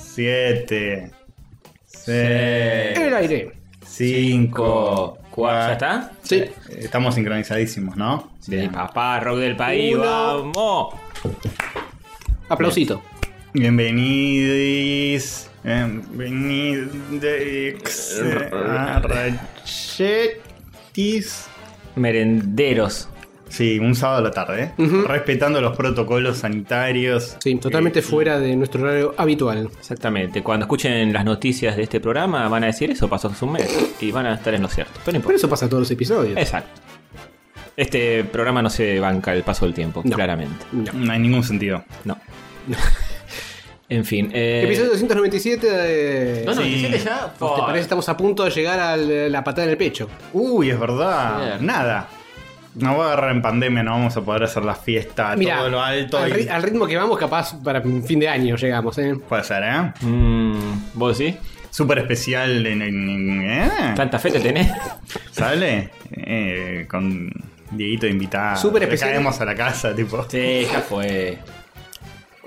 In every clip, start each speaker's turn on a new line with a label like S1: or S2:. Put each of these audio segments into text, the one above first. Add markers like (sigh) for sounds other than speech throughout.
S1: 7, 6,
S2: El aire.
S1: 5,
S3: Eh, ¿Ya está?
S2: Sí.
S1: Estamos sincronizadísimos, ¿no?
S3: Sí,
S1: Bien.
S3: papá, rock del país,
S2: Uno.
S3: vamos.
S2: Aplausito.
S1: Bienvenidis. em, Bienvenidex. Arrachetis.
S3: Merenderos.
S1: Sí, un sábado a la tarde, ¿eh?
S2: Ujú.
S1: respetando los protocolos sanitarios.
S2: Sí, totalmente
S1: Eh,
S2: fuera de nuestro horario habitual.
S3: Exactamente. Cuando escuchen las noticias de este programa van a decir eso, pasó hace un mes. Y van a estar en lo cierto. Pero no
S2: Por
S3: importa.
S2: eso pasa todos los episodios.
S3: Exacto. Este programa no se banca el paso del tiempo,
S2: No.
S3: claramente.
S2: No.
S1: No hay ningún sentido.
S3: No. (laughs) en fin. eh,
S2: Episodio 297 de...
S3: No, no,
S1: Sí.
S3: 17 ya.
S2: ¿Te parece que estamos a punto de llegar a la patada en el pecho?
S1: Uy, es verdad.
S3: Cierto.
S1: Nada. Nos va a agarrar en pandemia, no vamos a poder hacer la fiesta,
S2: Mira,
S1: todo lo alto.
S2: al,
S1: y-
S2: ri- al ritmo que vamos, capaz para fin de año llegamos, ¿eh?
S1: Puede ser, ¿eh?
S3: Mm, ¿Vos sí?
S1: Súper especial. en- en- en- ¿eh?
S3: ¿Tanta fe te tenés?
S1: ¿Sale? Eh, con Dieguito invitado.
S2: Súper
S1: Le
S2: especial.
S1: Caemos a la casa, tipo.
S3: Sí, ya fue.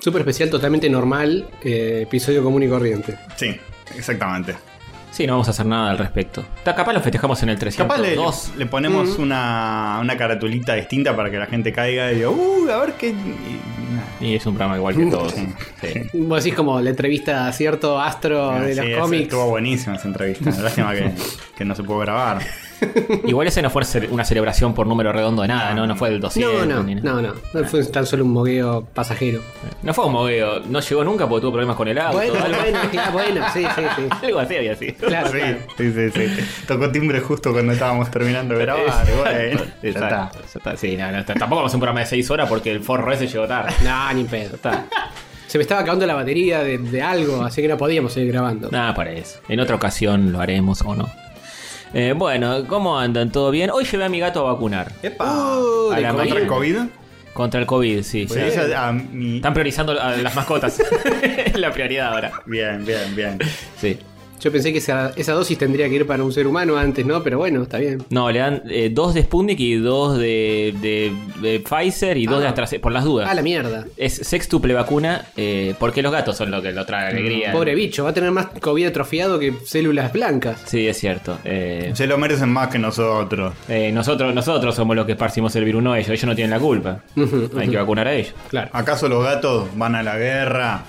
S2: Súper especial, totalmente normal, eh, episodio común y corriente.
S1: Sí, exactamente.
S3: Sí, no vamos a hacer nada al respecto. Ta- Capaz lo festejamos en el
S1: Capaz le,
S3: 302.
S1: le
S2: Mm.
S1: ponemos una, una caratulita distinta para que la gente caiga y diga, uh, a ver qué. y-
S3: Y es un programa igual que todos.
S1: Sí.
S3: Sí.
S2: Vos decís como la entrevista a cierto astro
S1: Ah,
S2: Oh, de
S1: sí,
S2: los
S1: esa-
S2: cómics.
S1: Estuvo buenísima esa
S2: (laughs)
S1: entrevista. Lástima que, que no se pudo grabar.
S3: Igual ese no fue ce- una celebración por número redondo de nada, ¿no? No fue del 200.
S2: No, no,
S3: ni
S2: no,
S3: nada.
S2: no, no fue tan solo un mogueo pasajero.
S3: No fue un mogueo. No llegó nunca porque tuvo problemas con el auto.
S2: Bueno,
S3: algo,
S2: bueno, claro, bueno, sí, sí,
S3: (laughs)
S2: sí.
S3: algo así había sido. (laughs)
S2: Claro,
S1: Sí,
S2: claro.
S1: sí, sí, sí. Tocó timbre justo cuando estábamos terminando de grabar. bueno, ya está.
S3: Exacto, ya está. Sí, no, no, t- tampoco vamos a hacer un programa de 6 horas porque el forro ese llegó tarde.
S2: No, ni en pedo. (laughs) está. Se me estaba acabando la batería de, de algo, así que no podíamos seguir grabando.
S3: Nada, para eso. En otra ocasión lo haremos o no. Eh, bueno, ¿cómo andan? ¿Todo bien? Hoy llevé a mi gato a vacunar.
S1: ¡Epa!
S2: Uh,
S3: a
S2: del
S3: la
S2: COVID.
S1: ¿Contra el COVID?
S3: Contra el COVID, sí.
S1: Porque
S3: sí.
S1: eso, ah, mi-
S3: Están priorizando a las mascotas. (laughs) Es la prioridad ahora.
S1: Bien, bien, bien.
S3: Sí.
S2: Yo pensé que esa, esa dosis tendría que ir para un ser humano antes, ¿no? Pero bueno, está bien.
S3: No, le dan eh, dos de Sputnik y dos de, de- de Pfizer y dos
S2: Ah.
S3: de AstraZeneca, por las dudas.
S2: A la mierda.
S3: Es sextuple vacuna eh, porque los gatos son los que lo traen alegría.
S2: Mm, Pobre bicho, va a tener más COVID atrofiado que células blancas.
S3: Sí, es cierto. Eh,
S1: Se lo merecen más que nosotros.
S3: eh, nosotros, nosotros somos los que esparcimos el virus, no ellos. Ellos no tienen la culpa.
S2: Ujú,
S3: Hay que vacunar a ellos.
S2: Claro.
S1: ¿Acaso los gatos van a la guerra?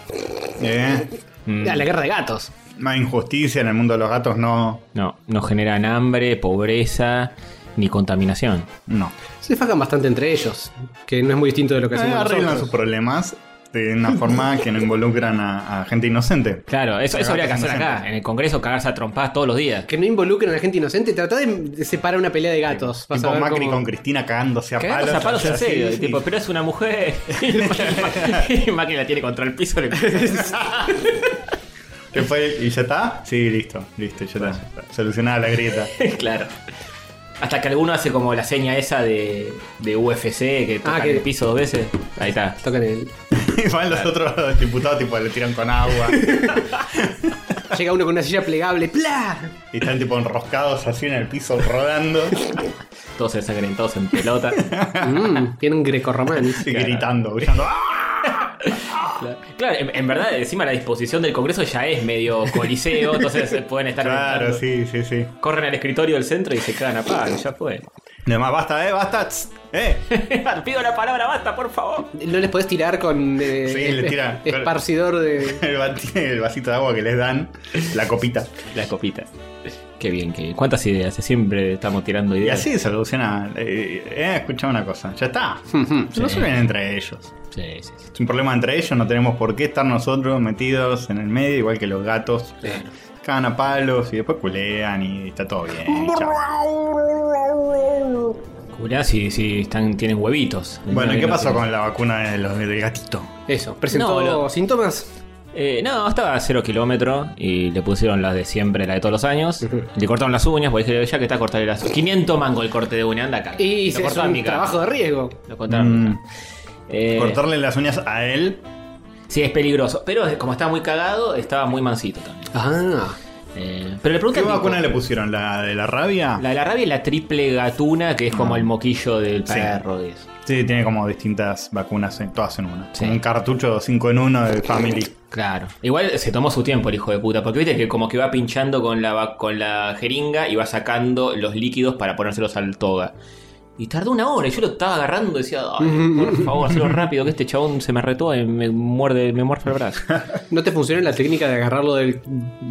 S1: ¿Eh?
S2: A Ah, la guerra de gatos.
S1: ¿No hay injusticia en el mundo de los gatos? No.
S3: No, no generan hambre, pobreza ni contaminación.
S1: No.
S2: Se fajan bastante entre ellos, que no es muy distinto de lo que
S1: Eh,
S2: hacemos
S1: arreglan sus
S2: nosotros.
S1: problemas de una forma que no involucran a, a gente inocente.
S3: Claro, eso, eso habría que hacer acá,
S1: Inocente.
S3: en el Congreso, cagarse a trompadas todos los días.
S2: Que no involucren a la gente inocente, trata de, de separar una pelea de gatos. Vas a
S1: Tipo
S2: ver
S1: Macri
S2: cómo-
S1: con Cristina cagándose a
S3: Cagados
S1: palos.
S3: a palos en
S1: así,
S3: serio,
S1: sí.
S3: tipo, pero es una mujer.
S2: (laughs)
S3: (laughs) y Macri la tiene contra el piso. le-
S1: Que fue- ¿Y ya está? Sí, listo, listo, ya está. Solucionada la grieta.
S3: (laughs) claro. Hasta que alguno hace como la seña esa de, de UFC que toca
S2: Ah, que-
S3: el piso dos veces. Ahí está.
S2: Tocan el...
S1: Y van los otros diputados, tipo, le tiran con agua.
S2: Llega uno con una silla plegable, (laughs) ¡plá!
S1: Y están, tipo, enroscados así en el piso, rodando
S3: Todos ensangrentados en (laughs) pelota.
S2: Mm, tiene un grecorromano.
S1: y gritando, gritando. ¡Ah!
S3: Claro, Claro, en, en verdad, encima la disposición del Congreso ya es medio coliseo, entonces se pueden estar.
S1: Claro, sí,
S3: gritando.
S1: sí, sí.
S3: Corren al escritorio del centro y se cagan a palo, ya (laughs) fue.
S1: Además, basta, eh, basta. tss, eh. (laughs)
S3: Pido la palabra, basta, por favor.
S2: No les podés tirar con eh,
S1: Sí, le tira.
S2: esparcidor (laughs) de...
S1: El, bati- el vasito de agua que les dan, la copita.
S3: Las copitas. Qué bien, qué bien. ¿Cuántas ideas? eh, Siempre estamos tirando
S1: Y
S3: ideas.
S1: así se soluciona. Eh, eh, escucha una cosa, ya está.
S2: Ujú.
S1: No
S3: Sí.
S1: se ven entre ellos.
S3: Sí, sí, sí.
S1: Es un problema entre ellos, no tenemos por qué estar nosotros metidos en el medio, igual que los gatos. Cagan a palos y después culean y está todo bien. chao.
S3: Culeá si, si están, tienen huevitos.
S1: Bueno, ¿y
S3: No,
S1: qué
S3: no
S1: pasó
S3: tienen-
S1: con la vacuna de los, del gatito?
S2: Eso, presentó
S3: No, lo-
S2: síntomas.
S3: Eh, no, estaba a cero kilómetro y le pusieron las de siempre, la de todos los años.
S2: Ujú.
S3: Le cortaron las uñas, porque dije, ya que está cortarle las uñas. 500 mango el corte de uña, anda acá.
S2: Y se es
S3: cortaron
S2: un trabajo de riesgo.
S3: Lo cortaron.
S1: Mm.
S3: Eh.
S1: Cortarle las uñas a él.
S3: Sí, es peligroso. Pero como estaba muy cagado, estaba muy mansito también.
S2: Ah,
S3: Eh, pero
S1: ¿Qué
S3: le pregunté al tipo,
S1: vacuna le pusieron? ¿La de la rabia?
S3: La de la rabia es la triple gatuna, que es como el moquillo del
S1: Ah. Sí.
S3: perro. de eso.
S1: Sí, tiene como distintas vacunas, en- todas en una.
S3: Sí.
S1: Como un cartucho 5 en 1 de Family.
S3: Claro. Igual se tomó su tiempo el hijo de puta, porque viste que como que va pinchando con la, va- con la jeringa y va sacando los líquidos para ponérselos al toga. Y tardó una hora, y yo lo estaba agarrando y decía, "Ay, por favor, hazlo rápido, que este chabón se me retó y me muerde, me muerde el brazo.
S2: ¿No te funciona la técnica de agarrarlo del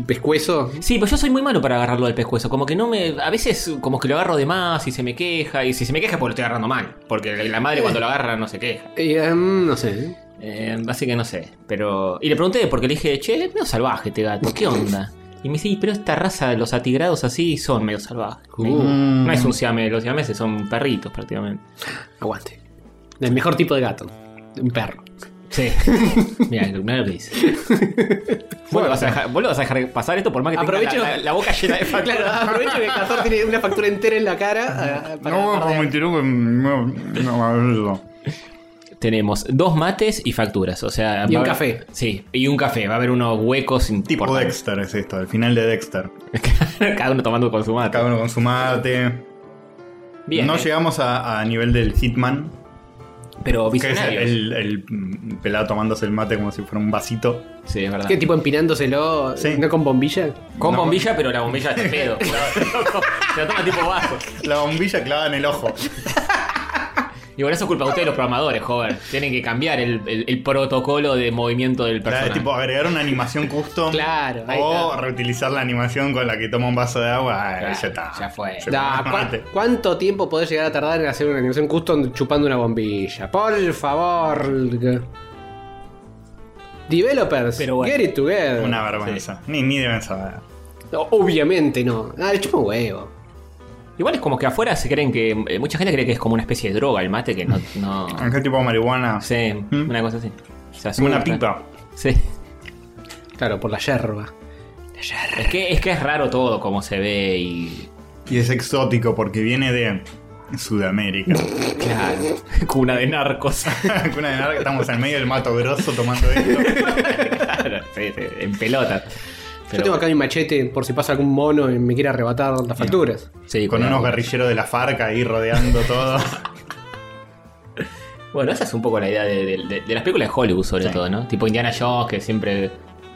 S2: pescuezo?
S3: Sí, pero yo soy muy malo para agarrarlo del pescuezo. Como que no me. A veces, como que lo agarro de más y se me queja. Y si se me queja, porque lo estoy agarrando mal. Porque la madre cuando lo agarra no se queja.
S2: Y, em, no sé.
S3: Eh, así que no sé. Pero. Y le pregunté porque le dije, che, es medio salvaje este gato, ¿qué onda? Y me dice, "Y, pero esta raza de los atigrados así son medio salvajes. Me dijo,
S1: Mm.
S3: No es un siame, los siameses son perritos prácticamente.
S2: Aguante. El mejor tipo de gato. Un perro.
S3: Sí. (laughs) Mira, mirá lo que dice. Vos, lo vas a dejar, vos lo vas a dejar pasar esto por más que tengas
S2: Aprovecho-
S3: la, la- la boca llena de factura.
S2: Claro, aprovecho que Castor tiene una factura entera en la cara. ah, para-
S1: No,
S2: para-
S1: como mentiroso, no, no, no.
S3: Tenemos dos mates y facturas, o sea...
S2: Y
S3: va
S2: un
S3: a haber-
S2: café.
S3: Sí, y un café. Va a haber unos huecos
S1: Tipo
S3: importantes.
S1: Dexter es esto, el final de Dexter.
S3: (laughs) Cada uno tomando con su mate.
S1: Cada uno con su mate.
S3: Bien,
S1: no
S3: eh,
S1: llegamos a, a nivel del Hitman,
S3: pero
S1: que es
S3: visionarios.
S1: el, el, mm, pelado tomándose el mate como si fuera un vasito.
S3: Sí, es verdad.
S2: ¿Qué tipo empinándoselo?
S1: Sí.
S2: ¿No con bombilla?
S3: Con
S1: No.
S3: bombilla, pero la bombilla está
S1: (laughs)
S3: en pedo. Se la toma tipo bajo.
S1: La bombilla clavada en el ojo.
S3: Y bueno, eso es culpa de ustedes los programadores, joven. Tienen que cambiar el, el- el protocolo de movimiento del
S1: Claro,
S3: personaje.
S1: tipo agregar una animación custom.
S2: Claro, ahí
S1: O
S2: está.
S1: reutilizar la animación con la que toma un vaso de agua. Ah,
S3: Claro,
S1: ya está.
S3: ya fue.
S1: Se
S2: Da,
S1: pone
S2: ¿cuá-
S1: mate.
S2: ¿Cuánto tiempo podés llegar a tardar en hacer una animación custom chupando una bombilla? Por favor. Developers,
S3: Pero bueno,
S2: get it together.
S1: Una vergüenza. Ni, ni deben saber.
S2: O- Obviamente no. Ah, le chupa un huevo.
S3: Igual es como que afuera se creen que. eh, mucha gente cree que es como una especie de droga el mate que no. no
S1: ¿Qué tipo de marihuana?
S3: sí,
S1: ¿Mm?
S3: una cosa así. Se
S1: Como una
S3: asusta.
S1: pipa.
S3: Sí.
S2: Claro, por la yerba.
S3: Es que, es que es raro todo como se ve y.
S1: Y es exótico porque viene de (laughs)
S3: (laughs)
S1: Sudamérica.
S3: Claro.
S1: (laughs)
S3: (laughs) Cuna de narcos. (laughs)
S1: Cuna de narca, estamos en medio del mato grosso tomando esto.
S3: Claro, sí, sí, en pelotas.
S2: Yo tengo acá mi machete por si pasa algún mono y me quiere arrebatar las facturas.
S3: Sí,
S1: Con unos
S3: cuidado.
S1: guerrilleros de la FARC ahí rodeando
S3: (laughs)
S1: todo.
S3: Bueno, esa es un poco la idea de, de- de- de las películas de Hollywood, sobre
S1: Sí.
S3: todo, ¿no? Tipo Indiana Jones, que siempre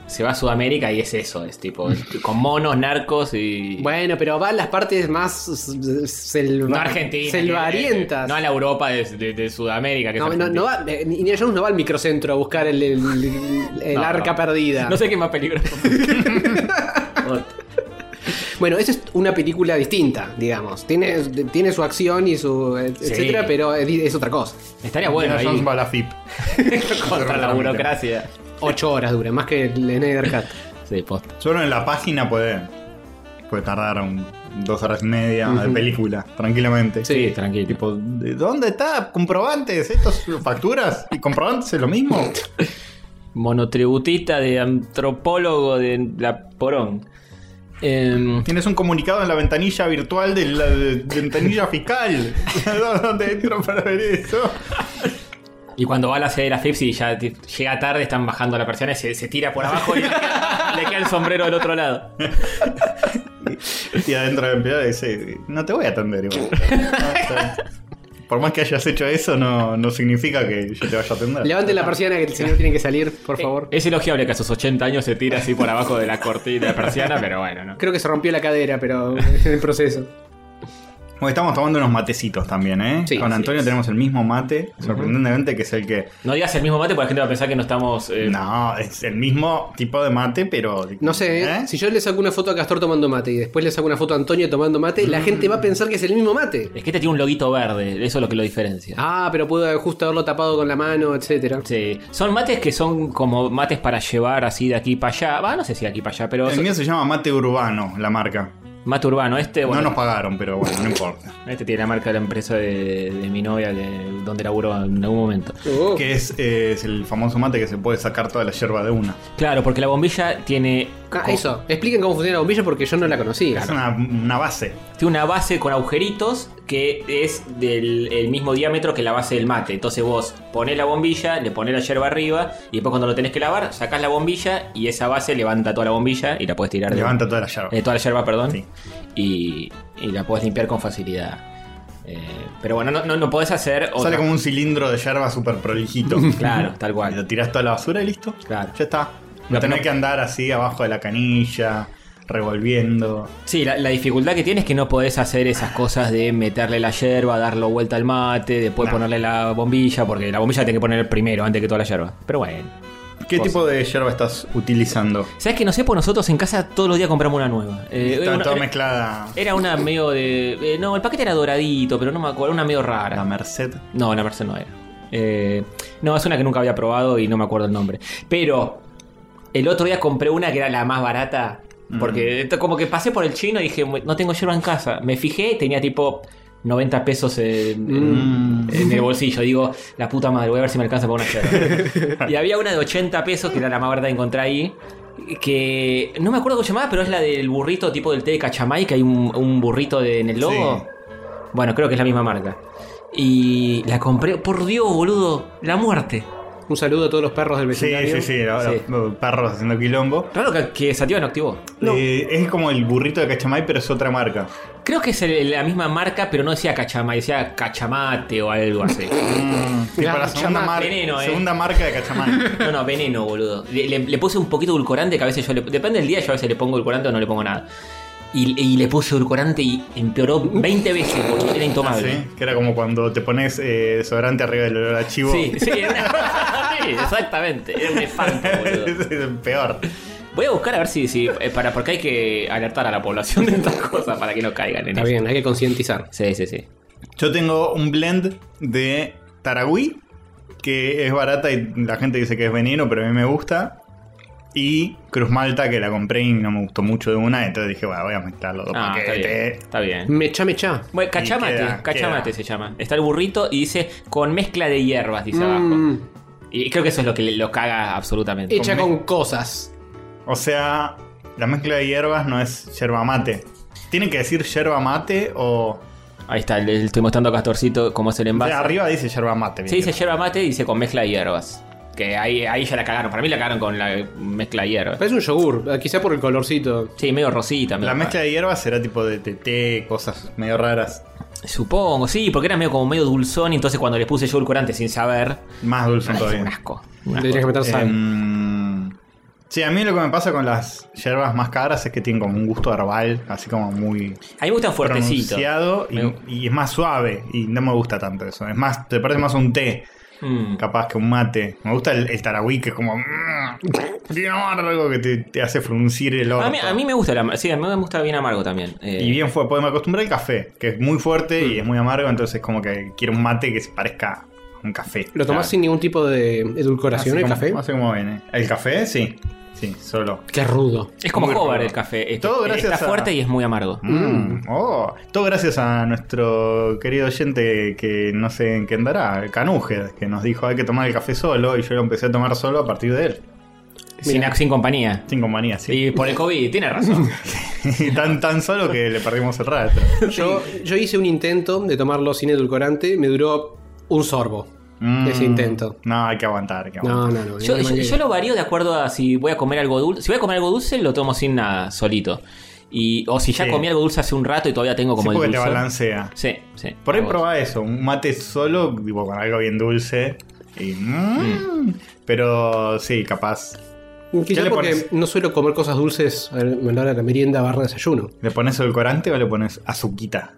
S3: se va a Sudamérica y es eso, es tipo, con monos, narcos y.
S2: Bueno, pero van las partes más s- selva-
S3: no eh, Argentina.
S2: selvarientas.
S3: No a la Europa de, de- de Sudamérica, que es
S2: No, no,
S3: Argentina.
S2: no va, eh, Indiana Jones no va al microcentro a buscar el, el- el- el
S3: No,
S2: arca
S3: no.
S2: perdida.
S3: No sé qué es más peligroso.
S2: Bueno, esa es una película distinta, digamos. Tiene, tiene su acción y su et-
S3: Sí.
S2: etcétera, pero es, di- es otra cosa.
S3: Estaría Ah, bueno
S1: Indiana
S3: ahí.
S1: Jones va a la FIP.
S3: (laughs) contra la burocracia.
S2: Ocho horas dura, más que el Snyder Cut.
S3: Sí, posta.
S1: Solo en la página puede, puede tardar un- dos horas y media de
S2: Ujú.
S1: película, tranquilamente.
S3: Sí, tranquilo.
S1: Tipo, ¿de dónde está? ¿Comprobantes? ¿Estas facturas? ¿Y comprobantes es lo
S3: (laughs)
S1: mismo?
S3: Monotributista de antropólogo de la porón. Em,
S1: Tienes un comunicado en la ventanilla virtual de la de- ventanilla fiscal. (laughs) ¿Dónde entro para ver eso?
S3: Y cuando va a la sede de la FIPS y ya t- llega tarde, están bajando la persiana y se, se tira por abajo y le queda, (laughs) le queda el sombrero del otro lado.
S1: Y adentro del empleado dice, no te voy a atender
S2: (laughs)
S1: igual. O sea, Por más que hayas hecho eso, no, no significa que yo te vaya a atender.
S2: Levanten la persiana que el señor tiene que salir,
S3: Eh,
S2: por favor.
S3: Es elogiable que a sus 80 años se tira así por abajo de la cortina de persiana, pero bueno, ¿no?
S2: Creo que se rompió la cadera, pero (laughs) en el proceso.
S1: Bueno, estamos tomando unos matecitos también, ¿eh?
S2: Sí,
S1: Con
S2: sí,
S1: Antonio
S2: sí.
S1: tenemos el mismo mate, sorprendentemente, que es el que...
S3: No digas el mismo mate porque la gente va a pensar que no estamos. eh,
S1: No, es el mismo tipo de mate, pero...
S2: No sé, ¿eh?
S1: ¿eh?
S2: si yo le saco una foto a Castor tomando mate y después le saco una foto a Antonio tomando mate, la gente va a pensar que es el mismo mate.
S3: Es que este tiene un loguito verde, eso es lo que lo diferencia.
S2: Ah, pero pudo justo haberlo tapado con la mano, etcétera.
S3: Sí. Son mates que son como mates para llevar así de aquí para allá. Va, no sé si de aquí para allá, pero.
S1: El
S3: son-
S1: mío se llama Mate Urbano, la marca.
S3: Mate urbano, este, bueno.
S1: No nos pagaron, pero bueno, no importa.
S3: Este tiene la marca de la empresa de, de mi novia que, donde laburo en algún momento.
S2: Oh.
S1: Que es, eh, es el famoso mate que se puede sacar toda la yerba de una.
S3: Claro, porque la bombilla tiene.
S2: Ah,
S3: co-
S2: eso, expliquen cómo funciona la bombilla porque yo no la conocía.
S1: Es una, una base.
S3: Tiene una base con agujeritos que es del el mismo diámetro que la base del mate. Entonces vos ponés la bombilla, le ponés la yerba arriba y después cuando lo tenés que lavar, sacás la bombilla y esa base levanta toda la bombilla y la puedes tirar de
S1: Levanta toda la yerba.
S3: eh, toda la yerba, perdón.
S1: Sí.
S3: Y, y la puedes limpiar con facilidad. Eh, pero bueno, no, no, no podés hacer otra.
S1: Sale como un cilindro de yerba súper prolijito.
S3: (laughs) Claro, tal
S1: Y
S3: cual.
S1: Lo tirás toda la basura y listo.
S3: Claro.
S1: Ya está.
S3: No,
S1: No tenés
S3: no-
S1: que andar así abajo de la canilla, revolviendo.
S3: Sí, la, la dificultad que tienes es que no podés hacer esas cosas de meterle la yerba, darlo vuelta al mate, después
S1: No.
S3: ponerle la bombilla, porque la bombilla la tenés que poner primero, antes que toda la yerba. Pero bueno.
S1: ¿Qué
S3: Cosa.
S1: tipo de yerba estás utilizando?
S3: ¿Sabes que no sé? Pues nosotros en casa todos los días compramos una nueva. Eh,
S1: Está
S3: una-
S1: toda
S3: era-
S1: mezclada.
S3: Era una medio de. eh, no, el paquete era doradito, pero no me acuerdo. Era una medio
S1: La
S3: rara.
S1: Merced.
S3: No, la Merced no era. Eh, no, es una que nunca había probado y no me acuerdo el nombre. Pero el otro día compré una que era la más barata. Porque esto- como que pasé por el chino y dije, no tengo yerba en casa. Me fijé y tenía tipo 90 pesos en, en- en el bolsillo. Digo, la puta madre, voy a ver si me alcanza para una yerba. y había una de 80 pesos que era la más barata que encontré ahí. Que no me acuerdo cómo se llamaba, pero es la del burrito tipo del té de cachamay, que hay un, un burrito de- en el logo. Bueno, creo que es la misma marca. Y la compré, por Dios, boludo, la muerte.
S2: Un saludo a todos los perros del
S1: Sí,
S2: vecindario.
S1: sí, sí, los-
S3: Sí.
S1: los perros haciendo quilombo.
S3: Claro que, que Sativa no activó.
S1: Eh, es como el burrito de Cachamay, pero es otra marca.
S3: Creo que es el- la misma marca, pero no decía cachamay, decía cachamate o algo (laughs) así.
S1: Tipo
S2: Mirá,
S1: la segunda,
S2: Cachamay,
S1: mar-
S3: veneno, eh.
S1: segunda marca de
S3: (laughs)
S1: Cachamay.
S3: No, no, veneno, boludo. Le, le- le puse un poquito de edulcorante que a veces yo le. Depende del día, yo a veces le pongo edulcorante o no le pongo nada. Y, y le puse edulcorante y empeoró 20 veces, boludo. Era intomable.
S1: Ah, Sí, Que era como cuando te pones eh, desodorante arriba del olor a chivo. (laughs)
S3: Sí, sí, era una (laughs) cosa así, exactamente. Era un espanto, boludo.
S1: es el peor.
S3: Voy a buscar a ver si. si eh, para, porque hay que alertar a la población de estas cosas para que no caigan en
S2: Está
S3: eso.
S2: bien, hay que concientizar.
S3: Sí, sí, sí.
S1: Yo tengo un blend de taragüí, que es barata y la gente dice que es veneno, pero a mí me gusta. Y Cruz Malta, que la compré y no me gustó mucho de una, entonces dije, bueno, voy a mezclarlo dos Este,
S3: Ah, está bien.
S1: paquetes.
S3: Está bien.
S2: Mecha, mecha.
S3: Bueno, cachamate,
S1: Y queda,
S3: cachamate
S1: queda.
S3: se llama. Está el burrito y dice con mezcla de hierbas, dice abajo.
S2: Mm,
S3: Y creo que eso es lo que le- lo caga absolutamente.
S2: hecha con cosas.
S1: O sea, la mezcla de hierbas no es yerba mate. ¿Tienen que decir yerba mate o...?
S3: Ahí está, le le estoy mostrando a Castorcito cómo es el
S1: o
S3: envase.
S1: sea, arriba dice yerba mate.
S3: se
S1: bien.
S3: dice yerba mate y dice con mezcla de hierbas. Que ahí, ahí ya la cagaron. Para mí la cagaron con la mezcla de hierbas.
S2: Parece un yogur, eh, quizá por el colorcito.
S3: Sí, medio rosita. medio
S1: La
S3: rara.
S1: mezcla de hierbas será tipo de, de té, cosas medio raras.
S3: Supongo, sí, porque era medio como medio dulzón. Y entonces cuando le puse yo el curante sin saber,
S1: Más dulce
S3: es
S1: todavía.
S3: un asco. un asco.
S2: Deberías que meter sal.
S1: Em, sí, a mí lo que me pasa con las hierbas más caras es que tienen como un gusto herbal, así como muy
S3: A mí me gustan fuertecitos.
S1: pronunciado y,
S3: Me-
S1: y es más suave y no me gusta tanto eso. Es más, te parece más un té,
S3: Mm.
S1: capaz que un mate. Me gusta el, el taragüí que es como... mm, tiene algo que te, te hace fruncir el orto.
S3: A mí, a mí me gusta la, sí, a mí me gusta bien amargo también. eh.
S1: Y bien fue, pues me acostumbré al café, que es muy fuerte
S3: Mm.
S1: y es muy amargo, entonces como que quiero un mate que se parezca a un café.
S2: ¿Lo tomás sin ningún tipo de
S1: Así
S2: edulcoración el
S1: Ah, como-
S2: café?
S1: No sé cómo viene. ¿El café? Sí. Sí, solo.
S2: Qué rudo.
S3: Es como
S1: Muy
S3: Hover
S1: raro.
S3: el café. Es-
S1: Todo gracias
S3: Está
S1: a-
S3: fuerte y es muy amargo.
S1: Mm, oh, todo gracias a nuestro querido oyente que no sé en qué andará, el Canuje, que nos dijo hay que tomar el café solo y yo lo empecé a tomar solo a partir de él.
S3: Sin, ac- sin compañía.
S1: Sin compañía, sí.
S3: Y por el
S1: (laughs)
S3: COVID, tiene razón.
S1: tan, tan solo que le perdimos el rastro.
S2: Yo, yo hice un intento de tomarlo sin edulcorante, me duró un sorbo.
S1: Mm,
S2: (laughs) Ese intento.
S1: No, hay que aguantar, hay que aguantar.
S2: No, no, no.
S3: Yo,
S2: no
S3: yo-
S2: me
S3: yo lo varío de acuerdo a si voy a comer algo dulce. Si voy a comer algo dulce, lo tomo sin nada, solito. Y, o si ya
S1: Sí.
S3: comí algo dulce hace un rato y todavía tengo como
S1: Sí,
S3: el
S1: porque te
S3: dulzor.
S1: balancea.
S3: Sí, sí.
S1: Por ahí
S3: Vos.
S1: probá eso, un mate solo, tipo con algo bien dulce. y, mm, Pero sí, capaz.
S2: Quizá
S1: ¿Qué le
S2: porque
S1: pones?
S2: no suelo comer cosas dulces a la a la hora de la merienda barra desayuno.
S1: ¿Le pones edulcorante o le pones azuquita?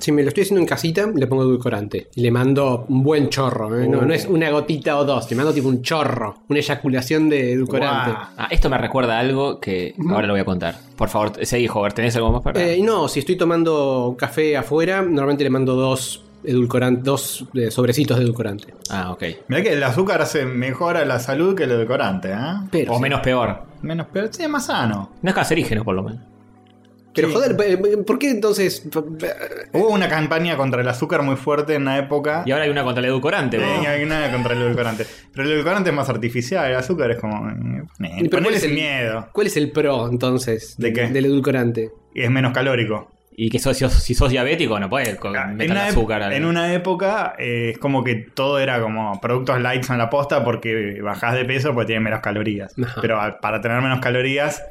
S2: Si me lo estoy haciendo en casita, le pongo edulcorante. Y le mando un buen chorro. ¿eh? No,
S1: Uh.
S2: no es una gotita o dos, le mando tipo un chorro. Una eyaculación de edulcorante. Eh,
S1: Guau.
S3: Ah, esto me recuerda a algo que ahora lo voy a contar. Por favor, seguí, Hover. ¿Tenés algo más para.?
S2: Eh, y no, si estoy tomando café afuera, normalmente le mando dos edulcorantes, dos eh, sobrecitos de edulcorante.
S3: Ah, ok.
S1: Mirá que el azúcar hace mejor a la salud que el edulcorante, ¿eh?
S2: Pero,
S3: o
S2: sí.
S3: menos peor.
S1: Menos, pero sí, es más sano.
S3: No es cancerígeno, por lo menos.
S2: Pero
S1: Sí.
S2: joder, eh, ¿por qué entonces? eh,
S1: Hubo una campaña contra el azúcar muy fuerte en la época.
S3: Y ahora hay una contra el edulcorante,
S1: Eh,
S3: boludo.
S1: y hay una contra el edulcorante. Pero el edulcorante es más artificial, el azúcar es como. eh,
S2: ¿Y pero cuál
S1: Ponele
S2: es
S1: sin
S2: el-
S1: miedo.
S2: ¿Cuál es el pro entonces
S1: ¿De qué?
S2: del edulcorante?
S1: Y es menos calórico.
S3: Y que sos- si, sos, si sos diabético, no puedes co-
S1: En
S3: meterle
S1: una,
S3: azúcar.
S1: ep-
S3: al-
S1: en una época eh, es como que todo era como productos lights en la posta porque bajás de peso porque tiene menos calorías.
S2: Ajá.
S1: Pero a- para tener menos calorías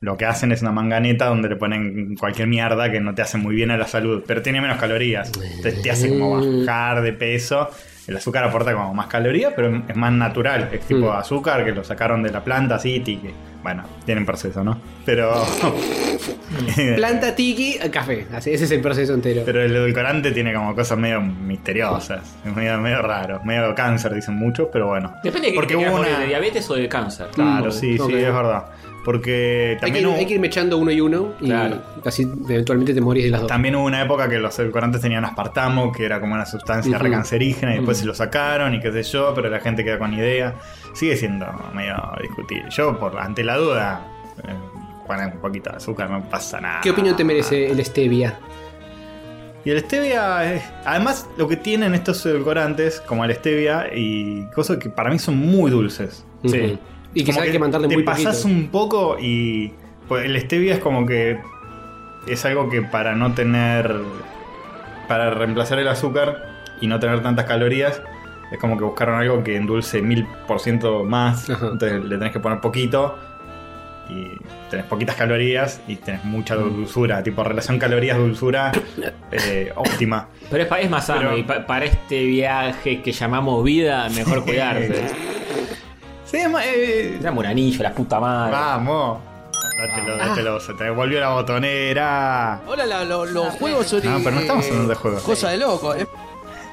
S1: lo que hacen es una manganeta donde le ponen cualquier mierda que no te hace muy bien a la salud, pero tiene menos calorías. Te, te hace como bajar de peso. El azúcar aporta como más calorías, pero es más natural. Es tipo azúcar que lo sacaron de la planta, así, y que, bueno, tienen proceso, ¿no? Pero.
S2: Planta tiki, eh, café. Así, ese es el proceso entero.
S1: Pero el edulcorante tiene como cosas medio misteriosas, es medio, medio raro, medio cáncer dicen muchos, pero bueno.
S3: Depende de
S1: Porque
S3: que tengas
S1: hubo
S3: morir
S1: una-
S3: de diabetes o de cáncer.
S1: Claro,
S2: Mm,
S1: sí,
S2: ok.
S1: sí, es verdad. Porque
S2: hay, que,
S1: también,
S2: ir-
S1: hubo,
S2: hay que irme echando uno y uno y
S3: Claro.
S2: así eventualmente te morís de las dos.
S1: también hubo una época que los edulcorantes tenían aspartamo, que era como una sustancia
S2: Ujú.
S1: recancerígena, y después se lo sacaron y qué sé yo, pero la gente queda con idea. Sigue siendo medio discutible. Yo, por ante la duda, eh, poner un poquito de azúcar, no pasa nada.
S2: ¿Qué opinión te merece el stevia?
S1: Y el stevia, es- además lo que tienen estos edulcorantes, como el stevia, y cosas que para mí son muy dulces.
S3: Sí.
S2: Ujú. Y
S1: Como
S2: quizás hay que mandarle
S1: te
S2: muy
S1: pasás
S2: poquito.
S1: un poco y pues, el stevia es como que es algo que para no tener para reemplazar el azúcar y no tener tantas calorías es como que buscaron algo que endulce mil por ciento más
S2: Ajá.
S1: entonces le tenés que poner poquito y tenés poquitas calorías y tenés mucha
S2: Mm.
S1: dulzura tipo relación calorías
S2: (laughs)
S1: dulzura eh, óptima
S3: Pero es, pa- es más sano
S1: Pero-
S3: y pa- para este viaje que llamamos vida, mejor cuidarse.
S1: sí, es más, eh,
S3: Dame un anillo, la puta madre.
S1: Ah, vamos dátelo
S2: Ah.
S1: dátelo se te volvió la botonera
S4: Ahora la- lo- los juegos son.
S1: No, Ah, pero no estamos
S4: eh,
S1: hablando de juegos.
S4: Cosa de loco. eh.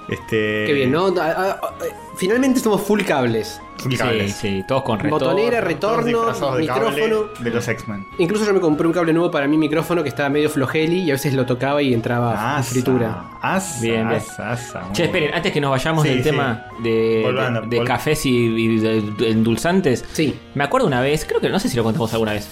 S1: Este,
S2: Qué bien, ¿no? Ah, ah, ah, eh, Finalmente somos full cables.
S1: full
S3: Sí,
S1: cables.
S3: sí, todos con retorno.
S2: Botonera, re-
S1: Todos
S2: retorno,
S1: disfrazados de cable
S2: micrófono.
S1: de los X-Men.
S2: Incluso yo me compré un cable nuevo para mi micrófono que estaba medio flojeli y a veces lo tocaba y entraba
S1: Asa,
S2: Ah, fritura.
S1: Asa,
S3: Bien, bien.
S1: asa, asa, muy
S3: Che, esperen,
S1: bueno.
S3: antes que nos vayamos
S1: Sí,
S3: del
S1: sí.
S3: tema de,
S1: Volvando,
S3: de- de
S1: vol-
S3: cafés y, y de- de endulzantes,
S2: Sí.
S3: me acuerdo una vez, creo que no sé si lo contamos alguna vez,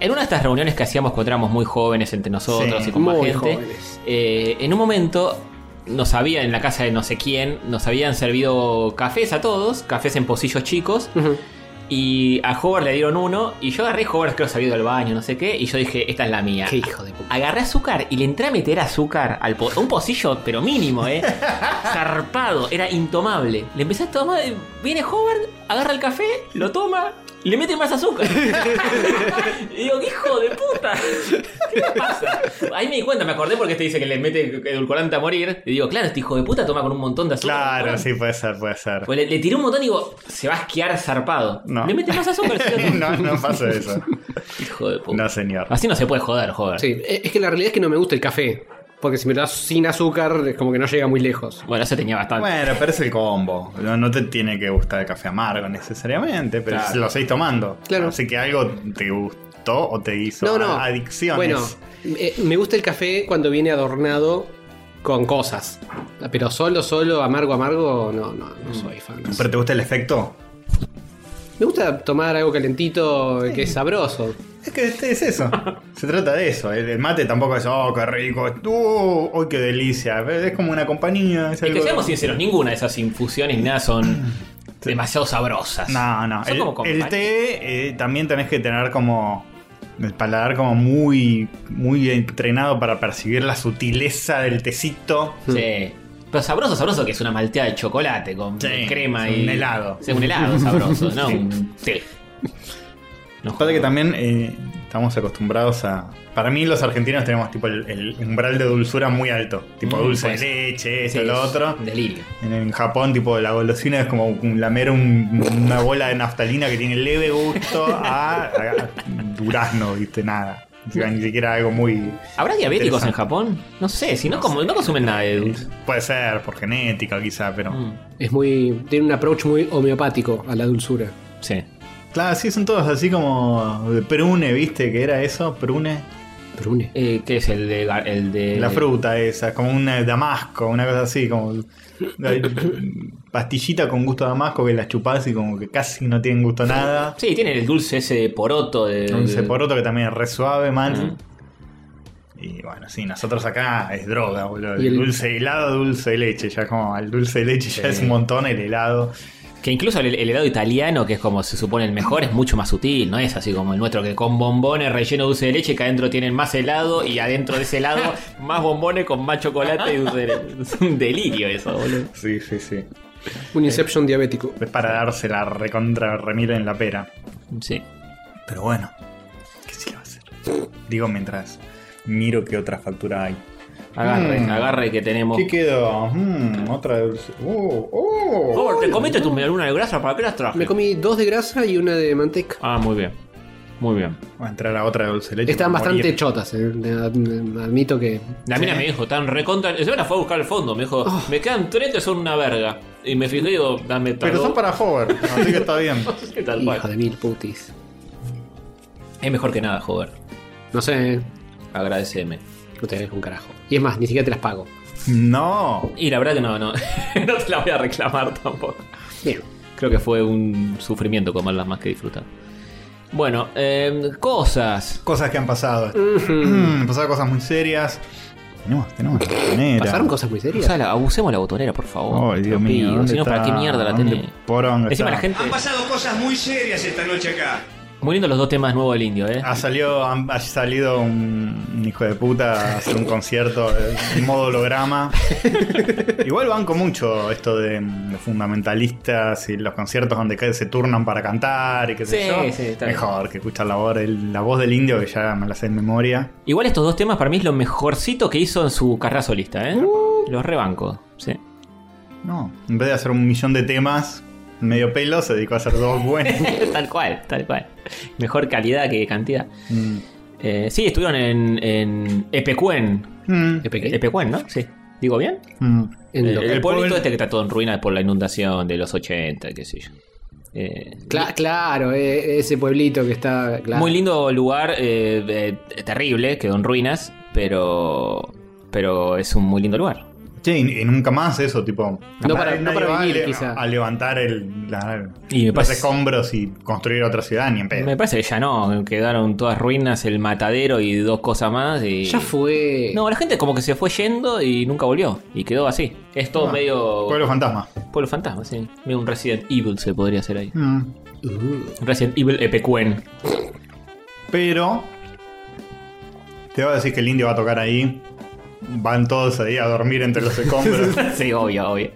S3: en una de estas reuniones que hacíamos cuando éramos muy jóvenes entre nosotros
S1: Sí,
S3: y con más
S2: muy
S3: gente,
S2: jóvenes.
S3: eh, en un momento nos habían, en la casa de no sé quién, nos habían servido cafés a todos, cafés en pocillos chicos,
S2: Ujú.
S3: y a Hobart le dieron uno, y yo agarré Hobart, creo que se había ido al baño, no sé qué, y yo dije, esta es la mía.
S2: Qué hijo de puta.
S3: Agarré azúcar y le entré a meter azúcar al po- un pocillo, pero
S1: (laughs)
S3: mínimo, ¿eh? Zarpado, era intomable. Le empecé a tomar, viene Howard, agarra el café, lo toma, y le mete más azúcar. (laughs) y digo, "¿Qué hijo de puta, ¿qué le pasa? Ahí me di cuenta, me acordé porque te dice que le mete edulcorante a morir. Y digo, claro, este hijo de puta toma con un montón de azúcar.
S1: Claro,
S3: Bueno,
S1: sí, puede ser, puede ser. (laughs)
S3: Pues le, le tiré un montón y digo, se va a esquiar zarpado.
S1: No.
S3: Le mete más azúcar. se lo toma.
S1: (laughs) no, no pasa eso.
S3: Hijo de puta.
S1: No, señor.
S2: Ah,
S3: Así no se puede joder, joder.
S2: Sí, eh, es que la realidad es que no me gusta el café. Porque si me lo das sin azúcar, es como que no llega muy lejos.
S3: Bueno, eso tenía
S2: ah.
S3: bastante.
S1: Bueno, pero es el combo. No, no te tiene que gustar el café amargo necesariamente, pero
S3: Claro.
S1: lo seguís tomando.
S2: Claro.
S1: Así que algo te gustó o te hizo
S2: No, no.
S1: adicciones.
S2: Bueno, eh, me gusta el café cuando viene adornado con cosas. Pero solo, solo, amargo, amargo, no, no, no soy fan. No
S1: ¿Pero
S2: sé.
S1: te gusta el efecto?
S2: Me gusta tomar algo calentito que es sabroso.
S1: Es que este es eso. Se trata de eso. El el mate tampoco es, oh, qué rico. Uh, ¡Uy, qué delicia! Es como una compañía. Es
S3: Y que
S1: algo-
S3: seamos sinceros, ninguna de esas infusiones ni nada son demasiado sabrosas.
S1: No, no.
S3: Son
S1: El,
S3: como compañía.
S1: el té eh, también tenés que tener como el paladar como muy, muy entrenado para percibir la sutileza del tecito.
S3: Sí. Pero sabroso, sabroso que es una malteada de chocolate con
S1: Sí,
S3: crema
S1: es
S3: y.
S1: un helado.
S3: Sí, un helado sabroso,
S1: (laughs)
S3: no un té. No
S1: Aparte que
S3: jodas.
S1: también eh, estamos acostumbrados a... Para mí los argentinos tenemos tipo el, el umbral de dulzura muy alto. Tipo
S3: Mm,
S1: dulce
S3: pues.
S1: de leche, esto,
S3: Sí,
S1: lo
S3: es
S1: otro.
S3: un Delirio.
S1: En, en Japón, tipo, la golosina es como un- lamer un- una bola de naftalina que tiene leve gusto a, a durazno, viste, nada. O sea, ni siquiera algo muy...
S3: ¿Habrá diabéticos en
S1: Interesante.
S3: Japón? No sé, si no, como, no consumen nada de dulce.
S1: Puede ser, por genética quizá, pero...
S3: Mm,
S2: Es muy. Tiene un approach muy homeopático a la dulzura.
S3: Sí.
S1: Claro, sí, son todos así como... de Prune, viste, que era eso, prune.
S2: Pero une.
S3: Eh, ¿Qué es el de. gar- El de
S1: La fruta esa, como un damasco, una cosa así, como... Pastillita con gusto a damasco que las chupás y como que casi no tienen gusto a nada.
S3: Sí, tiene el dulce ese de poroto. De,
S1: Dulce
S3: de-
S1: poroto que también es re suave, man.
S3: Mm.
S1: Y bueno, sí, nosotros acá es droga, boludo.
S2: Y el-
S1: Dulce helado, dulce de leche. Ya como el dulce de leche ya
S3: Sí.
S1: es un montón, el helado.
S3: Que incluso el, el helado italiano, que es como se supone el mejor, es mucho más sutil, no es así como el nuestro, que con bombones relleno de dulce de leche, que adentro tienen más helado y adentro de
S1: (laughs)
S3: ese helado más bombones con más chocolate y dulce de leche. Es un delirio eso, boludo.
S1: Sí, sí, sí.
S2: Un Inception diabético.
S1: Es para darse la recontra remil en la pera.
S3: Sí.
S1: Pero bueno, ¿qué sí lo hace? Digo mientras miro qué otra factura hay.
S3: Agarre,
S1: Mm.
S3: agarre que tenemos.
S1: ¿Qué quedó? Mm, otra dulce. ¡Oh! ¡Oh!
S3: Oh, ¿Te comiste tus medialunas de grasa? ¿Para qué las traje?
S2: Me comí dos de grasa y una de manteca.
S3: Ah, muy bien. Muy bien.
S1: Va a entrar a otra dulce de leche.
S2: Estaban
S1: me voy a
S2: bastante
S1: morir.
S2: chotas, eh. Ad- admito que.
S3: La mina me dijo, tan recontra. Encima la fue a buscar al fondo. Me dijo,
S1: Oh.
S3: me quedan tres que son una verga. Y me fijé y digo, dame
S1: Pero son para Hover, así que está bien.
S3: para. Tal
S2: Hijo
S3: cual.
S2: de mil putis.
S3: Es mejor que nada, joder.
S2: No sé,
S3: Agradeceme.
S2: no te dejo un carajo. Y es más, ni siquiera te las pago.
S1: (laughs) No.
S3: Y la verdad que no, (laughs) no. no te la voy a reclamar tampoco.
S2: Bien.
S3: Creo que fue un sufrimiento comerlas más que disfrutar. Bueno, eh, cosas.
S1: Cosas que han pasado. Mm, (clears throat) pasaron cosas muy serias. Tenemos, tenemos la botonera.
S2: ¿Pasaron cosas muy serias?
S3: Usala, abusemos de la botonera, por favor.
S1: Ay, Dios
S3: Lo
S1: mío.
S3: pido,
S1: ¿dónde
S3: Si no, ¿para
S1: está?
S3: qué mierda la
S1: ¿Dónde
S3: tenés?
S1: poronga
S3: Encima la
S1: está?
S3: gente.
S5: Han pasado cosas muy serias esta noche acá.
S3: Muy lindos los dos temas nuevos del indio, eh.
S1: Ha salido, han- ha salido un, un hijo de puta a hacer un concierto en modo
S3: (laughs)
S1: holograma. Igual banco mucho esto de, de fundamentalistas y los conciertos donde ca- se turnan para cantar y qué sé
S3: Sí,
S1: yo.
S3: sí, está bien.
S1: Mejor que escuchar la voz, del- la voz del indio que ya me la sé en memoria.
S3: Igual estos dos temas para mí es lo mejorcito que hizo en su carrera solista, eh.
S1: Uh.
S3: Los rebanco, sí. (laughs)
S1: No, en vez de hacer un millón de temas medio pelo, se dedicó a hacer dos buenos.
S3: tal cual, tal cual. Mejor calidad que cantidad.
S1: Mm.
S3: Eh, sí, estuvieron en, en Epecuén.
S1: Mm.
S2: ¿De pequeño?
S3: Epecuén, ¿no? Sí. ¿Digo bien?
S1: Mm.
S2: En
S3: el,
S2: lo-
S3: el
S1: el
S3: pueblito
S1: pueblo-
S3: este que está todo en ruinas por la inundación de los 80, qué sé yo. Eh,
S2: Cla- claro, eh, ese pueblito que está. claro.
S3: Muy lindo lugar, eh, eh, terrible, quedó en ruinas, pero pero es un muy lindo lugar.
S1: Che, y, y nunca más eso, tipo.
S2: No para-
S1: nadie
S2: no para
S1: va a
S2: vivir,
S1: le-
S2: quizá.
S1: A levantar el, la-
S3: Y me
S1: los
S3: parece-
S1: escombros y construir otra ciudad, ni en pedo.
S3: Me parece que ya no, quedaron todas ruinas, el matadero y dos cosas más. Y...
S2: Ya fue.
S3: No, la gente como que se fue yendo y nunca volvió. Y quedó así. Es todo
S1: Ah,
S3: medio.
S1: Pueblo fantasma.
S3: Pueblo fantasma, sí. Medio un Resident Evil se podría hacer ahí.
S1: Mm.
S2: Uh,
S3: Un Resident Evil Epecuen.
S1: Pero. Te voy a decir que el indio va a tocar ahí. Van todos ahí a dormir entre los escombros.
S3: (laughs) sí, obvio, obvio.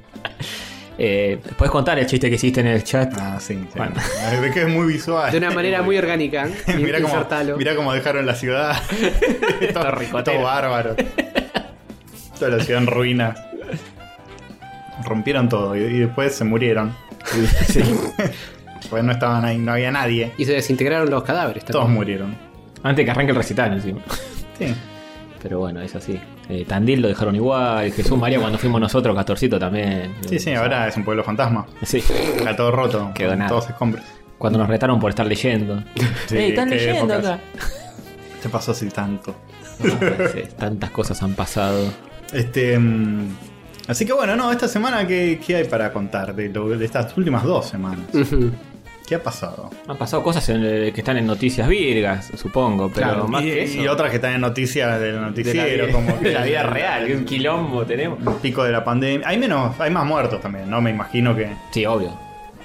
S3: Eh, ¿Puedes contar el chiste que hiciste en el chat?
S1: ah, sí. sí.
S3: Bueno.
S1: Es que es muy visual.
S2: de una manera muy orgánica.
S1: (laughs) mirá,
S2: Insertalo.
S1: cómo, mirá cómo dejaron la ciudad.
S3: (laughs) Todo
S1: todo,
S3: ricotero.
S1: bárbaro. Toda la ciudad en ruinas. Rompieron todo y, y después se murieron.
S3: (laughs) Sí.
S1: Pues no estaban ahí, no había nadie.
S2: Y se desintegraron los cadáveres
S1: Todos
S2: también.
S1: murieron.
S3: Antes que arranque el recital encima.
S1: Sí.
S3: Pero bueno, es así. Eh, Tandil lo dejaron igual. Jesús María cuando fuimos nosotros, Castorcito también.
S1: Sí, sí, ahora es un pueblo fantasma.
S3: Sí.
S1: Está todo roto.
S3: Quedó nada.
S1: Todos escombros.
S3: Cuando nos retaron por estar leyendo.
S1: Sí,
S3: ¡Ey, están
S1: qué
S3: leyendo
S1: épocas.
S3: acá!
S1: ¿Qué pasó así tanto?
S3: Sí, tantas cosas han pasado.
S1: Este. mm, Así que bueno, no, esta semana, ¿qué, qué hay para contar de, lo- de estas últimas dos semanas?
S3: Mm.
S2: Ujú.
S1: ¿Qué ha pasado?
S3: Han pasado cosas en- eh, que están en noticias virgas, supongo, pero
S2: Claro,
S3: más
S1: y,
S3: que
S1: y
S3: eso.
S1: otras que están en noticias del
S3: de la,
S1: noticiero,
S3: vida,
S1: como que
S3: (laughs) de la vida real, que un quilombo tenemos.
S1: el pico de la pandemia. Hay menos, hay más muertos también, ¿no? Me imagino que.
S3: Sí, obvio.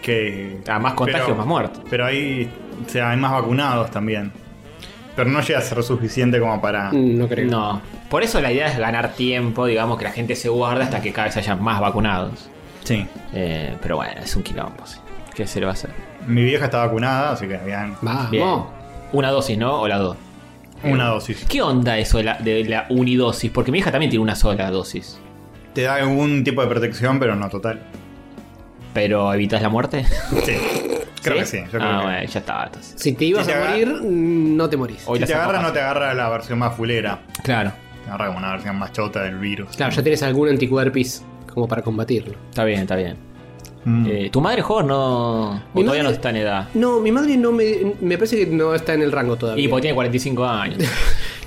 S1: que
S3: A Ah, más contagios,
S1: pero-
S3: más muertos.
S1: Pero hay, o sea, hay más vacunados también. Pero no llega a ser suficiente como para.
S2: (laughs)
S3: Mm.
S2: No creo.
S3: No. Por eso la idea es ganar tiempo, digamos, que la gente se guarda hasta que cada vez haya más vacunados.
S1: Sí.
S3: Eh, pero bueno, es un quilombo, sí. ¿Qué se le va a hacer?
S1: Mi vieja está vacunada, así que habían
S2: Vamos.
S3: Bien. Una dosis, ¿no? O las dos.
S1: una
S3: Mm.
S1: dosis.
S3: ¿Qué onda eso de la, de la unidosis? Porque mi hija también tiene una sola dosis.
S1: Te da algún tipo de protección, pero no total.
S3: ¿Pero evitas la muerte?
S1: Sí. (laughs) Creo que sí. Yo creo
S3: ah,
S1: que-
S3: bueno, ya está. entonces.
S2: Si te ibas
S1: Si te
S2: a
S1: agar-
S2: morir, no te morís.
S3: Hoy
S1: Si
S3: la
S1: te
S3: zapa
S1: agarra,
S3: pasa.
S1: no te agarra la versión más fulera.
S3: Claro.
S1: Te agarra como una versión más chota del virus.
S2: Claro, ya tenés algún anticuerpis como para combatirlo.
S3: Está bien, está bien.
S1: Mm.
S3: Eh, ¿Tu madre joven no. o
S2: Mi
S3: todavía no
S2: madre-
S3: está en
S2: (laughs)
S3: edad?
S2: No, mi madre no me. Me parece que no está en el rango todavía.
S3: Y porque tiene 45 años.
S2: (laughs)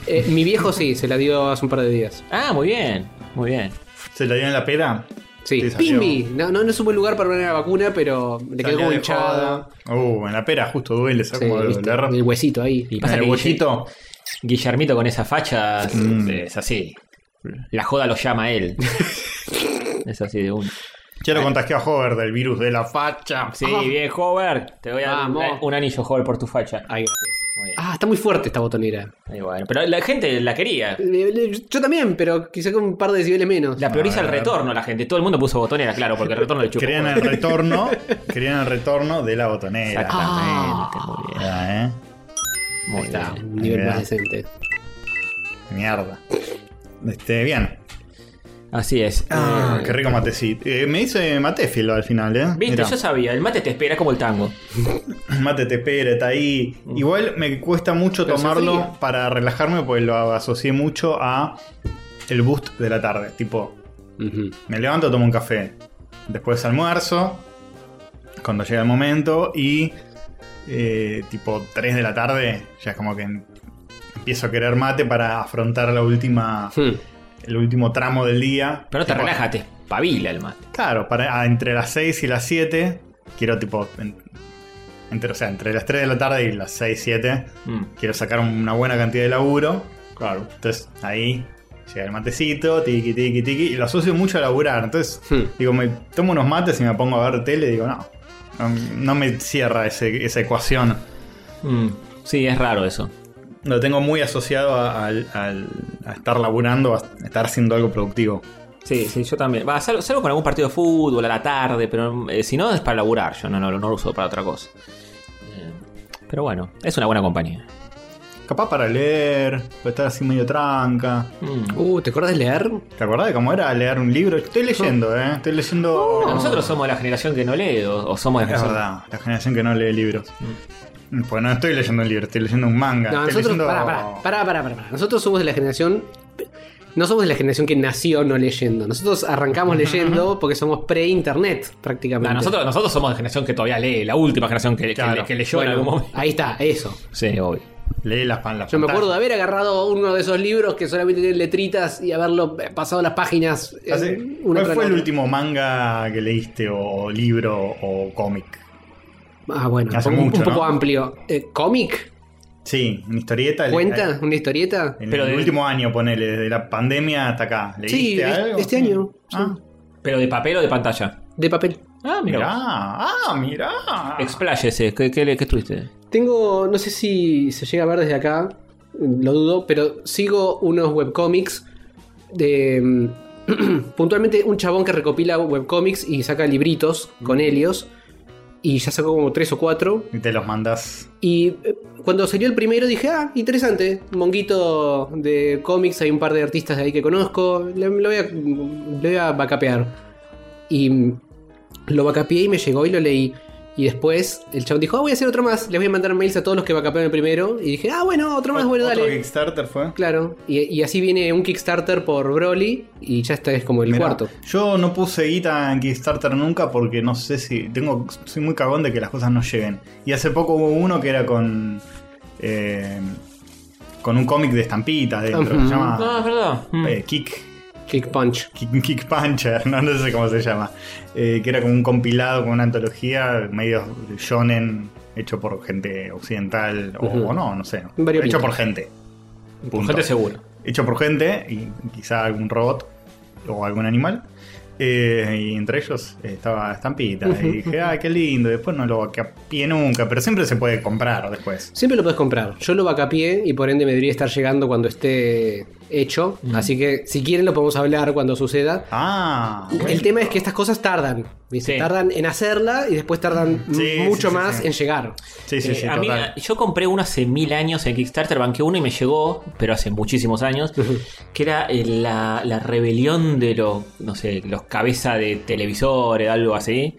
S2: Eh, mi viejo sí, se la dio hace un par de días.
S3: Ah, muy bien, muy bien.
S1: ¿Se la dio en la pera?
S2: Sí,
S1: Sí, salió.
S2: Pimbi. No, no, no supo el lugar para poner la vacuna, pero le quedó como hinchada.
S1: Uh, en la pera justo duele, ¿sabes
S2: Sí,
S1: cómo debe
S2: ¿viste?
S1: doler?
S2: el huesito ahí.
S3: Y
S1: En
S3: pasa
S1: el
S3: que
S1: huesito.
S3: Guillermito con esa facha
S1: Mm.
S3: es así. La joda lo llama
S1: (laughs)
S3: a él. es así de uno.
S1: Ya lo contagió a Hover del virus de la facha. Ah.
S3: Sí, bien, Hover. Te voy a dar un-
S2: Vamos.
S3: un anillo, Hover, por tu facha.
S2: Ay, gracias.
S3: Muy bien.
S2: Ah, está muy fuerte esta botonera.
S3: Ahí, bueno. Pero la gente la quería.
S2: Eh, le- Yo también, pero quizá con un par de decibeles menos.
S3: La prioriza
S1: A
S3: el
S1: ver.
S3: retorno la gente. Todo el mundo puso botonera, claro, porque el retorno le chupó.
S1: Querían el retorno. querían el retorno de la botonera.
S3: Exactamente, muy bien.
S1: Ah, ¿eh?
S3: Muy
S2: Ahí está,
S3: bien.
S2: un nivel
S1: Ahí
S2: más
S1: va.
S2: decente.
S1: Mierda. Este, bien.
S3: Así es.
S1: Ah,
S3: Eh,
S1: qué rico matecito. Eh, me hice matéfilo al final, ¿eh?
S3: Viste,
S1: Mirá.
S3: yo sabía, el mate te espera es como el tango.
S1: Mate te pera, está ahí. Igual me cuesta mucho
S3: Pero se
S1: tomarlo
S3: fría.
S1: para relajarme porque lo asocié mucho a el boost de la tarde. Tipo,
S2: Ujú.
S1: me levanto, tomo un café. Después almuerzo, cuando llega el momento. Y eh, tipo 3 de la tarde, ya es como que em- empiezo a querer mate para afrontar la última,
S2: Hmm.
S1: el último tramo del día.
S3: Pero no te
S1: Tipo,
S3: relajas, te espabila el mate.
S1: Claro, para, a- entre las 6 y las 7, quiero tipo... en- entre, o sea, entre las 3 de la tarde y las 6, 7,
S3: Mm.
S1: quiero sacar una buena cantidad de laburo. Claro. Entonces ahí llega el matecito, tiqui, tiqui, tiqui, y lo asocio mucho a laburar. Entonces,
S2: Hmm.
S1: digo, me tomo unos mates y me pongo a ver tele y digo, no, no, no me cierra ese- esa ecuación.
S3: Mm. Sí, es raro eso.
S1: Lo tengo muy asociado a, al- al- a estar laburando, a estar haciendo algo productivo.
S3: Sí, sí, yo también. Va, salgo, salgo con algún partido de fútbol a la tarde, pero eh, si no es para laburar, yo no, no, no lo uso para otra cosa. Eh, pero bueno, es una buena compañía.
S1: Capaz para leer, para estar así medio tranca.
S3: Mm.
S2: Uh, ¿te acordás de leer?
S1: ¿Te acordás de cómo era leer un libro? Estoy leyendo, ¿eh? Estoy leyendo...
S2: Oh.
S3: Bueno, nosotros somos la generación que no lee, o, o somos la
S1: Es
S3: generación-
S1: verdad, la generación que no lee libros. Pues no estoy leyendo un libro, estoy leyendo un manga.
S2: Mm. No,
S1: estoy leyendo-
S2: nosotros. Pará, pará, pará, pará, pará, pará. Nosotros somos de la generación. No somos de la generación que nació no leyendo. Nosotros
S1: (laughs)
S2: arrancamos leyendo porque somos pre-internet prácticamente.
S3: No, nosotros, nosotros somos la generación que todavía lee, la última generación que, que-
S1: Claro.
S3: que leyó
S2: Bueno,
S3: en algún momento.
S2: Ahí está, eso.
S3: Sí, obvio.
S1: Leí las pan- las
S2: Yo me acuerdo de
S1: pantallas.
S2: haber agarrado uno de esos libros que solamente tienen letritas y haberlo eh, pasado las páginas. eh,
S1: Hace-
S2: una
S1: ¿Ah, ¿Cuál fue
S2: tras la
S1: el
S2: otra.
S1: último manga que leíste, o libro, o cómic?
S2: Ah, bueno,
S1: Hace
S2: un, un
S1: mucho,
S2: poco
S1: ¿no?
S2: amplio. Eh, ¿Cómic?
S1: Sí, una historieta.
S2: ¿Cuenta?
S1: Le-
S2: ¿Una historieta?
S1: En
S3: Pero
S1: el
S3: de-
S1: último año, ponele, desde la pandemia hasta acá. ¿Leíste
S2: Sí,
S1: algo?
S2: este año,
S1: Ah,
S3: Pero de papel o de pantalla.
S2: De papel.
S3: Ah,
S1: mirá.
S3: mira.
S1: Ah, mirá.
S3: Expláyese, ¿qué, qué, le- qué estuviste?
S2: Tengo, no sé si se llega a ver desde acá, lo dudo, pero sigo unos webcomics de... mm, (clears throat) puntualmente un chabón que recopila webcomics y saca libritos
S1: Mm.
S2: con Helios. Y ya sacó como tres o cuatro.
S1: Y te los mandás.
S2: Y eh, cuando salió el primero dije, ah, interesante, monguito de cómics, hay un par de artistas de ahí que conozco, le- lo voy a, lo voy a bacapear. Y mm, lo bacapeé y me llegó y lo leí. Y después el chavo dijo, ah, voy a hacer otro más, les voy a mandar mails a todos los que bacapearon el primero. Y dije, ah, bueno, otro más, bueno,
S1: ¿Otro
S2: dale.
S1: Kickstarter fue?
S2: Claro, y, y así viene un Kickstarter por Broly y ya está, es como el
S1: Mirá,
S2: cuarto.
S1: Yo no puse guita en Kickstarter nunca porque no sé si. tengo Soy muy cagón de que las cosas no lleguen. Y hace poco hubo uno que era con. eh, con un cómic de estampitas dentro. que
S2: Ujú.
S1: se llama.
S3: No, es verdad. Mm.
S1: Ah. eh, Kick.
S2: Kick Punch.
S1: Kick, Kick Puncher, (laughs) no, No sé cómo se llama. Eh, que era como un compilado con una antología medio shonen hecho por gente occidental o,
S2: Ujú.
S1: o no, no sé.
S2: Varios
S1: hecho
S2: pintas.
S1: por gente. Punto
S3: Gente seguro.
S1: hecho por gente, y quizá algún robot o algún animal. Eh, y entre ellos estaba Estampita. Y dije, ah, qué lindo. Después no lo capié nunca, pero siempre se puede comprar después.
S2: Siempre lo puedes comprar. Yo lo vacapié y por ende me debería estar llegando cuando esté hecho. Así que si quieren lo podemos hablar cuando suceda.
S1: Ah,
S2: El
S1: bueno.
S2: tema es que estas cosas tardan. ¿viste?
S3: Sí.
S2: Tardan en hacerla y después tardan
S1: Sí,
S2: m-
S1: sí,
S2: mucho
S1: sí,
S2: más
S1: sí.
S2: en llegar.
S1: sí, sí,
S3: Eh,
S1: sí,
S3: a mí,
S1: total.
S3: yo compré uno hace mil años en Kickstarter, banqué uno y me llegó, pero hace
S1: (laughs)
S3: muchísimos años, que era eh, la, la rebelión de los, no sé, los cabeza de televisores, algo así,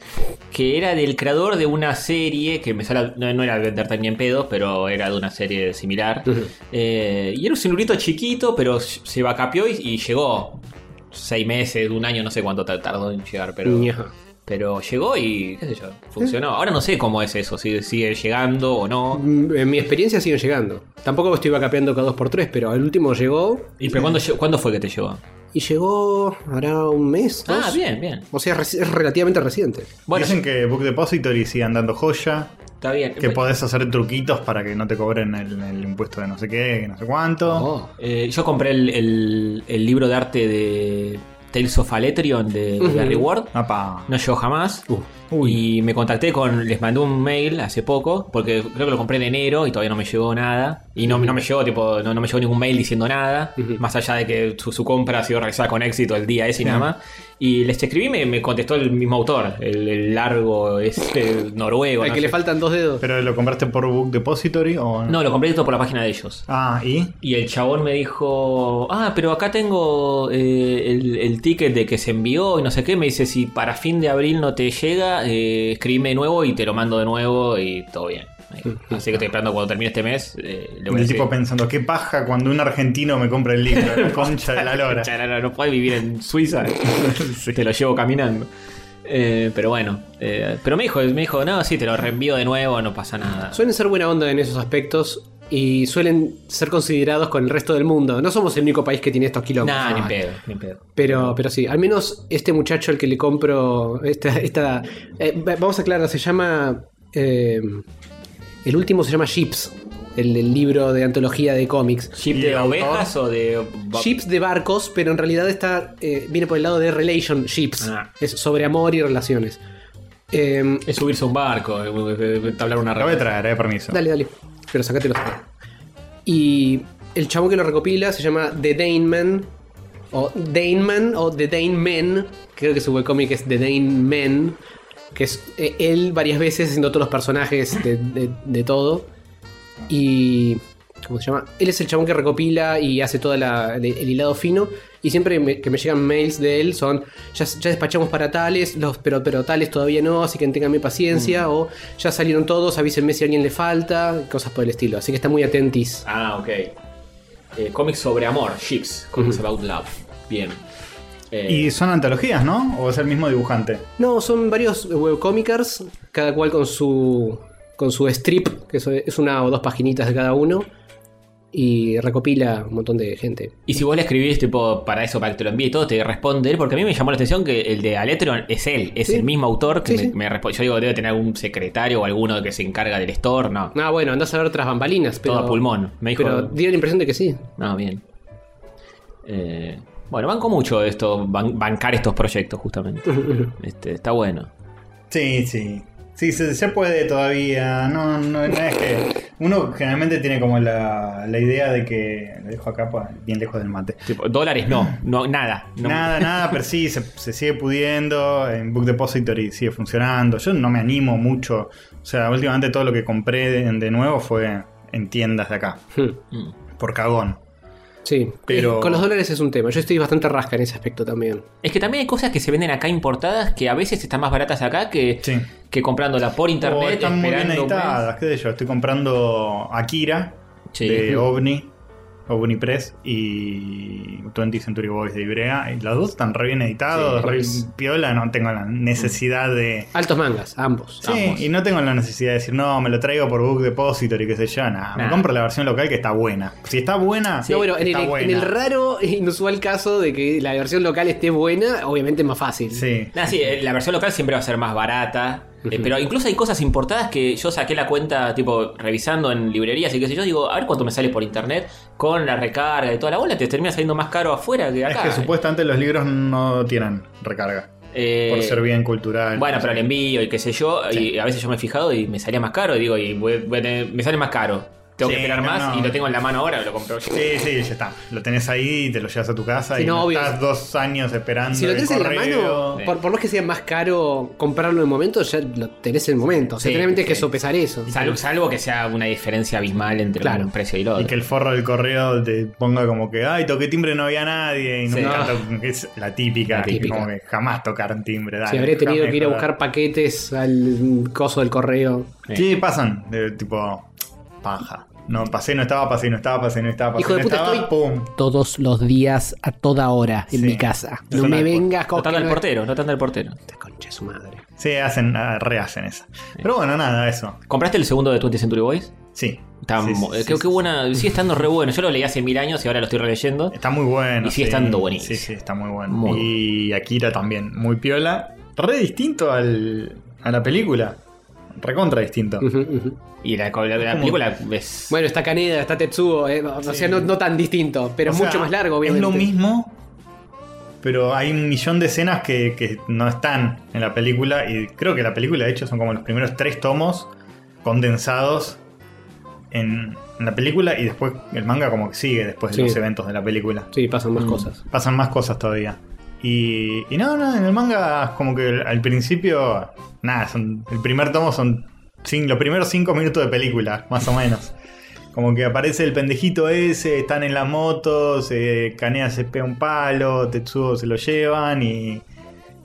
S3: que era del creador de una serie, que me sale, no, no era Entertainment ni en pedo, pero era de una
S1: (laughs)
S3: serie similar, Eh, y era un silurito chiquito, pero se vacapió y, y llegó. Seis meses, un año, no sé cuánto tar- tardó en llegar, pero...
S2: Ñaja.
S3: Pero llegó y, qué sé yo, funcionó. Ahora no sé cómo es eso, si sigue llegando o no.
S2: M- Mm, En mi experiencia siguen llegando. Tampoco estoy vacapeando cada dos por tres, pero el último llegó
S3: ¿Y pero ¿cuándo, lle- cuándo fue que te llegó?
S2: y llegó hará un mes. dos.
S3: Ah, bien, bien.
S2: O sea, reci- es relativamente reciente.
S3: Bueno,
S1: Dicen que Book Depository sigue andando joya,
S3: está bien.
S1: que podés hacer truquitos para que no te cobren el, el impuesto de no sé qué, que no sé cuánto.
S2: Oh.
S3: Eh, yo compré el, el- el libro de arte de Tales of Aletrion de, de
S2: Ujú.
S3: Gary Ward.
S1: Apa.
S2: Uh,
S3: No llegó jamás. Y me contacté con. Les mandé un mail hace poco, porque creo que lo compré en enero y todavía no me llegó nada. Y no, no me llegó, tipo, no, no me llegó ningún mail diciendo nada.
S2: Ujú.
S3: Más allá de que su, su compra ha sido realizada con éxito el día ese y nada más. Y les escribí y me, me contestó el mismo autor, el, el largo, este noruego.
S2: Al
S3: no
S2: que le
S3: sé.
S2: faltan dos dedos.
S1: ¿Pero lo compraste por Book Depository o
S3: No, lo compré todo por la página de ellos.
S1: Ah, ¿y?
S3: Y el chabón me dijo, ah, pero acá tengo eh, el, el ticket de que se envió y no sé qué. Me dice, si para fin de abril no te llega, eh, escribime de nuevo y te lo mando de nuevo y todo bien.
S1: (laughs)
S3: Me dijo. Así que estoy esperando cuando termine este mes. eh, le voy
S1: El
S3: a decir,
S1: tipo pensando, qué paja cuando un argentino me compra el libro, la concha de la lora.
S3: "Chara, no, no puedes vivir en Suiza. eh".
S1: (laughs)
S3: Te lo llevo caminando. Eh, pero bueno, eh, pero me dijo, me dijo, no, sí, te lo reenvío de nuevo, no pasa nada.
S2: Suelen ser buena onda en esos aspectos y suelen ser considerados con el resto del mundo. No somos el único país que tiene estos kilómetros.
S3: Nah, ni pedo, ni pedo.
S2: Pero, pero sí, al menos este muchacho al que le compro esta... esta eh, va- vamos a aclarar, se llama... eh, el último se llama Chips, el, el libro de antología de cómics.
S3: ¿Ship
S1: ¿Y
S3: de
S1: el autor?
S3: ovejas o de... ba-
S2: Ships de barcos, pero en realidad está eh, viene por el lado de relationships.
S3: Ah.
S2: Es sobre amor y relaciones. Eh,
S3: Es subirse a un barco, eh, eh, entablar una
S1: Lo voy a
S3: relación.
S1: traer, eh, permiso.
S2: Dale, dale. Pero sacate los Y el chavo que lo recopila se llama The Daneman. O Daneman o The Daneman. Creo que su webcomic es The Daneman. Que es eh, él varias veces haciendo todos los personajes de, de- de todo. Y. ¿Cómo se llama? Él es el chabón que recopila y hace todo el, el hilado fino. Y siempre me- que me llegan mails de él son: ya, ya despachamos para tales, los, pero, pero tales todavía no, así que tengan mi paciencia. O ya salieron todos, avísenme si a alguien le falta. Cosas por el estilo. Así que está muy atentis.
S3: Ah, ok. Eh, cómics sobre amor, Ships, Comics
S2: Ujú.
S3: About Love. Bien. Eh,
S1: Y son antologías, ¿no? ¿O es el mismo dibujante?
S2: No, son varios webcomicers, cada cual con su con su strip, que eso es una o dos paginitas de cada uno, y recopila un montón de gente.
S3: y si vos le escribís tipo para eso, para que te lo envíe y todo, te responde él, porque a mí me llamó la atención que el de Aletron es él, es
S2: Sí.
S3: el mismo autor que
S2: Sí,
S3: me,
S2: sí.
S3: me responde. Yo digo, debe tener algún secretario o alguno que se encarga del store, no.
S2: Ah, bueno, andás a ver otras bambalinas, pero.
S3: todo a pulmón. Me dijo.
S2: Pero dio la impresión de que sí.
S3: No, bien. Eh, bueno, banco mucho esto, ban- bancar estos proyectos,
S2: (laughs)
S3: justamente. Este, está bueno.
S1: Sí, sí. Sí, se, se puede todavía. No, no, no es que. Uno generalmente tiene como la, la idea de que. Lo dejo acá, pa- bien lejos del mate.
S3: Tipo, dólares no, no, nada. No,
S1: Nada, nada, pero sí, se, se sigue pudiendo. En Book Depository sigue funcionando. Yo no me animo mucho. O sea, últimamente todo lo que compré de, de nuevo fue en tiendas de acá.
S3: Mm.
S1: Por cagón.
S2: Hmm, Sí,
S1: Pero-
S2: con los dólares es un tema. Yo estoy bastante rasca en ese aspecto también.
S3: Es que también hay cosas que se venden acá importadas que a veces están más baratas acá que,
S1: Sí.
S3: que comprándola por internet.
S1: O están muy bien
S3: esperando un mes.
S1: editadas, qué sé yo. Estoy comprando Akira
S3: Sí.
S1: de OVNI, OVNI Press y 20 Century Boys de Ibrea. Y las dos están re bien editadas,
S3: Sí,
S1: re
S3: es-
S1: piola. No tengo la necesidad de.
S2: Altos mangas, ambos.
S1: Sí,
S3: Ambos.
S1: y no tengo la necesidad de decir, no, me lo traigo por Book Depository, qué sé yo. Nah,
S3: Nah.
S1: me compro la versión local que está buena. Si está buena,
S2: no, bueno, en el,
S1: está
S2: en
S1: buena.
S2: el raro e inusual caso de que la versión local esté buena, obviamente es más fácil.
S1: Sí.
S3: Nah, sí, eh, la versión local siempre va a ser más barata. eh, pero incluso hay cosas importadas que yo saqué la cuenta, tipo, revisando en librerías y qué sé yo, digo, a ver cuánto me sale por internet con la recarga y toda la bola, te termina saliendo más caro afuera que
S1: Es
S3: acá.
S1: que supuestamente los libros no tienen recarga.
S3: Eh,
S1: por ser bien cultural.
S3: Bueno, pero el envío y qué sé yo, y a veces yo me he fijado y me salía más caro, y digo, y voy- voy a tener- me sale más caro. Tengo que
S1: Sí,
S3: esperar
S1: no,
S3: más
S1: no.
S3: y lo tengo en la mano ahora, lo compro yo.
S1: Sí, sí, ya está. Lo tenés ahí y te lo llevas a tu casa
S2: Sí,
S1: y
S2: no,
S1: no
S2: obvio.
S1: estás dos años esperando.
S2: Si lo
S1: el
S2: tenés en la
S1: correo.
S2: mano, por, por más que sea más caro comprarlo en el momento, ya lo tenés en el momento. O sea,
S3: Sí,
S2: tenés que
S3: sí.
S2: sopesar eso.
S3: Salvo, salvo que sea una diferencia abismal entre
S2: Claro.
S3: un precio y el otro.
S1: Y que el forro del correo te ponga como que, ay, toqué timbre, no había nadie. Y
S3: Sí.
S1: nunca to- Es la típica,
S3: La típica.
S1: Como que jamás tocar un timbre.
S2: Si
S1: dale,
S2: habré tenido
S1: déjame
S2: que ir a
S1: joder.
S2: buscar paquetes al coso del correo.
S1: Sí, pasan. De, tipo, paja. No, pasé, no estaba, pasé, no estaba, pasé, no estaba, pasé,
S2: Hijo de
S1: no
S2: puta,
S1: estaba.
S2: estoy-
S1: Pum.
S2: Todos los días, a toda hora, en
S1: Sí.
S2: mi casa.
S1: Eso
S2: No
S1: tal
S2: me
S1: cual.
S2: vengas con
S3: No tanto
S2: que
S3: el
S2: no-
S3: portero, no tanto el portero.
S2: Esta concha de su madre.
S1: Sí, hacen, ah, rehacen esa. Pero bueno, nada, eso.
S3: ¿Compraste el segundo de 20 Century Boys?
S1: Sí.
S3: Está,
S1: Sí, sí,
S3: mo- eh,
S1: sí,
S3: qué,
S1: sí.
S3: qué buena, sigue estando re bueno. Yo lo leí hace mil años y ahora lo estoy releyendo.
S1: Está muy bueno.
S3: Y sigue estando buenísimo.
S1: Sí, sí, está muy bueno.
S3: Muy
S1: y Akira también, muy piola. Re distinto al, a la película. Recontra distinto.
S2: Ujú, ujú.
S3: Y la, la- la
S1: como-
S3: película es.
S2: Bueno, está Caneda, está Tetsuo. eh, O sea, no, no tan distinto, pero
S1: O
S2: mucho
S1: sea,
S2: más largo,
S1: Es
S2: obviamente.
S1: lo mismo, pero hay un millón de escenas que, que no están en la película y creo que la película de hecho son como los primeros tres tomos condensados en, en la película y después el manga como que sigue después de
S2: Sí.
S1: los eventos de la película
S2: Sí, pasan más cosas.
S1: pasan más cosas todavía. Y, y no, no, en el manga como que el- al principio, nada, son, el primer tomo son cin- los primeros cinco minutos de película, más o menos. (laughs) Como que aparece el pendejito ese, están en la moto, se, Kanea se pega un palo, Tetsuo se lo llevan y,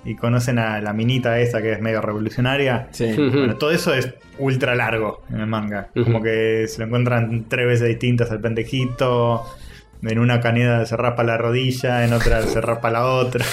S1: y conocen a la minita esa que es mega revolucionaria.
S3: Sí.
S2: Ujú.
S1: Bueno, todo eso es ultra largo en el manga.
S2: Ujú.
S1: Como que se lo encuentran tres veces distintas al pendejito. En una caneda se raspa la rodilla, en otra se raspa la
S2: (laughs)
S1: otra.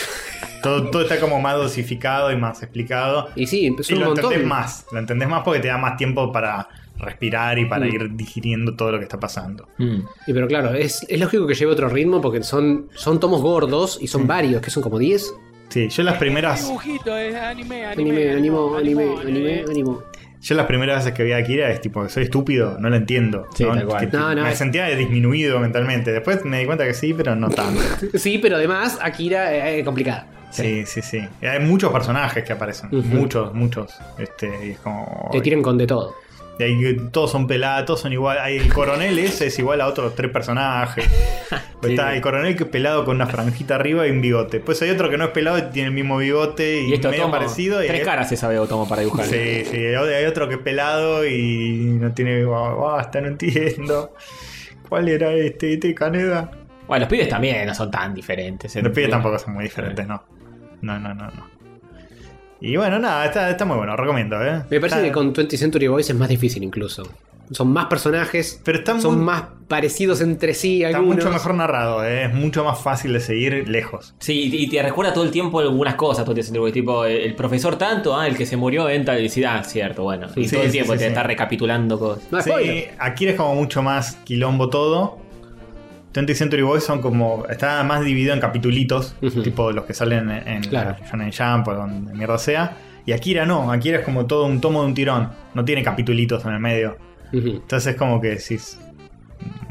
S1: Todo, todo está como más dosificado y más explicado.
S2: Y sí, empezó
S1: Y
S2: un
S1: lo entendés
S2: montón.
S1: más. Lo entendés más porque te da más tiempo para respirar y para
S2: Mm.
S1: ir digiriendo todo lo que está pasando.
S3: Mm.
S2: Y pero claro, es, es lógico que lleve otro ritmo porque son, son tomos gordos y son varios, que son como 10.
S1: Sí, yo las primeras.
S4: Dibujito, es anime,
S2: Anime,
S4: anime.
S2: animo, anime, anime, animo.
S1: Yo las primeras veces que vi a Akira es tipo, soy estúpido, no lo entiendo.
S3: Sí,
S1: ¿no?
S3: tal cual.
S1: Que
S2: No, no,
S1: me
S2: es-
S1: sentía disminuido mentalmente. Después me di cuenta que sí, pero no tanto.
S2: Sí, pero además, Akira eh, es complicada.
S1: Sí, sí, sí. Y Hay muchos personajes que aparecen.
S2: Ujú.
S1: Muchos, muchos. Este, y es como.
S2: Te tiran con de todo.
S1: Y hay- todos son pelados, todos son igual. Hay el coronel ese es igual a otros tres personajes. Pues Está el coronel que es pelado con una franjita arriba y un bigote. Pues hay otro que no es pelado y tiene el mismo bigote y,
S3: Y esto
S1: medio
S3: tomo,
S1: parecido. y
S3: tres
S1: hay-
S3: caras se sabe Otomo para dibujar.
S1: Sí, sí. Hay otro que es pelado y no tiene. "Oh, Basta, no entiendo. ¿Cuál era este? ¿Este Caneda?
S3: Bueno, los pibes también no son tan diferentes.
S1: Los pibes tampoco son muy diferentes, no. No, no, no, no. Y bueno, nada, está, está muy bueno, recomiendo, ¿eh?
S2: Me parece
S1: Está-
S2: que con 20th Century Boys es más difícil incluso. Son más personajes,
S1: Pero está,
S2: son
S1: muy-
S2: más parecidos entre sí
S1: está
S2: algunos.
S1: mucho mejor narrado, ¿eh? es mucho más fácil de seguir lejos.
S3: Sí, y- y te recuerda todo el tiempo algunas cosas, todo el tiempo, tipo el el profesor tanto, ah, el que se murió en tal y decís, ah, cierto, bueno. Y
S1: Sí,
S3: todo el
S1: sí,
S3: tiempo
S1: sí,
S3: te
S1: sí.
S3: está recapitulando cosas.
S2: No,
S1: Sí,
S2: spoiler.
S1: aquí es como mucho más quilombo todo. 20 Century Boys son como. Está más dividido en capitulitos,
S2: Ujú.
S1: tipo los que salen en, en
S2: Claro.
S1: la Shonen Jump o donde mierda sea. Y Akira no, Akira es como todo un tomo de un tirón, no tiene capitulitos en el medio.
S2: Ujú.
S1: Entonces es como que decís.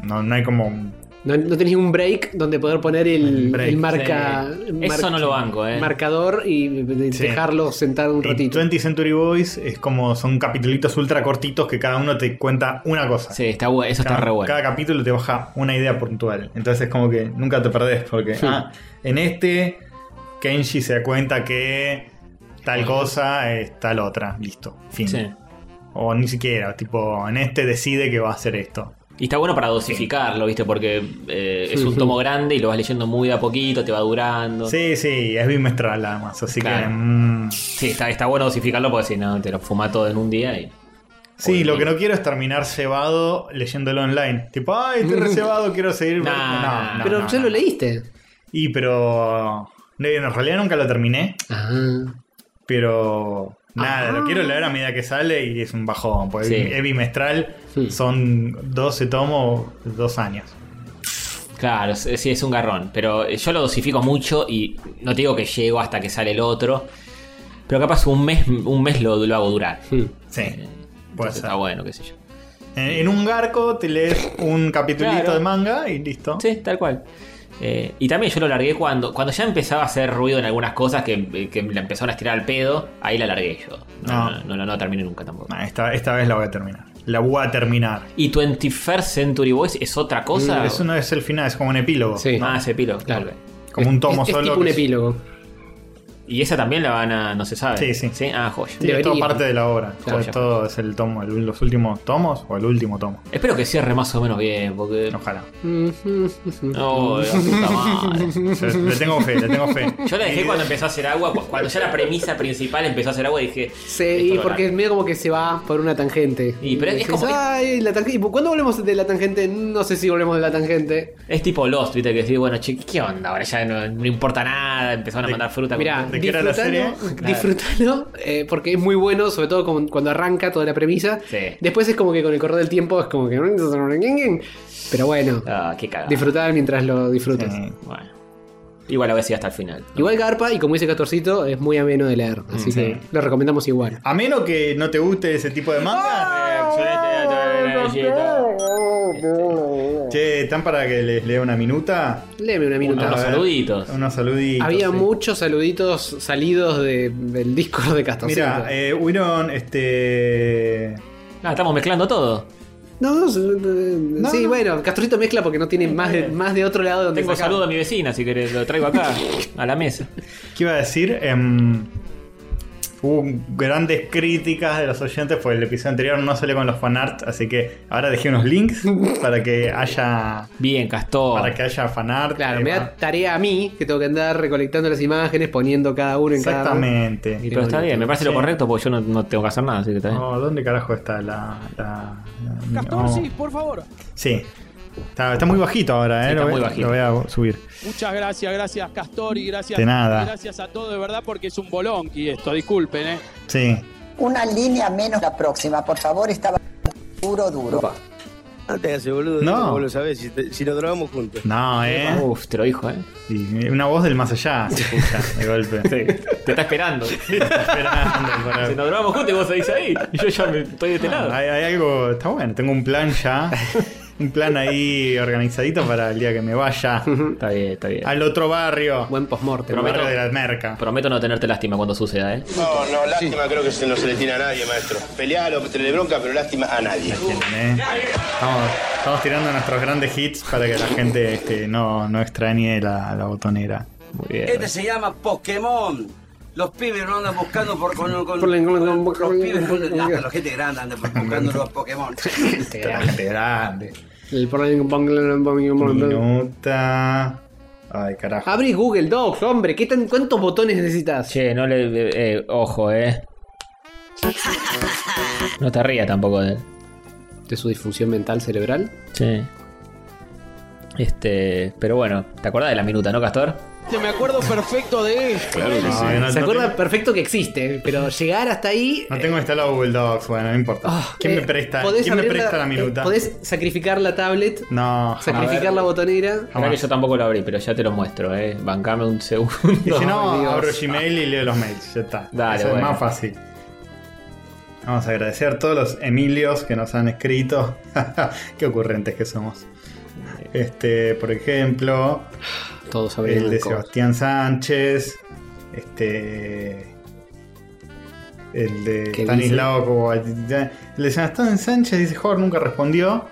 S1: No, no hay como. un-
S2: No, no tenés ningún break donde poder poner el,
S1: El break,
S2: el marca.
S3: Sí.
S2: el
S3: Eso
S2: mar-
S3: no lo banco, eh.
S2: Marcador y de-
S1: Sí.
S2: dejarlo sentar un
S1: Y
S2: ratito.
S1: 20 Century Boys es como son capitulitos ultra cortitos que cada uno te cuenta una cosa.
S3: Sí, está bu- eso está
S1: cada,
S3: re bueno.
S1: cada capítulo te baja una idea puntual. Entonces es como que nunca te perdés porque ah, en este Kenji se da cuenta que tal cosa es tal otra. Listo, fin.
S3: Sí.
S1: O ni siquiera, tipo, en este decide que va a hacer esto.
S3: Y está bueno para dosificarlo, ¿viste? Porque eh, es
S2: Sí,
S3: un
S2: sí.
S3: tomo grande y lo vas leyendo muy de a poquito, te va durando.
S1: Sí, sí, es bimestral además, así
S3: Claro.
S1: que... mm.
S3: Sí, está, está bueno dosificarlo porque si no, te lo fuma todo en un día y.
S1: Sí,
S3: Oye.
S1: lo que no quiero es terminar cebado leyéndolo online. Tipo, ay, estoy
S3: (laughs)
S1: recebado, quiero seguir...
S3: Nah, no,
S2: pero
S1: no,
S2: ya
S1: no.
S2: lo leíste.
S1: Y pero... En realidad nunca lo terminé.
S2: Ah.
S1: Pero nada, lo quiero leer a medida que sale y es un bajón. Porque
S3: Sí.
S1: es bimestral,
S2: Sí.
S1: son 12 tomos, dos años.
S3: Claro, es- sí, es un garrón. Pero yo lo dosifico mucho y no te digo que llego hasta que sale el otro. Pero capaz un mes, un mes lo, lo hago durar.
S2: Hmm.
S1: Sí. puede
S3: Entonces
S1: ser.
S3: está bueno, qué sé yo.
S1: En, en un garco te lees un capitulito
S3: Claro.
S1: de manga y listo.
S3: Sí, tal cual. Eh, y también yo lo largué cuando, cuando ya empezaba a hacer ruido en algunas cosas que, que me la empezaron a estirar al pedo, ahí la largué yo. No,
S1: No.
S3: no, no, no, no terminé nunca tampoco.
S1: Nah, Ah, esta, esta vez la voy a terminar. La voy a terminar.
S3: ¿Y 21st Century Boys es otra cosa?
S1: Eso no Mm, es el final, es como un epílogo.
S2: Sí.
S3: Ah, ese pilo,
S2: Claro.
S3: claro.
S1: Como un tomo
S2: es, es
S1: solo.
S2: tipo un
S1: que-
S2: epílogo.
S3: Y esa también la van a. no se sabe.
S1: Sí, sí.
S3: Ah, joya.
S1: Sí, es todo
S2: Debería.
S1: parte de la obra.
S3: Claro.
S1: Todo, todo es el tomo, el- los últimos tomos o el último tomo.
S3: Espero que cierre más o menos bien, porque.
S1: Ojalá.
S3: No, la puta madre.
S2: (laughs)
S1: Yo- le tengo fe, le tengo fe.
S3: Yo la dejé cuando empezó a hacer agua, pues, cuando ya la premisa principal empezó a hacer agua, dije. esto
S2: Sí,
S3: lo
S2: porque es
S3: largo.
S2: medio como que se va por una tangente.
S3: Y, pero es
S2: Dices,
S3: como que-
S2: "Ay, la tangente. ¿Cuándo volvemos de la tangente? No sé si volvemos de la tangente.
S3: Es tipo Lost, viste, que decís, bueno, che, ¿qué onda? Ahora ya no, no importa nada, empezaron a mandar fruta.
S2: Mirá,
S1: ¿De qué era la
S2: (laughs) disfrutalo,
S1: serie?
S3: Claro.
S2: disfrutalo, eh, porque es muy bueno, sobre todo como cuando arranca toda la premisa.
S3: Sí.
S2: Después es como que con el correr del tiempo es como que. Pero bueno,
S3: Ah, qué cagada.
S2: disfrutar mientras lo disfrutas.
S1: Sí.
S3: Bueno. Igual la voy a decir hasta el final. ¿no?
S2: Igual Garpa, y como dice Catorcito, es muy ameno de leer. Así
S1: Mm,
S2: que
S1: sí.
S2: lo recomendamos igual. Ah,
S1: A menos que no te guste ese tipo de manga.
S3: Excelente, excelente,
S1: Che, ¿están para que les lea una minuta?
S2: Léeme una minuta.
S1: A
S3: Unos
S1: ver,
S3: saluditos.
S1: Unos saluditos.
S2: Había
S1: sí.
S2: muchos saluditos salidos de- del Discord de Castorcito.
S1: Mira, eh, hubieron este.
S3: Ah, estamos mezclando todo.
S2: no, no, s- sí,
S1: no. Eh,
S2: bueno, Castorcito mezcla porque no tiene más de, más de otro lado donde
S3: Tengo
S2: sacar.
S3: saludo a mi vecina, si querés, lo traigo acá, a la mesa.
S1: ¿Qué iba a decir? Em, hubo grandes críticas de los oyentes porque el episodio anterior no salió con los fanarts, así que ahora dejé unos
S2: (laughs)
S1: links para que haya.
S3: Bien, Castor.
S1: Para que haya fanart.
S2: Claro,
S1: eh,
S2: me
S1: va-
S2: da tarea a mí que tengo que andar recolectando las imágenes, poniendo cada uno en cada.
S1: Exactamente.
S3: Y pero está bien, me parece lo correcto porque yo no, no tengo que hacer nada, así que está bien.
S1: Oh, ¿Dónde carajo está la. la- la-
S4: Castor,
S1: oh.
S4: sí, por favor.
S1: Sí. Está, está muy bajito ahora, ¿eh?
S3: Sí, está
S1: lo, voy-
S3: muy bajito.
S1: lo voy a subir.
S4: Muchas gracias, gracias Castor y gracias,
S1: De nada.
S4: y gracias a todos de verdad porque es un bolonqui esto, disculpen, eh.
S1: Sí.
S6: Una línea menos la próxima, por favor, estaba duro, duro.
S7: No te hagas el boludo,
S1: No.
S7: no. vos lo sabés, si, te- si lo drogamos juntos.
S1: No, ¿eh?
S3: Uf, te lo dijo, eh.
S1: Sí, una voz del más allá se
S3: (laughs)
S1: escucha de golpe.
S3: Te está esperando.
S1: Esperando para-
S3: (laughs) Si nos grabamos juntos y vos seguís ahí. Y yo ya me- estoy de este lado.
S1: Hay, hay algo, está bueno, tengo un plan ya, un plan ahí organizadito para el día que me
S3: (laughs)
S1: vaya
S3: Está bien, está bien.
S1: al otro barrio,
S2: Buen postmortem.
S1: el barrio
S3: prometo.
S1: de la merca.
S3: Prometo no tenerte lástima cuando suceda, eh.
S8: No, no, lástima creo que se- no se le tiene a nadie, maestro. Pelear o tener bronca, pero lástima a nadie.
S1: ¿eh? Estamos, estamos tirando nuestros grandes hits para que la gente este, no, no extrañe la, la botonera.
S3: Muy bien.
S9: Este se llama Pokémon. Los pibes no andan buscando por con, con-
S2: Por la- con- con-
S9: los
S2: con-
S9: pibes,
S2: con-
S9: no, hasta la gente grande anda buscando los Pokémon.
S1: este, La gente grande.
S2: El problema-
S1: Minuta. Ay, carajo.
S2: Abrí Google Docs, hombre, ¿qué tan, ¿cuántos botones necesitas?
S3: Che, no le. eh, ojo, eh. No te rías tampoco de él.
S2: ¿De su disfunción mental cerebral?
S3: Che. Este. Pero bueno, ¿te acordás de la minuta, no, Castor?
S4: Te me acuerdo perfecto de esto.
S1: No, no-
S2: Se
S1: no
S2: acuerda
S1: tengo-
S2: perfecto que existe, pero llegar hasta ahí.
S1: No tengo instalado Google Docs, bueno, no importa.
S2: Ah,
S1: ¿Quién
S2: eh,
S1: me presta?
S2: podés
S1: ¿Quién me
S2: abrir
S1: presta la,
S2: eh,
S1: minuta?
S2: Podés sacrificar la tablet,
S1: No.
S2: sacrificar la botonera.
S3: Ahora que
S1: Jamás.
S3: yo tampoco lo abrí, pero ya te lo muestro, eh. Bancame un segundo.
S1: Y si no,
S2: Dios.
S1: abro Gmail y leo los mails. Ya está.
S3: Dale,
S1: Eso
S3: bueno.
S1: es más fácil. Vamos a agradecer a todos los Emilios que nos han escrito. (laughs) Qué ocurrentes que somos. Este, por ejemplo,
S2: Todos
S1: el
S2: abrieron
S1: de
S2: el codo.
S1: Sebastián Sánchez. Este. El de
S2: ¿Qué
S1: Stanislao Kovac- El de Sebastián Sánchez dice: Jorge nunca respondió.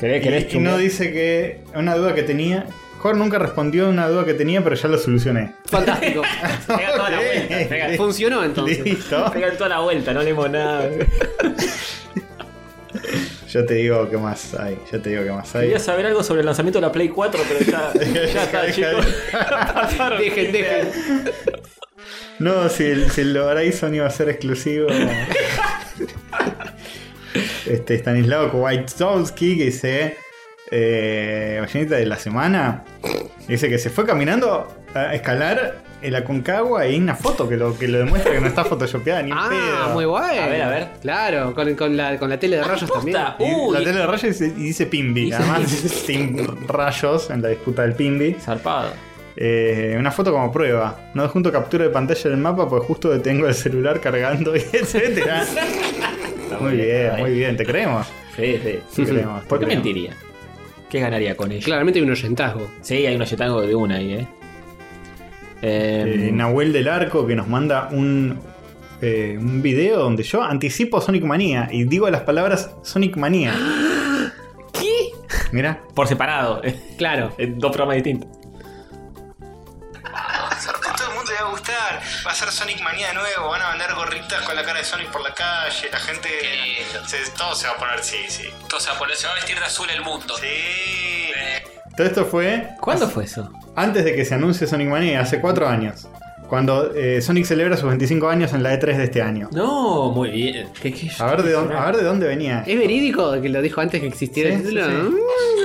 S3: ¿Querés, querés
S1: y, y no
S3: chumbear?
S1: dice que. Una duda que tenía. Jorge nunca respondió una duda que tenía, pero ya lo solucioné. (laughs)
S2: Fantástico.
S3: Pega toda la vuelta,
S1: Ok.
S3: pega-
S2: Funcionó
S1: (laughs)
S2: entonces.
S1: Listo.
S3: Pegan toda la vuelta, no leemos nada.
S1: Yo te digo qué más hay. Yo te digo qué más hay.
S3: Quería saber algo sobre el lanzamiento de la Play 4, pero
S1: (laughs)
S3: ya, ya está, chicos. (laughs) Pasaron
S2: Dejen,
S3: 15 años.
S2: dejen.
S1: No, si el, si el Horizon iba a ser exclusivo.
S2: (laughs)
S1: este Stanislao Kowalski que dice. Eh, ballenita de la semana. Dice que se fue caminando a escalar el Aconcagua y hay una foto que lo, que lo demuestra que no está photoshopeada ni en
S2: Ah,
S1: pedo.
S2: muy bueno.
S3: A ver, a ver.
S2: Claro, con, con la, con la tele de rayos también.
S3: Posta,
S1: Y
S3: uy.
S1: la tele de rayos y dice- y dice
S2: (laughs)
S1: Pimbi. Además, sin rayos en la disputa del Pimbi.
S3: Zarpado.
S1: Eh, una foto como prueba. No junto captura de pantalla del mapa porque justo tengo el celular cargando y (laughs) etcétera. muy bien, muy bien, te creemos.
S3: Sí, sí.
S1: Te creemos, te
S3: (laughs) ¿Por qué
S1: creemos.
S3: mentiría? ¿Qué ganaría con ello?
S2: Claramente hay un oyentazgo.
S3: Sí, hay un oyetango de una ahí, eh.
S1: Eh,
S3: Eh,
S1: Nahuel del Arco que nos manda un, eh, un video donde yo anticipo Sonic Manía y digo las palabras Sonic (gasps) Manía.
S3: ¿Qué?
S1: Mira,
S3: Por separado. (laughs)
S2: Claro.
S3: En dos programas distintos.
S8: A todo el mundo le va a gustar. Va a ser Sonic Manía de nuevo. Van a vender gorritas con la cara de Sonic por la calle. La gente. Se, todo se va a poner, sí, sí.
S9: Entonces, se va a vestir de azul el mundo.
S8: Sí.
S1: todo esto fue
S3: ¿Cuándo fue eso?
S1: antes de que se anuncie Sonic Manía, hace cuatro años. Cuando eh, Sonic celebra sus 25 años en la E3 de este año.
S3: No, muy bien. ¿Qué, qué?
S1: A ver de dónde, a ver de dónde venía.
S9: Eh,
S2: ¿Es verídico que lo dijo antes que existiera el
S1: Sí, sí,
S2: título?
S1: sí.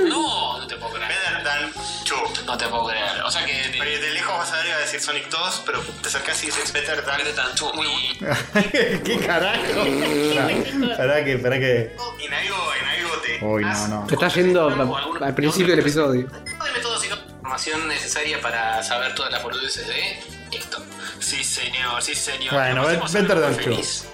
S2: ¿no?
S9: No, no te puedo creer.
S8: Better than two.
S9: No te puedo creer. O sea que.
S8: Porque de lejos vas a ver iba a decir Sonic 2, pero te acercás y dices Better than
S1: (laughs) ¿Qué carajo?
S8: (laughs)
S1: Esperá que, esperá que.
S8: En algo, en algo te.
S1: Uy, no, no.
S2: Se está yendo a- al principio del episodio.
S9: Dame todo si no. Información necesaria para saber todas las boludeces de esto. Sí, señor, sí, señor.
S1: Bueno,
S9: Nos hacemos
S1: better
S9: algo
S1: than
S9: feliz.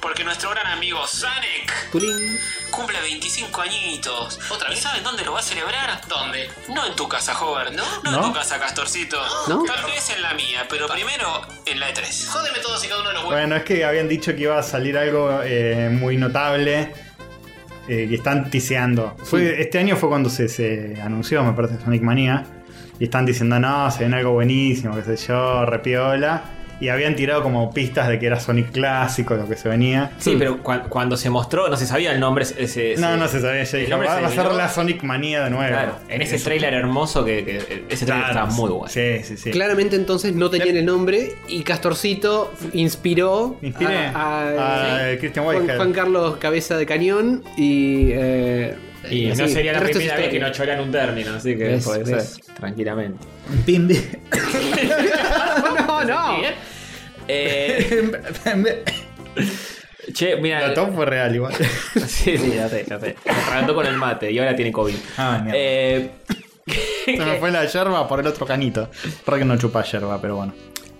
S8: porque nuestro gran amigo Sonic
S2: Tulín.
S8: cumple 25 añitos. ¿Otra vez? saben dónde lo va a celebrar? ¿Dónde? No en tu casa, Hover. ¿No? No,
S1: ¿No?
S8: en tu casa, Castorcito.
S2: ¿No?
S8: Tal vez en la mía, pero primero en la E3. Jódeme todos y cada uno de los
S1: Bueno, es que habían dicho que iba a salir algo eh, muy notable. eh, que están tiseando. Fue, Este año fue cuando se, se anunció, me parece, Sonic Manía. Y están diciendo, no, se viene algo buenísimo, qué sé yo, repiola. Y habían tirado como pistas de que era Sonic clásico, lo que se venía.
S3: Sí, pero cua- cuando se mostró, no se sabía el nombre. Ese, ese-
S1: No, no se sabía. Yo
S3: el
S1: dije,
S3: nombre
S1: va
S3: se
S1: va a ser
S3: develó.
S1: la Sonic Manía de nuevo.
S3: Claro, en ese tráiler hermoso que, que- ese tráiler
S1: Claro,
S3: está muy bueno.
S1: Sí, sí, sí.
S2: Claramente entonces no tenían el nombre y Castorcito inspiró
S1: Inspiré
S2: a, a-
S1: a eh, Christian
S2: Juan,
S1: Whitehead.
S2: Juan Carlos Cabeza de Cañón y... eh,
S3: Y no
S2: sí,
S3: sería la
S2: el resto es
S3: primera vez que
S2: historia.
S3: no choran un término, así que
S2: Ves,
S3: puede
S2: ves.
S3: ser tranquilamente.
S1: (laughs)
S2: (laughs) no, no.
S3: Eh,
S2: (laughs)
S3: che, mira.
S1: La top fue real igual.
S3: (laughs) Sí, sí, ya sé, ya sé. Se atragantó con el mate y ahora tiene COVID.
S1: Ah, mierda.
S3: Eh,
S1: Se me fue la yerba por el otro canito. Re que no chupa yerba, pero bueno.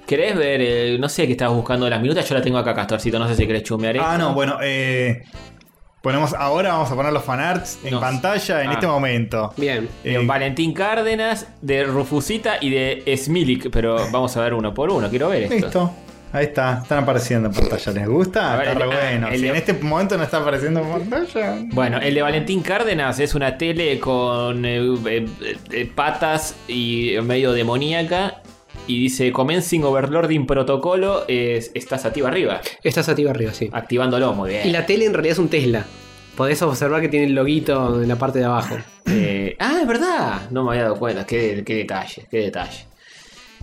S3: ¿Querés ver? eh, no sé qué estabas buscando de las minutas. Yo la tengo acá, Castorcito. No sé si querés chumear.
S1: Ah,
S3: esto.
S1: no, bueno, eh, ponemos ahora vamos a poner los fanarts en
S3: No.
S1: pantalla en
S3: Ah.
S1: este momento.
S2: Bien.
S3: De
S1: Eh,
S3: Valentín Cárdenas, de Rufusita y de Smilik. Pero vamos a ver uno por uno. Quiero ver esto.
S1: Listo. Ahí está, están apareciendo en pantalla. ¿Les gusta?
S3: A ver,
S1: está re
S3: el- ah,
S1: bueno.
S3: el
S1: Si
S3: de-
S1: en este momento no está apareciendo
S3: (laughs)
S1: en pantalla.
S3: Bueno, el de Valentín Cárdenas es una tele con eh, eh, eh, patas y medio demoníaca. Y dice, Commencing Overlording Protocolo, es, estás activa arriba.
S2: Esta sativa arriba, sí.
S3: Activándolo, muy Ah, bien.
S2: Y la tele en realidad es un Tesla. Podés observar que tiene el loguito en la parte de abajo.
S3: Eh, ah, es verdad. No me había dado cuenta. Qué, qué detalle, qué detalle.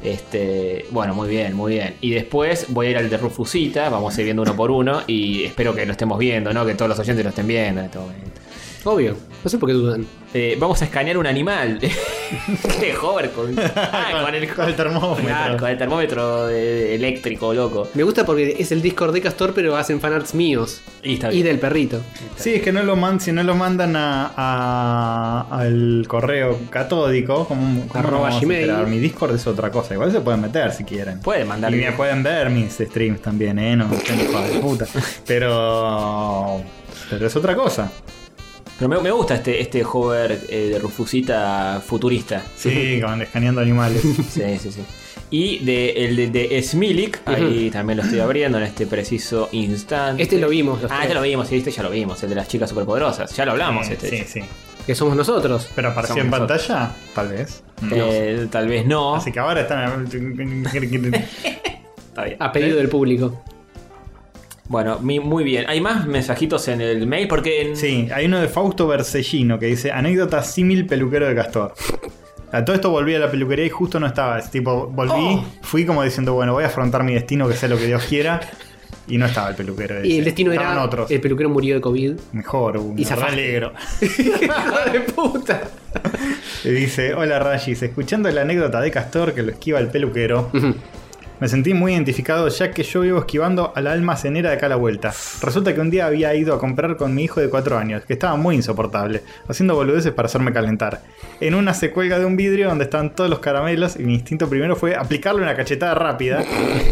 S3: Este, bueno, muy bien, muy bien. Y después voy a ir al de Rufusita. Vamos a ir viendo uno por uno. Y espero que lo estemos viendo, ¿no? Que todos los oyentes lo estén viendo en este momento.
S2: Obvio. No sé por qué dudan.
S3: Eh, vamos a escanear un animal. (laughs) Qué hover
S1: (laughs)
S3: con, ah, con el,
S1: Con el termómetro.
S3: Claro, con el termómetro eh, eléctrico, loco.
S2: Me gusta porque es el Discord de Castor, pero hacen fanarts míos.
S3: Y está
S2: Y
S3: bien.
S2: del perrito.
S1: Sí, es que no lo man, si no lo mandan a, a- al correo catódico, como como
S2: Arroba
S1: vamos a
S2: Gmail.
S1: esperar? Mi Discord es otra cosa, igual se pueden meter si quieren.
S3: Pueden mandar.
S1: Y bien, pueden ver mis streams también, eh, no sean hijos de puta. Pero. Pero es otra cosa.
S3: Pero me, me gusta este, este hover eh, de Rufusita futurista.
S1: Sí, con escaneando animales. (laughs)
S3: Sí, sí, sí. Y de, el de, de Smilik, ahí también lo estoy abriendo en este preciso instante.
S2: Este lo vimos. los
S3: Ah,
S2: tres,
S3: este lo vimos, sí, este ya lo vimos, el de las chicas superpoderosas. Ya lo hablamos, este.
S1: Sí, sí.
S2: Que somos nosotros.
S1: Pero apareció
S3: Somos
S1: en
S3: nosotros.
S1: pantalla, tal vez.
S3: Eh, tal vez no.
S1: Así que ahora están.
S3: Está bien.
S2: A pedido del público.
S3: Ah, Bueno, mi- muy bien. Hay más mensajitos en el mail porque en-
S1: (laughs) Sí, hay uno de Fausto Bersellino que dice: Anécdota símil peluquero de Castor. A todo esto volví a la peluquería y justo no estaba. Es tipo, volví, fui como diciendo: Bueno, voy a afrontar mi destino, que sea lo que Dios quiera. Y no estaba el peluquero.
S2: y
S1: dice.
S2: el destino
S1: Estaban
S2: era.
S1: otros.
S2: El peluquero murió de COVID.
S1: Mejor, un
S2: Y zafaste.
S1: alegro.
S2: ¡Hijo de puta!
S1: Y dice, hola Rayis, escuchando la anécdota de Castor que lo esquiva el peluquero,
S2: Ujú.
S1: me sentí muy identificado ya que yo vivo esquivando a la almacenera de acá a la vuelta. Resulta que un día había ido a comprar con mi hijo de 4 años, que estaba muy insoportable, haciendo boludeces para hacerme calentar. En una se cuelga de un vidrio donde estaban todos los caramelos y mi instinto primero fue aplicarle una cachetada rápida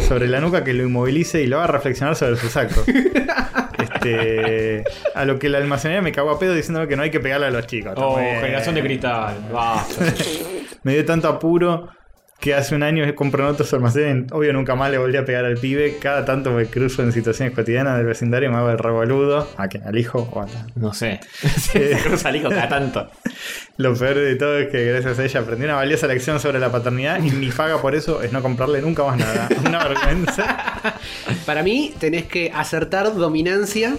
S1: sobre la nuca que lo inmovilice y lo haga reflexionar sobre sus actos. Este, a lo que la almacenera me cagó a pedo diciéndome que no hay que pegarle a los chicos. Está
S3: Oh,
S1: muy bien.
S3: generación de cristal. basta.
S1: Me dio tanto apuro que hace un año compré en otros almacenes. Obvio, nunca más le volví a pegar al pibe. Cada tanto me cruzo en situaciones cotidianas del vecindario y me hago el revoludo. ¿A quién? ¿Al hijo o a la-
S3: No sé. (laughs) Salí con cada tanto.
S1: Lo peor de todo es que gracias a ella aprendí una valiosa lección sobre la paternidad y mi paga por eso es no comprarle nunca más nada. Una vergüenza.
S2: (laughs) Para mí, tenés que acertar dominancia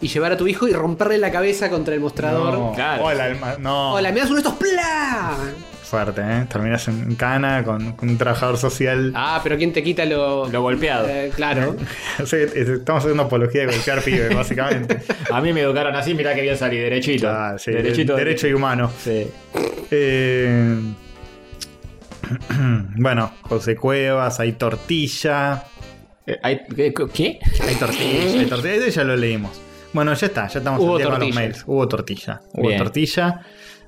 S2: y llevar a tu hijo y romperle la cabeza contra el mostrador.
S1: No.
S3: Claro.
S1: Hola, alma- no.
S2: Hola, me das uno de estos ¡Plá!
S1: Fuerte, ¿eh? Terminas en cana con, con un trabajador social. (laughs)
S2: Ah, pero ¿quién te quita lo.
S3: Lo golpeado.
S2: Eh, claro.
S1: Sí, Estamos haciendo apología de golpear pibes,
S3: (laughs)
S1: básicamente.
S3: A mí me educaron así, mirá que bien salí, derechito.
S1: Ah, sí,
S3: derechito.
S1: derecho y humano.
S3: Sí.
S1: Eh, (clears throat) bueno, José Cuevas, hay tortilla.
S3: Eh, hay- ¿Qué? ¿Qué?
S1: Hay tortilla, hay tortilla. Ese ya lo leímos. Bueno, ya está, ya estamos
S2: Hubo
S1: al día con los
S2: tortilla.
S1: mails. Hubo tortilla. Hubo
S3: Bien.
S1: tortilla.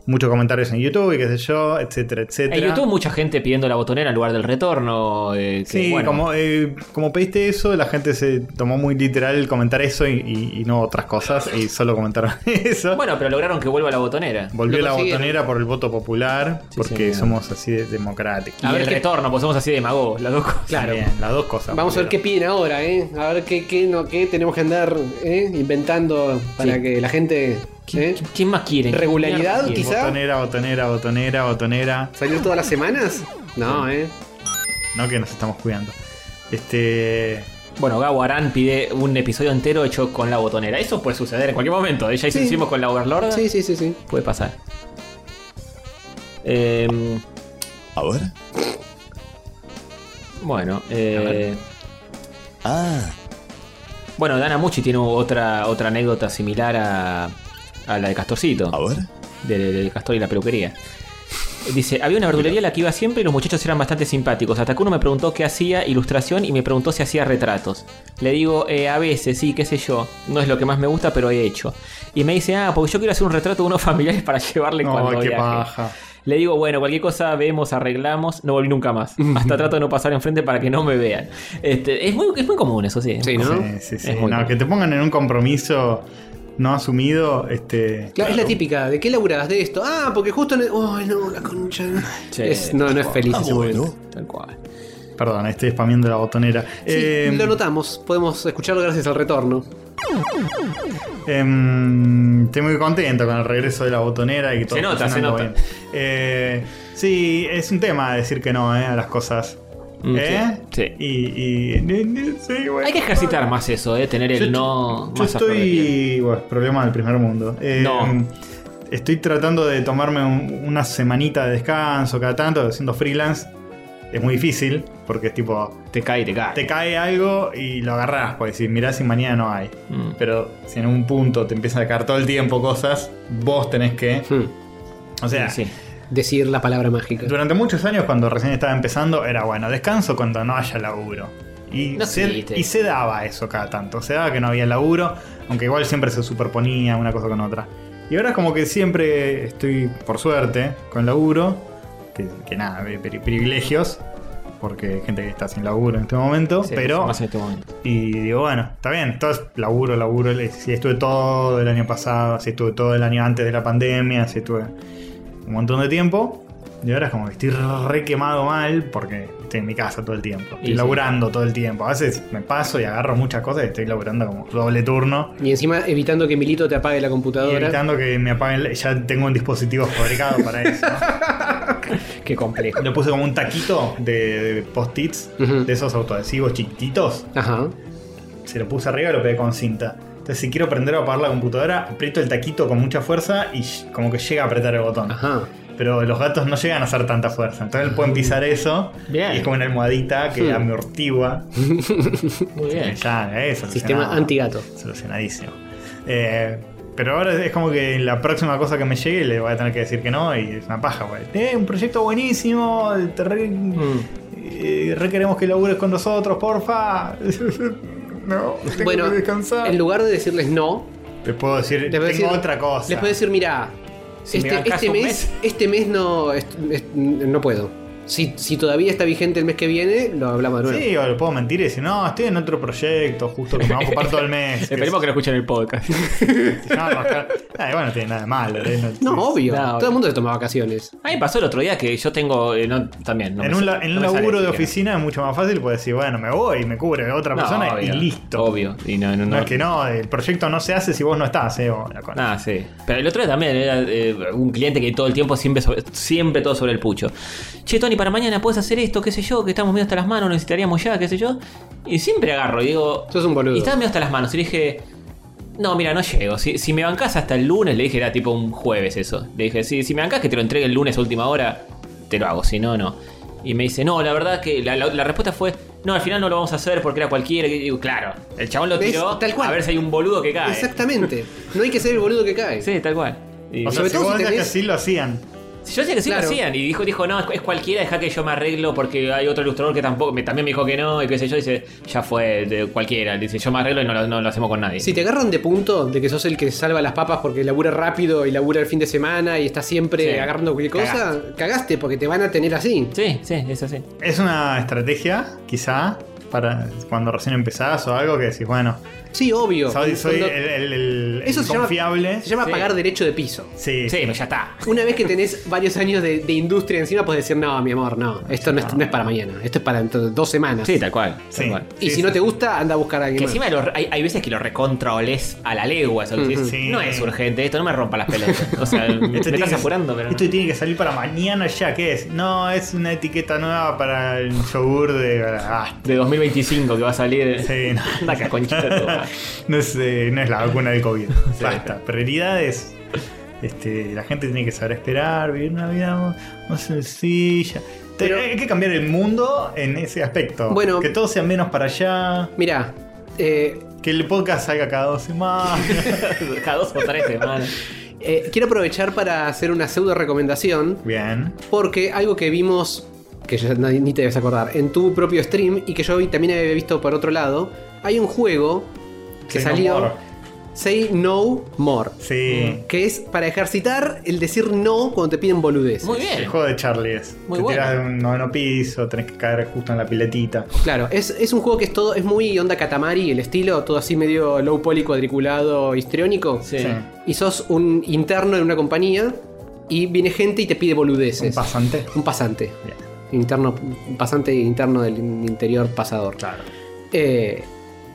S1: muchos comentarios en YouTube y qué sé yo, etcétera, etcétera.
S3: En YouTube mucha gente pidiendo la botonera en lugar del retorno. eh, que,
S1: Sí,
S3: bueno,
S1: como, eh, como pediste eso, la gente se tomó muy literal comentar eso y, y- y no otras cosas, y solo comentaron (laughs) eso.
S3: Bueno, pero lograron que vuelva la botonera.
S1: Volvió
S2: lo
S1: la
S2: consiguieron.
S1: botonera por el voto popular,
S3: Sí,
S1: porque
S3: señor.
S1: somos así de democráticos.
S3: A
S1: Y
S3: ver
S1: el
S3: el retorno, pues somos así de magos, las dos cosas.
S2: Claro.
S1: Bien, las dos cosas.
S2: Vamos a ver qué piden ahora, ¿eh? A ver qué, qué, no, qué tenemos que andar ¿eh? inventando para
S3: Sí.
S2: que la gente. ¿eh?
S3: ¿Qui- qui- ¿Quién más quiere?
S2: Regularidad,
S3: ¿Quién más
S2: quizá.
S1: Botonera, botonera, botonera, botonera.
S2: ¿Salir todas las semanas? No, ¿eh?
S1: No que nos estamos cuidando. Este.
S3: quiere? Bueno, Gabo Arán pide un episodio entero hecho con la botonera. Eso puede suceder en cualquier momento. ¿eh? Ya
S2: Sí.
S3: hicimos con la Overlord.
S2: Sí, sí, sí, sí.
S3: Puede pasar. Eh,
S10: ¿Ahora?
S3: bueno, eh,
S10: Ah,
S3: bueno, Dana Muchi tiene otra, otra anécdota similar a, a la de Castorcito.
S10: ¿ahora?
S3: del, del castor y la peluquería. Dice, había una verdulería a la que iba siempre y los muchachos eran bastante simpáticos. Hasta que uno me preguntó qué hacía ilustración y me preguntó si hacía retratos. Le digo, "Eh, a veces, sí, qué sé yo. No es lo que más me gusta, pero he hecho. Y me dice, ah, porque yo quiero hacer un retrato de unos (laughs) familiares para llevarle
S1: No,
S3: cuando
S1: qué
S3: viaje".
S1: paja.
S3: Le digo, bueno, cualquier cosa vemos, arreglamos. No volví nunca
S2: (laughs)
S3: más. Hasta trato de no pasar enfrente para que no me vean. Este, es, muy, es muy común eso, sí.
S2: Sí, ¿no?
S1: Sí, sí, sí.
S3: Es muy
S1: No,
S3: bueno.
S1: que te pongan en un compromiso no asumido, este.
S2: Claro, Es la típica, ¿de qué laburabas de esto? Ah, porque justo en el... Ay, no, la concha.
S3: Che,
S2: Es- no, no es feliz
S10: Ah,
S2: ese momento.
S10: bueno.
S3: Tal cual.
S1: Perdón, estoy spameando la botonera.
S2: Sí,
S1: Eh,
S2: lo notamos, podemos escucharlo gracias al retorno.
S1: Em, estoy muy contento con el regreso de la botonera y que todo
S3: Se nota,
S1: está
S3: se
S1: funcionando
S3: nota.
S1: bien. Eh, sí, es un tema decir que no eh, a las cosas.
S3: Mm,
S1: ¿Eh?
S3: sí, sí.
S1: Y, y- sí, bueno.
S3: Hay que ejercitar más eso, ¿eh? Tener el
S1: Yo-
S3: no
S1: Yo
S3: más a flor de piel.
S1: estoy. Bueno, problema del primer mundo. Eh,
S3: No.
S1: Estoy tratando de tomarme un- una semanita de descanso cada tanto, haciendo freelance. Es muy difícil, porque es tipo.
S3: Te cae, te cae.
S1: Te cae algo y lo agarrás, pues decís, mirá si mañana no hay.
S3: Mm.
S1: Pero si en un punto te empiezan a caer todo el tiempo cosas, vos tenés que.
S2: Hmm.
S1: O sea,
S3: Sí, sí.
S2: Decir la palabra mágica.
S1: durante muchos años, cuando recién estaba empezando, era bueno, descanso cuando no haya laburo. Y,
S3: No
S1: se,
S3: existe.
S1: y se daba eso cada tanto. Se daba que no había laburo, aunque igual siempre se superponía una cosa con otra. Y ahora es como que siempre estoy, por suerte, con laburo. Que, que nada, eh, pri- pri- privilegios. Porque hay gente que está sin laburo en este momento.
S3: Sí,
S1: pero
S3: más en este momento.
S1: y digo, bueno, está bien, entonces laburo, laburo. le- Si estuve todo el año pasado, si estuve todo el año antes de la pandemia, si estuve un montón de tiempo. Y ahora es como que estoy re quemado mal porque estoy en mi casa todo el tiempo.
S3: Y
S1: Estoy
S3: sí.
S1: laburando todo el tiempo. A veces me paso y agarro muchas cosas y estoy laburando como doble turno.
S2: Y encima evitando que Milito te apague la
S1: Y
S2: computadora.
S1: evitando que me apaguen. la- Ya tengo un dispositivo fabricado para eso.
S3: (laughs) Qué complejo.
S1: Le puse como un taquito de, de post-its,
S2: Ujú.
S1: de esos autoadhesivos chiquititos.
S2: Ajá.
S1: se lo puse arriba y lo pegué con cinta. Entonces, si quiero prender o apagar la computadora, aprieto el taquito con mucha fuerza y sh- como que llega a apretar el botón.
S2: Ajá. Uh.
S1: Pero los gatos no llegan a hacer tanta fuerza. Entonces, él pueden pisar eso
S3: Bien.
S1: y es como una almohadita que
S2: Hmm.
S1: amortigua.
S3: (laughs) Muy bien.
S1: Ya, eh, solucionado.
S2: Sistema antigato.
S1: Solucionadísimo. Eh, pero ahora es como que la próxima cosa que me llegue le voy a tener que decir que no y es una paja, güey. Eh, un proyecto buenísimo, te re,
S2: Mm.
S1: eh, re queremos que labures con nosotros, porfa. (laughs) no, tengo
S2: Bueno,
S1: que descansar.
S2: en lugar de decirles no,
S1: Te puedo decir,
S2: les
S1: tengo
S2: puedes decir-
S1: otra cosa.
S2: Les puedes decir, mira,
S3: Si me
S2: este,
S3: bancas
S2: este
S3: un
S2: mes,
S3: mes".
S2: este mes no, est- est- no puedo. Si, si todavía está vigente el mes que viene, lo hablamos de nuevo.
S1: Sí, o le puedo mentir y decir, no, estoy en otro proyecto, justo que me va a ocupar todo el
S2: (laughs)
S1: mes. que
S3: Esperemos
S1: (laughs)
S3: que lo escuchen en el podcast.
S1: se llama Rascar. Ah, igual no tiene nada de malo. ¿eh?
S2: No, obvio.
S3: No,
S2: Todo
S3: obvio.
S2: el mundo se toma vacaciones.
S3: A mí me pasó el otro día que yo tengo. eh, no, también. no
S1: en
S3: me
S1: un,
S3: sale-
S1: la- en
S3: no
S1: un
S3: me sale
S1: laburo de
S3: siquiera.
S1: oficina es mucho más fácil, puedes decir, bueno, me voy, me cubre otra
S3: No,
S1: persona y
S3: obvio,
S1: listo.
S3: Obvio. Y no, no,
S1: No,
S3: no.
S1: es que no, el proyecto no se hace si vos no estás, eh. o la cosa.
S3: Ah, sí. Pero el otro día también era eh, un cliente que todo el tiempo siempre, sobre- siempre todo sobre el pucho. Che, Tony, para mañana puedes hacer esto, qué sé yo, que estamos medio hasta las manos, lo necesitaríamos ya, qué sé yo. Y siempre agarro y digo.
S2: Sos un boludo.
S3: Y estaba medio hasta las manos. Y le dije. No, mira, no llego. Si, si me bancás hasta el lunes, le dije, era tipo un jueves eso. Le dije, si, si me bancás que te lo entregue el lunes a última hora, te lo hago, si no, no. Y me dice, no, la verdad que la, la- la respuesta fue, no, al final no lo vamos a hacer porque era cualquiera. Y digo, claro, el chabón lo
S2: ¿Ves?
S3: tiró
S2: Tal cual.
S3: a ver si hay un boludo que cae.
S2: Exactamente. No hay que ser el boludo que cae.
S3: Sí, tal cual. Y-
S1: o sea,
S2: sobre
S1: si
S2: todo
S1: vos
S2: si
S1: decías que
S2: tenés-
S1: así lo hacían.
S3: Si yo decía que sí
S2: Claro.
S3: lo hacían y dijo, dijo, no, es- es cualquiera, deja que yo me arreglo porque hay otro ilustrador que tampoco, me- también me dijo que no, y qué sé yo, dice, ya fue de cualquiera, dice, yo me arreglo y no lo, no lo hacemos con nadie.
S2: Si te agarran de punto de que sos el que salva las papas porque labura rápido y labura el fin de semana y está siempre
S3: Sí.
S2: agarrando cualquier cosa, cagaste. porque te van a tener así.
S3: Sí, sí, es así.
S1: Es una estrategia, quizá, para cuando recién empezás o algo que decís, bueno,
S2: Sí, obvio.
S1: soy, soy
S2: Cuando-
S1: el, el- el- el
S2: Eso se llama-
S1: confiable.
S2: Se llama
S3: Sí.
S2: pagar derecho de piso.
S1: Sí.
S3: Sí, pero ya está.
S2: Una vez que tenés varios años de, de industria encima, puedes decir, no, mi amor, no, esto no es, no es para mañana, esto es para dentro de dos semanas.
S3: Sí, tal cual. Tal
S1: Sí.
S3: cual.
S2: y si no te gusta, anda a buscar a alguien
S3: Que
S2: más.
S3: encima lo- hay, hay veces que lo recontroles a la legua. eso que decís,
S1: Sí.
S3: No es urgente esto, no me rompa las pelotas. O sea, me
S1: Esto tiene
S3: estás
S1: que-
S3: apurando, pero. no.
S1: Esto tiene que salir para mañana ya, ¿qué es? No, es una etiqueta nueva para el yogur de. Ah,
S3: De 2025 que va a salir.
S1: sí, no.
S3: Anda, acá, conchita de tu (laughs) madre.
S1: no, es, eh, no es la vacuna del
S2: (laughs)
S1: COVID. Basta. Prioridades. Este, la gente tiene que saber esperar, vivir una vida más- más sencilla. Te-
S2: Pero-
S1: hay que cambiar el mundo en ese aspecto.
S2: Bueno.
S1: que todos sean menos para allá.
S2: Mirá, eh,
S1: Que el podcast salga cada dos
S2: (laughs)
S1: semanas.
S3: Cada dos o tres semanas.
S2: eh, quiero aprovechar para hacer una pseudo recomendación,
S1: Bien.
S2: porque algo que vimos, que ya nadie- ni te debes acordar, en tu propio stream y que yo vi- también había visto por otro lado, hay un juego que
S1: Say no
S2: salió,
S1: more.
S2: Say No More,
S1: Sí. Mm.
S2: que es para ejercitar el decir no cuando te piden boludeces.
S3: Muy
S1: El
S3: bien.
S1: juego de Charlie es.
S3: Muy
S1: te
S3: bueno.
S1: tiras de un noveno piso, tenés que caer justo en la piletita.
S2: Claro, es, es un juego que es todo, es muy onda Katamari el estilo, todo así medio low poly cuadriculado, histriónico.
S3: Sí.
S1: Sí.
S2: Y sos un interno en una compañía y viene gente y te pide boludeces.
S1: Un pasante.
S2: Un pasante.
S1: Bien.
S2: Interno, un pasante interno del interior pasador.
S1: Claro.
S2: Eh,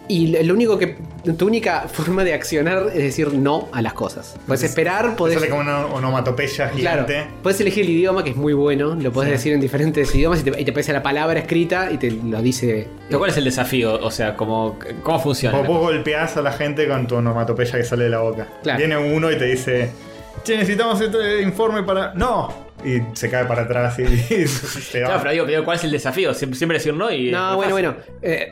S2: y lo lo único que. Tu única forma de accionar es decir no a las cosas. Puedes esperar, podés.
S1: Sale como una onomatopeya
S2: Claro,
S1: gigante.
S2: puedes elegir el idioma que es muy bueno, lo puedes decir en diferentes idiomas y te, y te aparece la palabra escrita y te lo dice
S3: Pero ¿Cuál es el desafío? O sea, como, ¿cómo funciona?
S1: O vos golpeás a la gente con tu onomatopeya que sale de la boca.
S2: Claro.
S1: Viene uno y te dice: Che, necesitamos este informe para. ¡No! Y se cae para atrás y, y (laughs) se va.
S3: Claro, pero digo, digo, ¿cuál es el desafío? Siem- Siempre decir no y.
S2: No, bueno, bueno. Eh,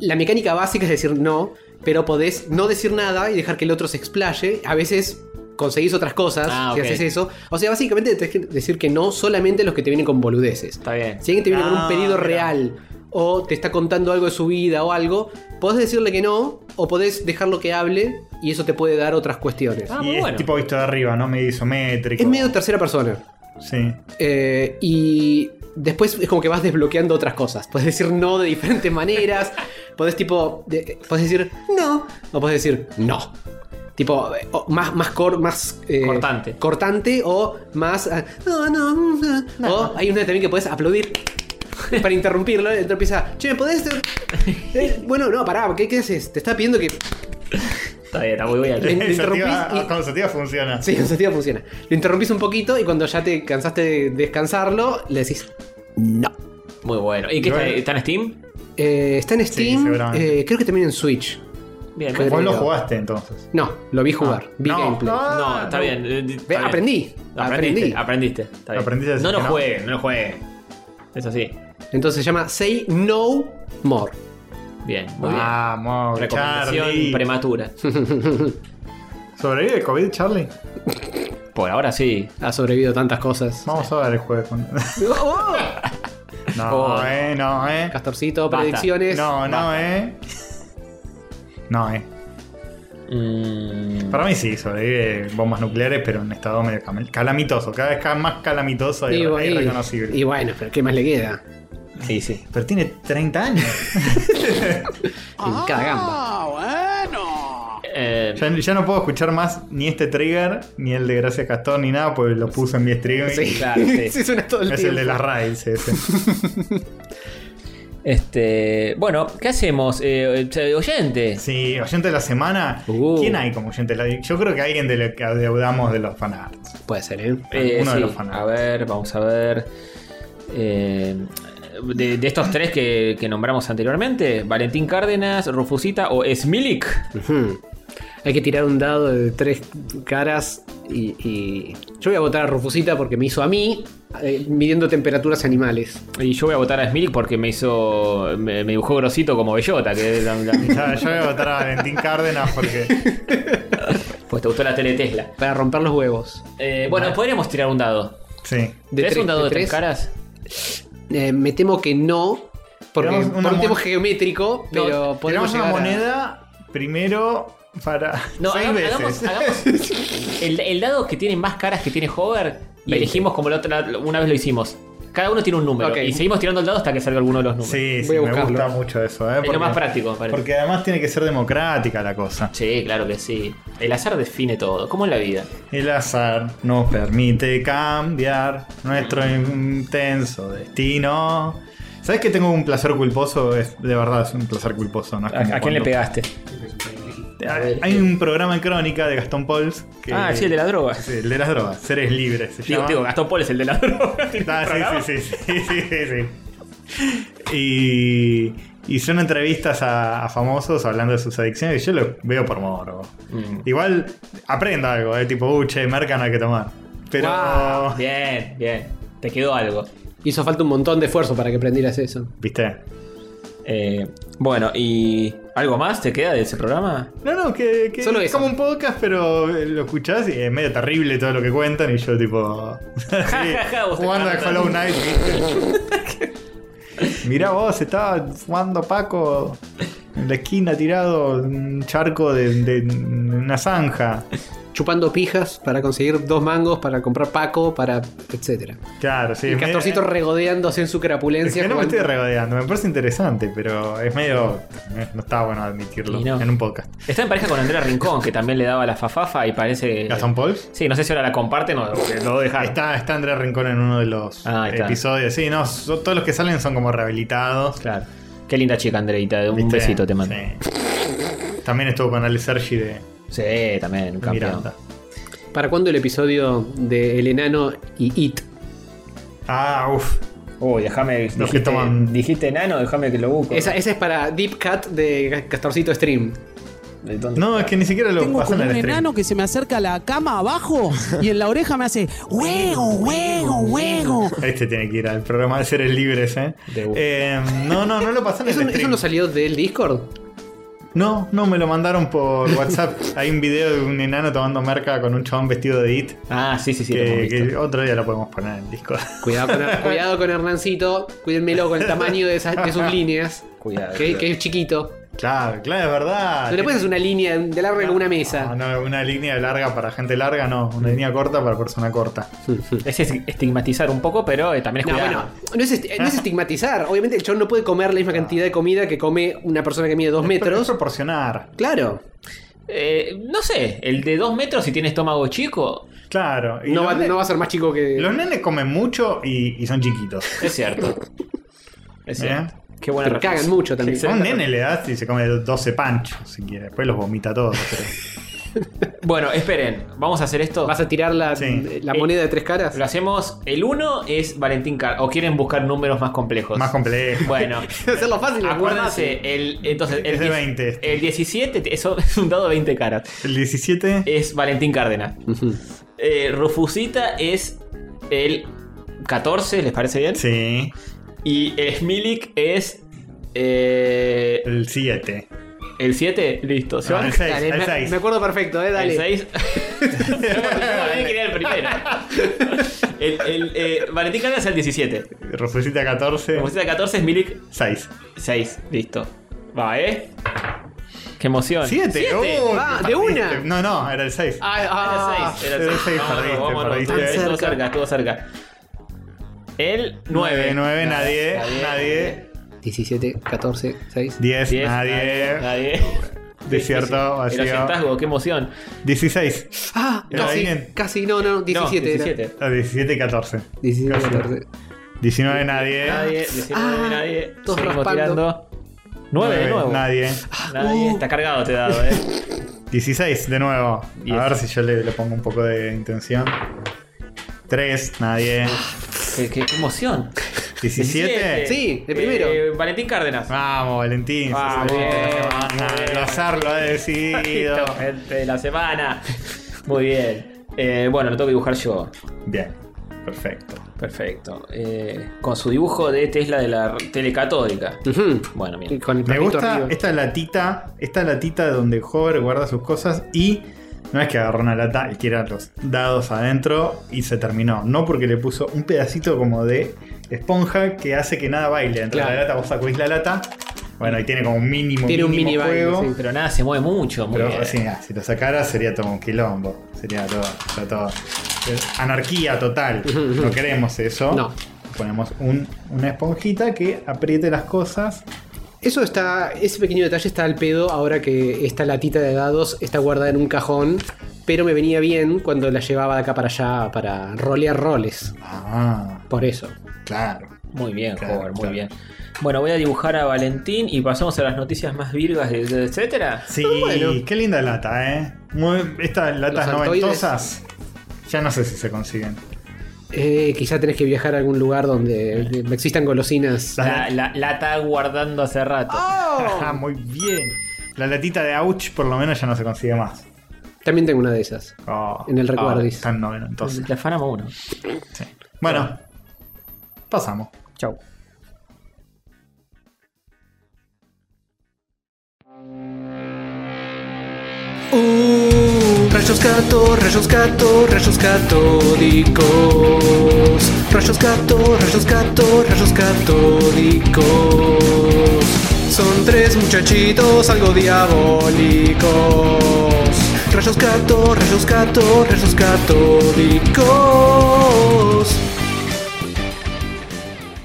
S2: la mecánica básica es decir no, pero podés no decir nada y dejar que el otro se explaye. A veces conseguís otras cosas
S3: Ah,
S2: si
S3: ok.
S2: haces eso. O sea, básicamente tenés que decir que no solamente los que te vienen con boludeces.
S3: Está bien.
S2: Si alguien te viene con
S1: Ah,
S2: un pedido
S1: mira.
S2: real o te está contando algo de su vida o algo, podés decirle que no o podés dejarlo que hable y eso te puede dar otras cuestiones.
S3: Ah,
S1: y
S3: muy
S1: es
S3: bueno.
S1: tipo visto de arriba, ¿no? Medio isométrico.
S2: Es medio tercera persona.
S3: (laughs)
S1: Sí.
S2: Eh, y después es como que vas desbloqueando otras cosas. Puedes decir no de diferentes maneras. Podés tipo. de- podés decir no. O podés decir no. Tipo, eh, o más, más, cor- más eh,
S3: Cortante.
S2: Cortante o más. ah, No, no, no, O hay una también que podés aplaudir. Para interrumpirlo, el otro empieza. Che, ¿me podés? Eh, bueno, no, pará, ¿qué, ¿qué haces? Te está pidiendo que. (laughs)
S3: Está bien, está muy bien.
S2: Le- le
S1: Esa
S2: interrumpís
S1: tía- ah,
S2: y-
S1: Con esa tía funciona.
S2: Sí, en sentido funciona. Lo interrumpís un poquito y cuando ya te cansaste de descansarlo, le decís no.
S3: Muy bueno. ¿Y qué está, está en Steam?
S2: Eh, está en
S1: Sí,
S2: Steam,
S1: seguramente.
S2: eh, creo que también en Switch.
S3: Bien,
S2: Creo.
S1: Vos lo jugaste entonces. Ah.
S2: No, lo vi jugar, vi
S1: no, Ah,
S2: gameplay.
S1: no,
S3: No, está bien. eh, está
S2: Ve,
S3: bien.
S2: aprendí, aprendí.
S3: Aprendiste, aprendiste. está bien.
S1: Aprendiste a decir
S3: no lo
S1: que no.
S3: jueguen, no lo jueguen. Es así.
S2: Entonces se llama Say No More.
S3: Bien, muy
S1: Vamos,
S3: bien. Recomendación
S1: Ah, Charlie.
S2: (laughs)
S3: prematura.
S1: ¿Sobrevive el COVID, Charlie?
S3: Por ahora sí.
S2: Ha sobrevivido tantas
S1: (laughs)
S2: cosas.
S1: Vamos a ver el jueves. con- (laughs)
S2: ¡Oh!
S1: No,
S3: Oh.
S1: eh, no, eh.
S2: Castorcito,
S3: Basta.
S2: predicciones.
S1: No, no, eh. No, eh.
S3: Mm,
S1: Para mí sí, sobrevive bombas nucleares, pero en estado medio cam- calamitoso. Cada vez ca- más calamitoso y,
S2: y,
S1: re-
S2: bueno, y-
S1: irreconocible.
S2: y bueno, pero ¿qué más le queda?
S3: sí, sí.
S1: Pero tiene 30 años.
S2: En cada gamba.
S4: Ah, bueno.
S3: Eh,
S1: ya, ya no puedo escuchar más ni este trigger, ni el de Gracias Castor, ni nada, porque lo puse en mi streaming.
S3: claro,
S2: (laughs)
S3: sí.
S2: Se suena todo el
S1: Es
S2: tiempo.
S1: el de las rails ese.
S3: Este, bueno, ¿qué hacemos? Eh, eh, oyente.
S1: Sí, oyente de la semana.
S3: Uh.
S1: ¿Quién hay como oyente de la Yo creo que alguien de lo que adeudamos de los fanarts.
S2: Puede ser, ¿eh?
S3: Eh,
S1: Uno de
S3: sí,
S1: los fanáticos.
S3: A ver, vamos a ver. Eh, de, de estos tres que, que nombramos anteriormente, Valentín Cárdenas, Rufusita o Smilik.
S2: Ujú. Hay que tirar un dado de tres caras y, y- Yo voy a votar a Rufusita porque me hizo a mí eh, midiendo temperaturas animales.
S3: Y yo voy a votar a Smilik porque me hizo. me, me dibujó grosito como bellota. Que es
S1: (laughs)
S3: la- la-
S1: Ya, yo voy a votar a Valentín Cárdenas porque.
S3: pues te gustó la tele Tesla.
S2: Para romper los huevos.
S3: Eh, bueno, podríamos tirar un dado.
S1: Sí.
S2: De
S3: ¿Tenés
S2: tres-
S3: un dado de tres
S2: tres.
S3: caras?
S2: Eh, me temo que no. Porque
S1: Tiramos una
S2: por un tema
S1: mon-
S2: geométrico, pero
S1: No,
S2: podemos
S1: tiramos una
S2: llegar a-
S1: moneda primero para.
S3: No,
S1: seis
S3: hagam-
S1: veces.
S3: hagamos,
S1: (laughs)
S3: hagamos- el, el dado que tiene más caras que tiene Hover, y
S2: Veinte.
S3: elegimos como la otra una vez lo hicimos. Cada uno tiene un número
S2: Ok.
S3: y seguimos tirando el dado hasta que salga alguno de los números.
S1: Sí,
S2: Voy
S1: sí,
S2: a
S1: me
S2: buscarlo.
S1: gusta mucho eso, ¿eh?
S3: es lo más práctico, me parece.
S1: porque además tiene que ser democrática la cosa.
S3: Sí, claro que sí. El azar define todo, como en la vida.
S1: El azar nos permite cambiar nuestro
S3: Mm.
S1: intenso destino. ¿Sabes que tengo un placer culposo? Es, de verdad, es un placer culposo. ¿no? Es como cuando-
S3: pegaste?
S1: Hay- Hay un programa en crónica de Gastón Pauls. que-
S3: Ah, sí, el de la
S1: (laughs)
S3: droga.
S1: Sí, el de las drogas. Seres libres. se
S3: Digo,
S1: llama.
S3: digo, Gastón Paul es el de la (laughs) droga. ¿Tiene
S1: (laughs)
S3: un
S1: Ah,
S3: programa?
S1: sí, sí, sí, sí, sí, sí, sí. Y, y son entrevistas a, a famosos hablando de sus adicciones y yo lo veo por morbo.
S3: Mm.
S1: Igual aprendo algo, ¿eh? tipo, uh, che, merca no hay que tomar. Pero
S3: Guau, Bien, bien. Te quedó algo.
S2: Hizo falta un montón de esfuerzo para que aprendieras eso.
S1: ¿Viste?
S3: Eh, bueno, ¿y algo más te queda de ese programa?
S1: No, no, que, que
S2: Solo
S1: es
S2: eso.
S1: como un podcast, pero eh, lo escuchás y es medio terrible todo lo que cuentan y yo tipo... (laughs) así,
S3: ja, ja, vos te
S1: jugando al
S3: encanta.
S1: Hollow
S3: (laughs)
S1: Knight. ¿viste? Mirá vos, estaba fumando Paco en la esquina tirado en un charco de, de- de una zanja.
S2: Chupando pijas para conseguir dos mangos, para comprar paco, para. etcétera.
S1: Claro, sí. eh,
S2: Y
S1: es medio-
S2: Castorcito regodeándose en su
S1: es
S2: crapulencia.
S1: que no me
S2: jugando-
S1: estoy regodeando, me parece interesante, pero es medio... No está bueno admitirlo
S3: Y no.
S1: en un podcast.
S3: Está en pareja con Andrea Rincón, que también le daba la fafafa y parece.
S1: ¿Gastón Pauls?
S3: Sí, no sé si ahora la comparten o porque lo dejaron.
S1: Está, está Andrea Rincón en uno de los
S3: Ah, ahí está.
S1: episodios. Sí, no, so- todos los que salen son como rehabilitados.
S3: Claro. Qué linda chica, Andreita. Un
S1: ¿viste?
S3: besito te mando.
S1: Sí. También estuvo con Ale Sergi este de
S3: Sí, también, un campeón.
S1: Miranda.
S2: ¿Para cuándo el episodio de El Enano y It?
S1: Ah, uff.
S3: Uy, déjame.
S1: Los que toman-
S3: dijiste enano, déjame que lo busque.
S2: Esa, esa es para Deep Cut de Castorcito Stream.
S1: No, es que ni siquiera lo
S4: Tengo
S1: pasan
S4: como
S1: en
S4: un
S1: el stream.
S4: enano que se me acerca a la cama abajo y en la oreja
S1: (laughs)
S4: me hace huevo, huevo, huevo.
S1: Este tiene que ir al programa de seres libres, ¿eh?
S3: De una.
S1: Eh, no, no, no lo
S3: (laughs)
S1: pasan en
S2: ¿Eso,
S1: el
S2: eso
S1: stream.
S2: no salió del Discord?
S1: No, no, me lo mandaron por WhatsApp. Hay un video de un enano tomando merca con un chabón vestido de IT.
S3: Ah, sí, sí, sí. lo
S1: que,
S3: hemos visto.
S1: que otro día lo podemos poner en Discord. (laughs)
S2: Cuidado con, cuidado con Hernancito, cuídenmelo con el tamaño de, esas- de sus líneas.
S3: Cuidado,
S2: Que,
S3: cuidado. Ah,
S2: que es chiquito.
S1: claro, claro, es verdad.
S2: No le puedes hacer una línea de largo en una
S1: No,
S2: mesa.
S1: Ah. no, una línea larga para gente larga, no. Una línea corta para persona corta.
S3: Es esti- estigmatizar un poco, pero eh, también es
S2: No,
S3: cuidado.
S2: bueno, no es, esti- no es estigmatizar. Obviamente el chabón no puede comer la misma cantidad de comida que come una persona que mide dos
S1: Es (laughs)
S2: metros.
S1: proporcionar.
S2: Claro.
S3: Eh, no sé, el de dos metros si tiene estómago chico,
S1: Claro. Y
S2: No
S1: los,
S2: va,
S1: ne-
S2: no va a ser más chico que...
S1: los nenes comen mucho y, y son chiquitos.
S2: (laughs)
S1: (laughs)
S3: es cierto. es cierto. Qué buena
S2: Pero
S3: referencia.
S2: cagan mucho también.
S1: A
S3: Excelente
S1: un nene le das y se come 12 panchos si quiere. Después los vomita todos. pero-
S3: Bueno, esperen, vamos a hacer esto.
S2: ¿Vas a tirar la,
S1: Sí. Eh,
S2: la moneda de tres caras?
S3: Lo hacemos. El 1 es Valentín Car. ¿O quieren buscar números más complejos?
S1: Más complejo. (laughs)
S3: (laughs) Bueno.
S2: (laughs) Hacerlo fácil.
S3: Acuérdense, el, entonces, el,
S1: Es de este.
S3: diez-
S1: 20.
S3: el 17, eso (laughs) es un dado de 20 caras.
S1: El
S2: Eh.
S1: 17.
S3: Es Valentín Cárdenas.
S2: Ujú.
S3: Eh, Rufusita es el 14, ¿les parece bien?
S1: Sí.
S3: Y el Smilik es eh,
S1: El 7.
S3: el 7. Listo, se
S1: No,
S3: van a-
S1: Ah, el 6.
S2: Dale,
S1: El
S2: Eh, me,
S1: 6.
S2: me acuerdo perfecto, eh,
S3: El
S2: dale.
S3: 6. el primero. El, el, eh, Valentín Cárdenas es el 17.
S1: Rufusita 14.
S3: Rufusita 14, Smilik
S1: 6.
S3: 6, listo. Va, ¿eh? Qué emoción.
S1: 7.
S2: Ah, de una.
S1: No, no, era el 6.
S2: Ah,
S3: Era
S2: ah,
S3: 6, era
S1: Era
S3: 6.
S1: seis, perdiste, perdiste.
S3: Estuvo cerca, estuvo cerca. El 9.
S1: 9, nadie. Nadie.
S2: 17, 14, 6.
S1: 10.
S3: 10,
S1: Nadie.
S3: Nadie.
S1: Desierto,
S3: Pero sin
S1: vacío.
S3: tazgo, qué emoción.
S1: 16.
S2: Ah,
S1: ¿Era
S2: casi,
S1: alguien?
S2: casi, no, no, 17
S3: no,
S2: era.
S3: 17.
S1: Ah, 17, 14.
S2: 17,
S1: Casi.
S2: 14.
S1: 19, nadie.
S3: Nadie, 19,
S2: Ah,
S3: nadie.
S2: todos
S3: Seguimos
S2: raspando.
S3: tirando. 9 de
S1: Nueve,
S3: nuevo. Ah,
S1: Nadie.
S3: Nadie.
S2: uh.
S3: Está cargado te dado, eh.
S1: 16, de nuevo.
S3: Diez.
S1: A ver si yo le, le pongo un poco de intención. 3, nadie.
S3: Ah, qué, qué- qué emoción.
S1: 17.
S2: Sí, de primero.
S3: Eh, Valentín Cárdenas.
S1: Vamos, Valentín. se
S3: Vamos,
S1: salvó esta semana.
S3: muy bien.
S1: El azar lo ha
S3: (laughs)
S1: decidido.
S3: Gente de la semana. Muy bien. Eh, bueno, lo tengo que dibujar yo.
S1: Bien, perfecto.
S3: Perfecto. Eh, con su dibujo de Tesla de la r- telecatódica.
S2: Ujú.
S3: Bueno,
S2: Y
S3: bien.
S2: Con el
S1: Me
S2: perrito
S1: gusta
S2: arriba.
S1: esta latita, esta latita donde Hover guarda sus cosas y No es que agarró una lata y tira los dados adentro y se terminó. No porque le puso un pedacito como de esponja que hace que nada baile. Dentro de la
S3: Claro.
S1: lata vos sacudís la lata. Bueno, y tiene como un mínimo,
S3: Tiene un
S1: mínimo
S3: mini baile,
S1: juego.
S3: sí, pero nada, se mueve mucho. muy
S1: Pero
S3: bien.
S1: así, ah, si lo sacara sería todo un quilombo. Sería todo, ya todo. Es Anarquía
S3: (laughs)
S1: total. No queremos eso. No. Ponemos un- una esponjita que apriete las cosas.
S2: Eso está, ese pequeño detalle está al pedo ahora que esta latita de dados está guardada en un cajón, pero me venía bien cuando la llevaba de acá para allá para rolear roles.
S1: Ah.
S2: Por eso.
S1: Claro.
S3: Muy bien, Hover, muy bien. Bueno, voy a dibujar a Valentín y pasamos a las noticias más virgas, de- de- etcétera.
S1: Sí, qué linda lata, ¿eh? Muy- estas latas
S2: Los altoides.
S1: noventosas. Ya no sé si se consiguen.
S2: Eh, quizá tenés que viajar a algún lugar donde existan golosinas.
S3: La, la, la está guardando hace rato.
S1: Ajá, (laughs) muy bien. La latita de Ouch por lo menos ya no se consigue más. Oh. Ah,
S2: También tengo una de esas. en el recuerdis.
S1: Están
S11: Mm.
S1: noventosos.
S3: La fanamos uno.
S1: Bueno, pasamos.
S3: Chau.
S2: Uh, rayos gato, rayos gato, rayos catódicos. Rayos gato, rayos gato, rayos catódicos. Son tres muchachitos algo diabólicos. Rayos gato, rayos gato, rayos catódicos.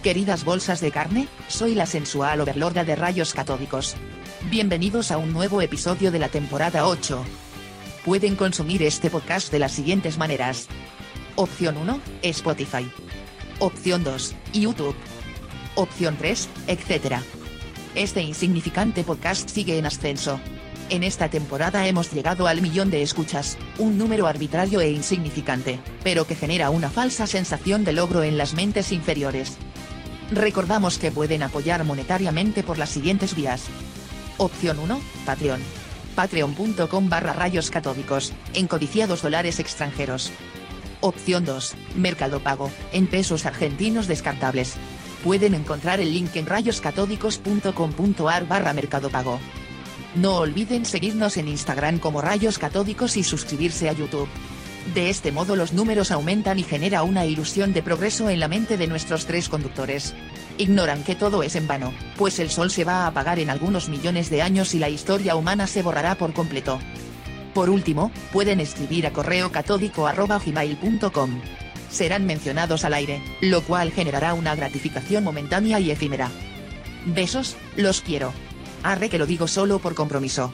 S12: Queridas bolsas de carne, soy la sensual overlorda de rayos catódicos. Bienvenidos a un nuevo episodio de la temporada 8. Pueden consumir este podcast de las siguientes maneras. Opción 1, Spotify. Opción 2, YouTube. Opción 3, etc. Este insignificante podcast sigue en ascenso. En esta temporada hemos llegado al millón de escuchas, un número arbitrario e insignificante, pero que genera una falsa sensación de logro en las mentes inferiores. Recordamos que pueden apoyar monetariamente por las siguientes vías. Opción 1, Patreon. Patreon.com barra rayos catódicos, en codiciados dólares extranjeros. Opción 2, Mercado Pago, en pesos argentinos descartables. Pueden encontrar el link en rayoscatódicos.com.ar barra Mercado Pago. No olviden seguirnos en Instagram como Rayos Catódicos y suscribirse a YouTube. De este modo los números aumentan y genera una ilusión de progreso en la mente de nuestros tres conductores. Ignoran que todo es en vano, pues el sol se va a apagar en algunos millones de años y la historia humana se borrará por completo. Por último, pueden escribir a correo catódico arroba gmail.com. Serán mencionados al aire, lo cual generará una gratificación momentánea y efímera. Besos, los quiero. Arre que lo digo solo por compromiso.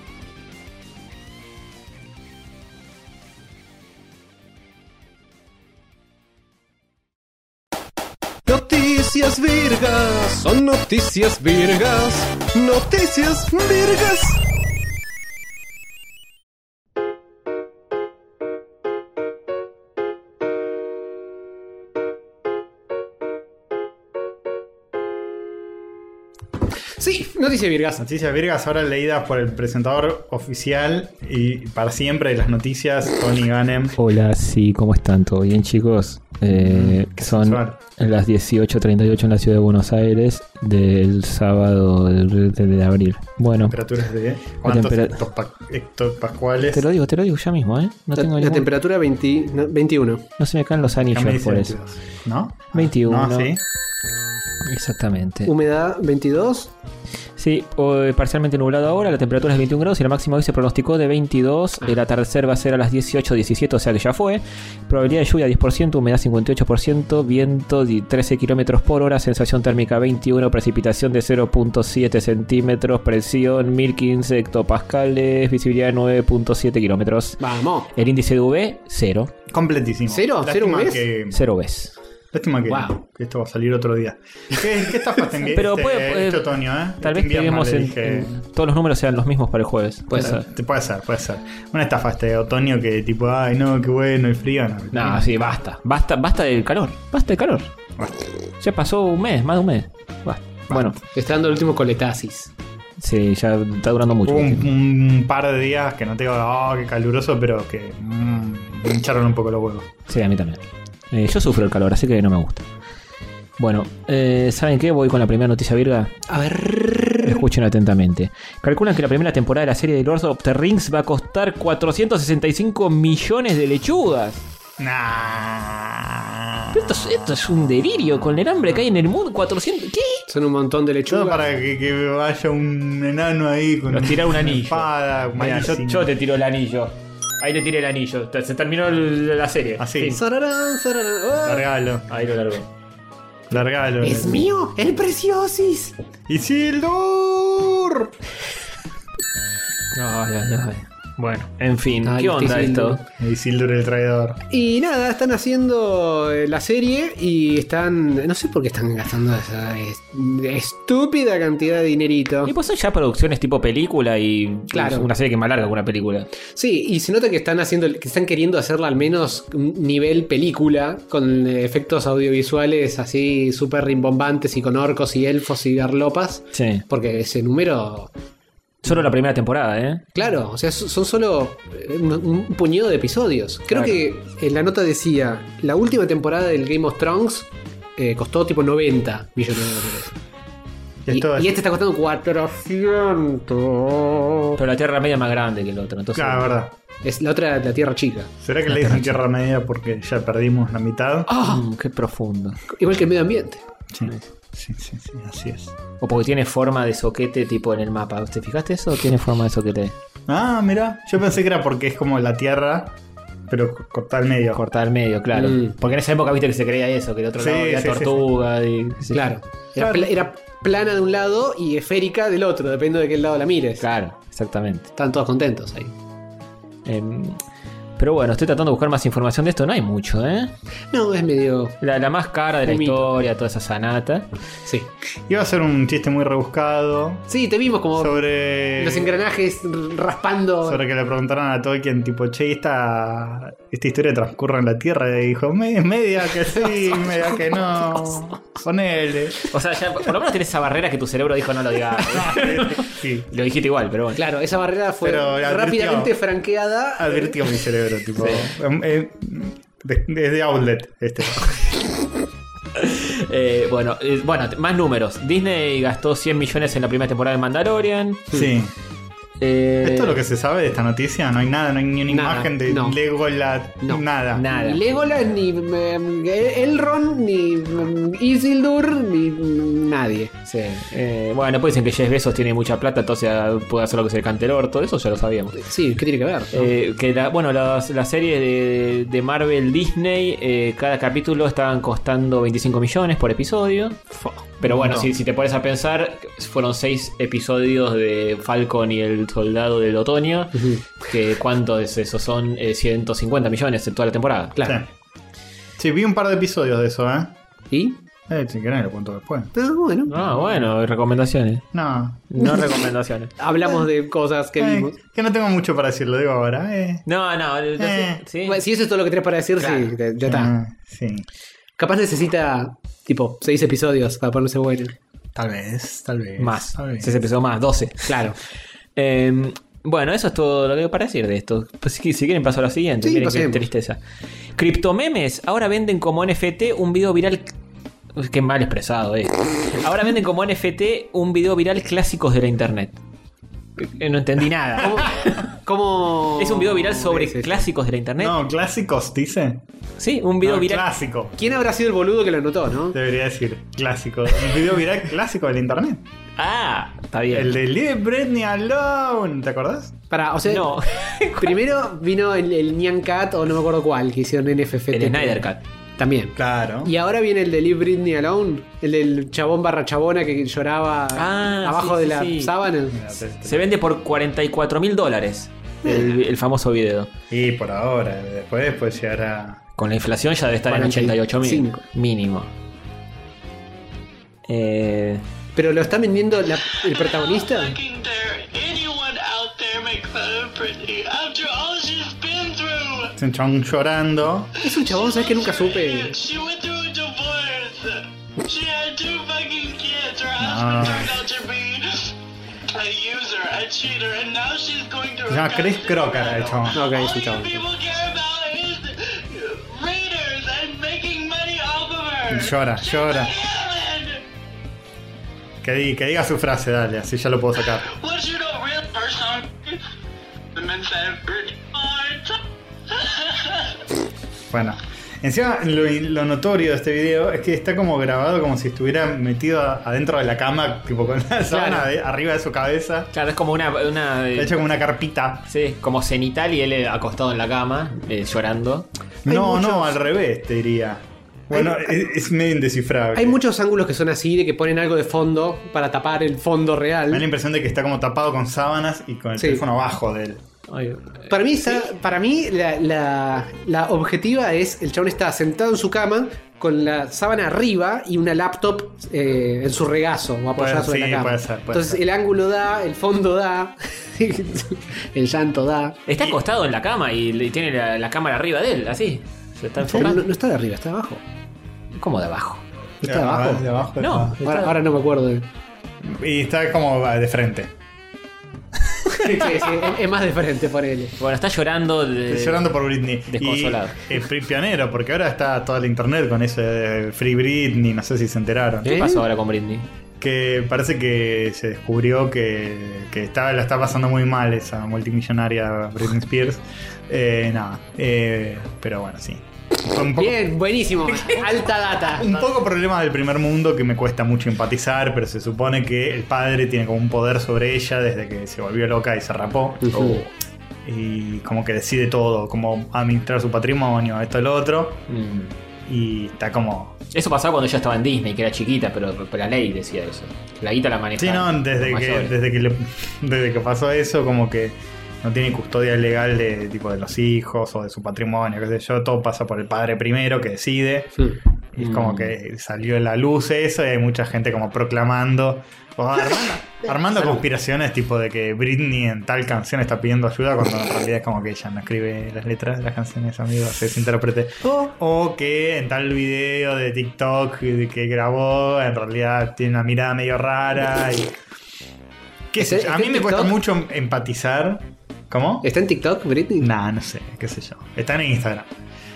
S13: Noticias virgas, son noticias virgas, noticias virgas.
S2: Sí, noticias virgas.
S1: Noticias virgas ahora leídas por el presentador oficial y para siempre de las noticias,
S11: (laughs)
S1: Tony Ganem.
S11: Hola, sí, ¿cómo están? ¿Todo bien, chicos? Eh, son las 18.38 en la ciudad de Buenos Aires del sábado del- de, de abril. Bueno,
S1: Temperaturas de cuántos
S11: tempera-
S1: hectopa- hectopascuales.
S11: te lo digo, te lo digo ya mismo, ¿eh? No
S2: La,
S11: tengo
S2: la
S11: ningún-
S2: temperatura 20 no, 21.
S11: No se me caen los
S2: Ya me
S11: anillos
S2: dice
S11: por eso.
S1: 22, ¿No?
S11: 21.
S1: No, sí.
S11: Exactamente.
S2: Humedad 22.
S11: Sí, hoy parcialmente nublado ahora, la temperatura es 21 grados y la máxima hoy se pronosticó de 22. El atardecer va a ser a las 18.17, o sea que ya fue. Probabilidad de lluvia 10%, humedad 58%, viento de 13 kilómetros por hora, sensación térmica 21, precipitación de 0.7 centímetros, presión 1015 hectopascales, visibilidad 9.7 kilómetros.
S2: Vamos.
S11: El índice de UV, 0.
S1: Completísimo.
S11: ¿Cero?
S1: ¿Cero Lástima UVs? que-
S11: 0 Vs.
S1: Lástima que, que esto va a salir otro día. ¿Qué, qué estafas te envié
S11: Pero
S1: este,
S11: puede- puede-
S1: este otoño, eh?
S11: Tal
S1: Este
S11: vez
S1: invierno
S11: lleguemos
S1: le
S11: en-
S1: dije-
S11: en- todos los números sean los mismos para el jueves. Puede
S1: Claro,
S11: ser.
S1: te- Puede ser, puede ser. Una estafa este otoño que tipo, ay no, qué bueno, el frío. No,
S11: No, sí, basta. Basta, basta del calor. Basta del calor. Ya pasó un mes, más de un mes. Basta. Bueno.
S2: Está dando el último coletasis.
S11: Sí, ya está durando mucho.
S1: Hubo un, un par de días que no te digo, oh, qué caluroso, pero que mm, me hincharon un poco los huevos.
S11: Sí, a mí también. Eh, yo sufro el calor, así que no me gusta. Bueno, eh, ¿saben qué? Voy con la primera noticia virga.
S2: A ver.
S3: Escuchen atentamente. Calculan que la primera temporada de la serie de Lord of the Rings va a costar 465 millones de lechugas. Pero Esto, es- esto es un delirio con el hambre que hay en el mundo. 400. ¿Qué?
S2: Son un montón de lechugas.
S1: Todo para que, que vaya un enano ahí con
S3: Nos tira un anillo.
S1: espada, un
S3: Mirá, yo,
S1: anillo.
S3: yo te tiro el anillo. Ahí te tiré el anillo. Te- Se terminó el- la serie. Así.
S2: Sararán, sararán. ¡Oh!
S1: Largalo.
S3: Ahí lo largo.
S1: Largalo.
S2: ¡Es mío! ¡El preciosis!
S1: ¡Isildur!
S3: Ay, ay, ay. Bueno, en fin,
S2: Ay,
S3: ¿qué onda
S2: este
S3: esto?
S1: Isildur el traidor.
S2: Y nada, están haciendo eh, la serie y están. No sé por qué están gastando esa es- estúpida cantidad de dinerito.
S3: Y pues son ya producciones tipo película y
S2: Claro.
S3: es una serie que es más larga que una película.
S2: Sí, y se nota que están haciendo, que están queriendo hacerla al menos un nivel película, con eh, efectos audiovisuales así súper rimbombantes y con orcos y elfos y garlopas.
S3: Sí.
S2: Porque ese número.
S3: Solo la primera temporada, ¿eh?
S2: Claro, o sea, so- son solo eh, un, un puñado de episodios. Creo
S3: Claro.
S2: que en la nota decía, la última temporada del Game of Thrones eh, costó tipo 90 millones de dólares. Y, y este está costando 400.
S3: Pero la Tierra Media es más grande que el otro, entonces.
S1: Claro, es Ah, verdad.
S2: Es la otra, la Ah. Tierra Chica.
S1: ¿Será que le dicen Tierra Media porque ya perdimos la mitad?
S3: Mm, qué profundo.
S2: Igual que el medio ambiente.
S1: Sí, sí, sí, sí, así es.
S3: O porque tiene forma de soquete tipo en el mapa. ¿Te fijaste eso? Tiene forma de soquete.
S1: Ah, mira, yo pensé que era porque es como la Tierra, pero co- cortada al medio.
S3: Cortada al medio, claro. Porque en esa época viste que se creía eso, que de otro
S1: Mm. Sí,
S3: lado había
S1: sí, sí,
S3: tortuga y.
S2: Claro. Era, pla- era plana de un lado y esférica del otro, dependiendo de qué lado la mires.
S3: Claro, exactamente.
S2: Están todos contentos ahí.
S3: Em, pero bueno, estoy tratando de buscar más información de esto. No hay mucho, ¿eh?
S2: No, es medio.
S3: La, la más cara de la
S2: Un mito.
S3: historia, toda esa sanata.
S2: Sí.
S1: Iba a ser un chiste muy rebuscado
S2: Sí, te vimos como
S1: sobre.
S2: los engranajes r- raspando.
S1: Sobre que le preguntaron a Tolkien, tipo, che, esta, esta historia transcurre en la Tierra. Y dijo, "Me- media que sí, media que
S2: (laughs)
S1: no. Ponele.
S3: O sea, ya por lo menos tenés esa barrera que tu cerebro dijo no lo
S1: (laughs)
S3: digas.
S1: Sí.
S3: Lo dijiste igual, pero bueno.
S2: Claro, esa barrera fue
S1: Pero advirtió.
S2: rápidamente franqueada.
S1: Advirtió mi cerebro, tipo. em, em, de- Desde Outlet, este.
S3: Eh, bueno, eh, bueno, t- más números. Disney gastó 100 millones en la primera temporada de Mandalorian.
S1: Sí.
S3: Eh,
S1: Esto es lo que se sabe de esta noticia. No hay nada, no hay ni una
S2: Nada,
S1: imagen de
S2: no.
S1: Legolas, nada.
S3: Nada.
S2: Legolas, ni mm, Elrond, ni mm, Isildur, ni mm, nadie.
S3: Sí. Eh, bueno, después dicen que Jeff Bezos tiene mucha plata, entonces ah, puede hacer lo que se le cante el orto. Eso ya lo sabíamos.
S2: Sí, ¿qué tiene que ver? no?
S3: Eh, que la- bueno, las, las series de, de Marvel Disney, eh, cada capítulo estaban costando 25 millones por episodio. Pero bueno,
S1: No.
S3: si, si te pones a pensar, fueron 6 episodios de Falcon y el Soldado del Otoño. que ¿Cuánto es eso? Son eh, 150 millones en toda la temporada.
S2: Claro.
S1: Sí, vi un par de episodios de eso, ¿eh?
S2: ¿Y?
S1: Eh, si querés lo cuento después.
S2: Ah, bueno.
S3: Ah, bueno, recomendaciones.
S1: No.
S3: No recomendaciones.
S2: Hablamos de cosas que
S1: Eh,
S2: vimos.
S1: que no tengo mucho para decir, lo digo ahora. Eh.
S3: No, no, el-
S1: Eh.
S3: sí.
S2: Bueno, si eso es todo lo que tenés para decir,
S3: Claro.
S2: sí, ya Eh, ya está.
S1: Ah, sí.
S2: Capaz necesita, tipo, seis episodios para ponerse bueno.
S1: Tal vez, tal vez.
S3: Más.
S1: tal vez.
S3: Se empezó más, 12.
S2: Claro.
S3: Eh, bueno, eso es todo lo que hay para decir de esto. Pues, si, si quieren paso a la siguiente,
S2: Sí,
S3: miren qué
S2: pasemos.
S3: tristeza. Criptomemes ahora venden como NFT un video viral. Uy, Qué mal expresado, eh. Ahora venden como NFT un video viral clásicos de la internet. Eh, No entendí nada.
S1: Oh,
S2: ¿Cómo?
S3: Es un video viral sobre
S2: es esto?
S3: clásicos de la internet.
S1: No, clásicos, dice.
S3: Sí, un video
S1: No,
S3: viral.
S1: Clásico.
S2: ¿Quién habrá sido el boludo que lo anotó, no?
S1: Debería decir clásico. Un video viral clásico del internet.
S3: Ah, está bien.
S1: El de Leave Britney Alone. ¿Te acordás?
S2: Para, o sea,
S3: No,
S2: (laughs) primero vino el, el Nyan Cat o no me acuerdo cuál, que hicieron NFFT.
S3: el Snyder Cut.
S2: También.
S1: Claro.
S2: Y ahora viene el de Leave Britney Alone, el del chabón barra chabona que lloraba
S3: Ah,
S2: abajo
S3: sí,
S2: de
S3: sí,
S2: la
S3: sí.
S2: sábana.
S3: Se vende por 44 mil dólares el, el famoso video.
S1: Y por ahora, después pues llegará.
S3: Con la inflación ya debe estar en 88 mil.
S2: 45.
S3: Mínimo. Eh,
S2: Pero lo está vendiendo la- el protagonista.
S1: Es un chabón llorando.
S2: Es un chabón, ¿sabes que nunca supe?
S1: No. Se llama Chris Crocker el chabón.
S2: Ok, es un chabón.
S1: Y llora, llora. Que, di- que diga su frase, dale, así ya lo puedo sacar.
S14: Was you not real first time? And then said, "Goodbye."
S1: Bueno. Encima, lo, lo notorio de este video es que está como grabado como si estuviera metido a- adentro de la cama, tipo con la sábana de- arriba de su cabeza.
S3: Claro, es como una. una
S1: Está hecho como una carpita.
S3: Sí, como cenital y él eh, acostado en la cama, eh, llorando.
S1: No, no, al revés, te diría. Bueno, es, es medio indescifrable.
S2: Hay muchos ángulos que son así, de que ponen algo de fondo para tapar el fondo real.
S1: Me da la impresión de que está como tapado con sábanas y con el
S2: Sí.
S1: teléfono abajo de él.
S2: Para mí, esa- para mí la, la- la objetiva es el chabón está sentado en su cama con la sábana arriba y una laptop eh, en su regazo o apoyada
S1: Puede-
S2: sobre
S1: sí,
S2: la cama.
S1: puede ser, puede
S2: Entonces
S1: ser.
S2: el ángulo da, el fondo da, (laughs) el llanto da.
S3: Está acostado en la cama y le- tiene la, la cámara arriba de él, así. Se está
S2: No,
S3: enfocando.
S2: no está de arriba, está de abajo.
S3: ¿Cómo de abajo?
S2: ¿Está de abajo?
S1: de abajo, de
S2: no,
S1: abajo.
S2: ahora, ahora no me acuerdo. de- (laughs)
S1: Y está como de frente.
S2: Eh, Sí, sí, es- es más de frente por él.
S3: Bueno, está llorando. De,
S1: Estoy llorando por Britney.
S3: Desconsolado.
S1: Y es pri- pionero, porque ahora está toda la internet con ese de Free Britney, no sé si se enteraron.
S3: ¿Qué pasó ahora con Britney?
S1: Que parece que se descubrió que, que está, la está pasando muy mal esa multimillonaria Britney
S2: (laughs)
S1: Spears. Eh, nada, eh, pero bueno, sí. Fue un poco-
S2: Bien, buenísimo. Alta data.
S1: Un poco problema del primer mundo que me cuesta mucho empatizar, pero se supone que el padre tiene como un poder sobre ella desde que se volvió loca y se rapó.
S2: Ujú.
S1: Y como que decide todo, como administrar su patrimonio, esto, lo otro.
S3: Mm.
S1: Y está como...
S3: Eso pasaba cuando yo estaba en Disney, que era chiquita, pero, pero la ley decía eso. La guita la
S1: Sí,
S3: manejaba.
S1: no, desde
S3: los
S1: que,
S3: mayores.
S1: desde, que le- (laughs) desde que pasó eso, como que no tiene custodia legal de tipo de los hijos o de su patrimonio, qué sé yo, todo pasa por el padre primero que decide.
S2: Mm.
S1: Y es como que salió a la luz eso y hay mucha gente como proclamando, o armando, armando conspiraciones tipo de que Britney en tal canción está pidiendo ayuda cuando en realidad es como que ella no escribe las letras de las canciones, amigos, es intérprete. O, o que en tal video de TikTok que que grabó en realidad tiene una mirada medio rara. Y, qué sé yo, a mí me cuesta mucho empatizar. ¿Cómo?
S2: ¿Está en TikTok, Britney?
S1: Nah, no sé, qué sé yo. Está en Instagram.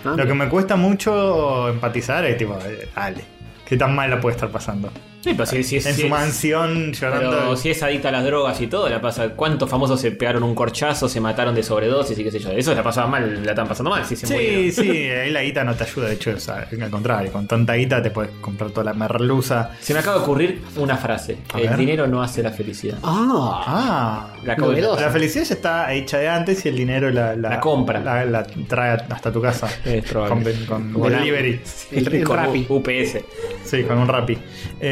S1: Lo que me cuesta mucho empatizar es tipo, eh, dale, qué tan mal la puede estar pasando.
S3: Sí, pero si, si es-
S1: en
S3: si
S1: su
S3: es-
S1: mansión llorando.
S3: Pero si es adicta a las drogas y todo, la pasa. ¿Cuántos famosos se pegaron un corchazo, se mataron de sobredosis y qué sé yo? Eso la pasaba mal, la están pasando mal. Si se
S1: Sí,
S3: murieron.
S1: sí, ahí la guita no te ayuda, de hecho, o sea, al contrario, con tanta guita te puedes comprar toda la merluza.
S3: Se me acaba de ocurrir una frase.
S1: A
S3: El
S1: ver.
S3: dinero no hace la felicidad.
S1: Ah,
S3: La acabo de-
S1: la felicidad ya está hecha de antes y el dinero la, la,
S3: La compra.
S1: La, la trae hasta tu casa.
S3: (laughs) Es probable.
S1: Con,
S3: Con
S1: con
S3: la-
S1: delivery.
S3: El- el Con Rappi. UPS.
S1: Sí, con un Rappi.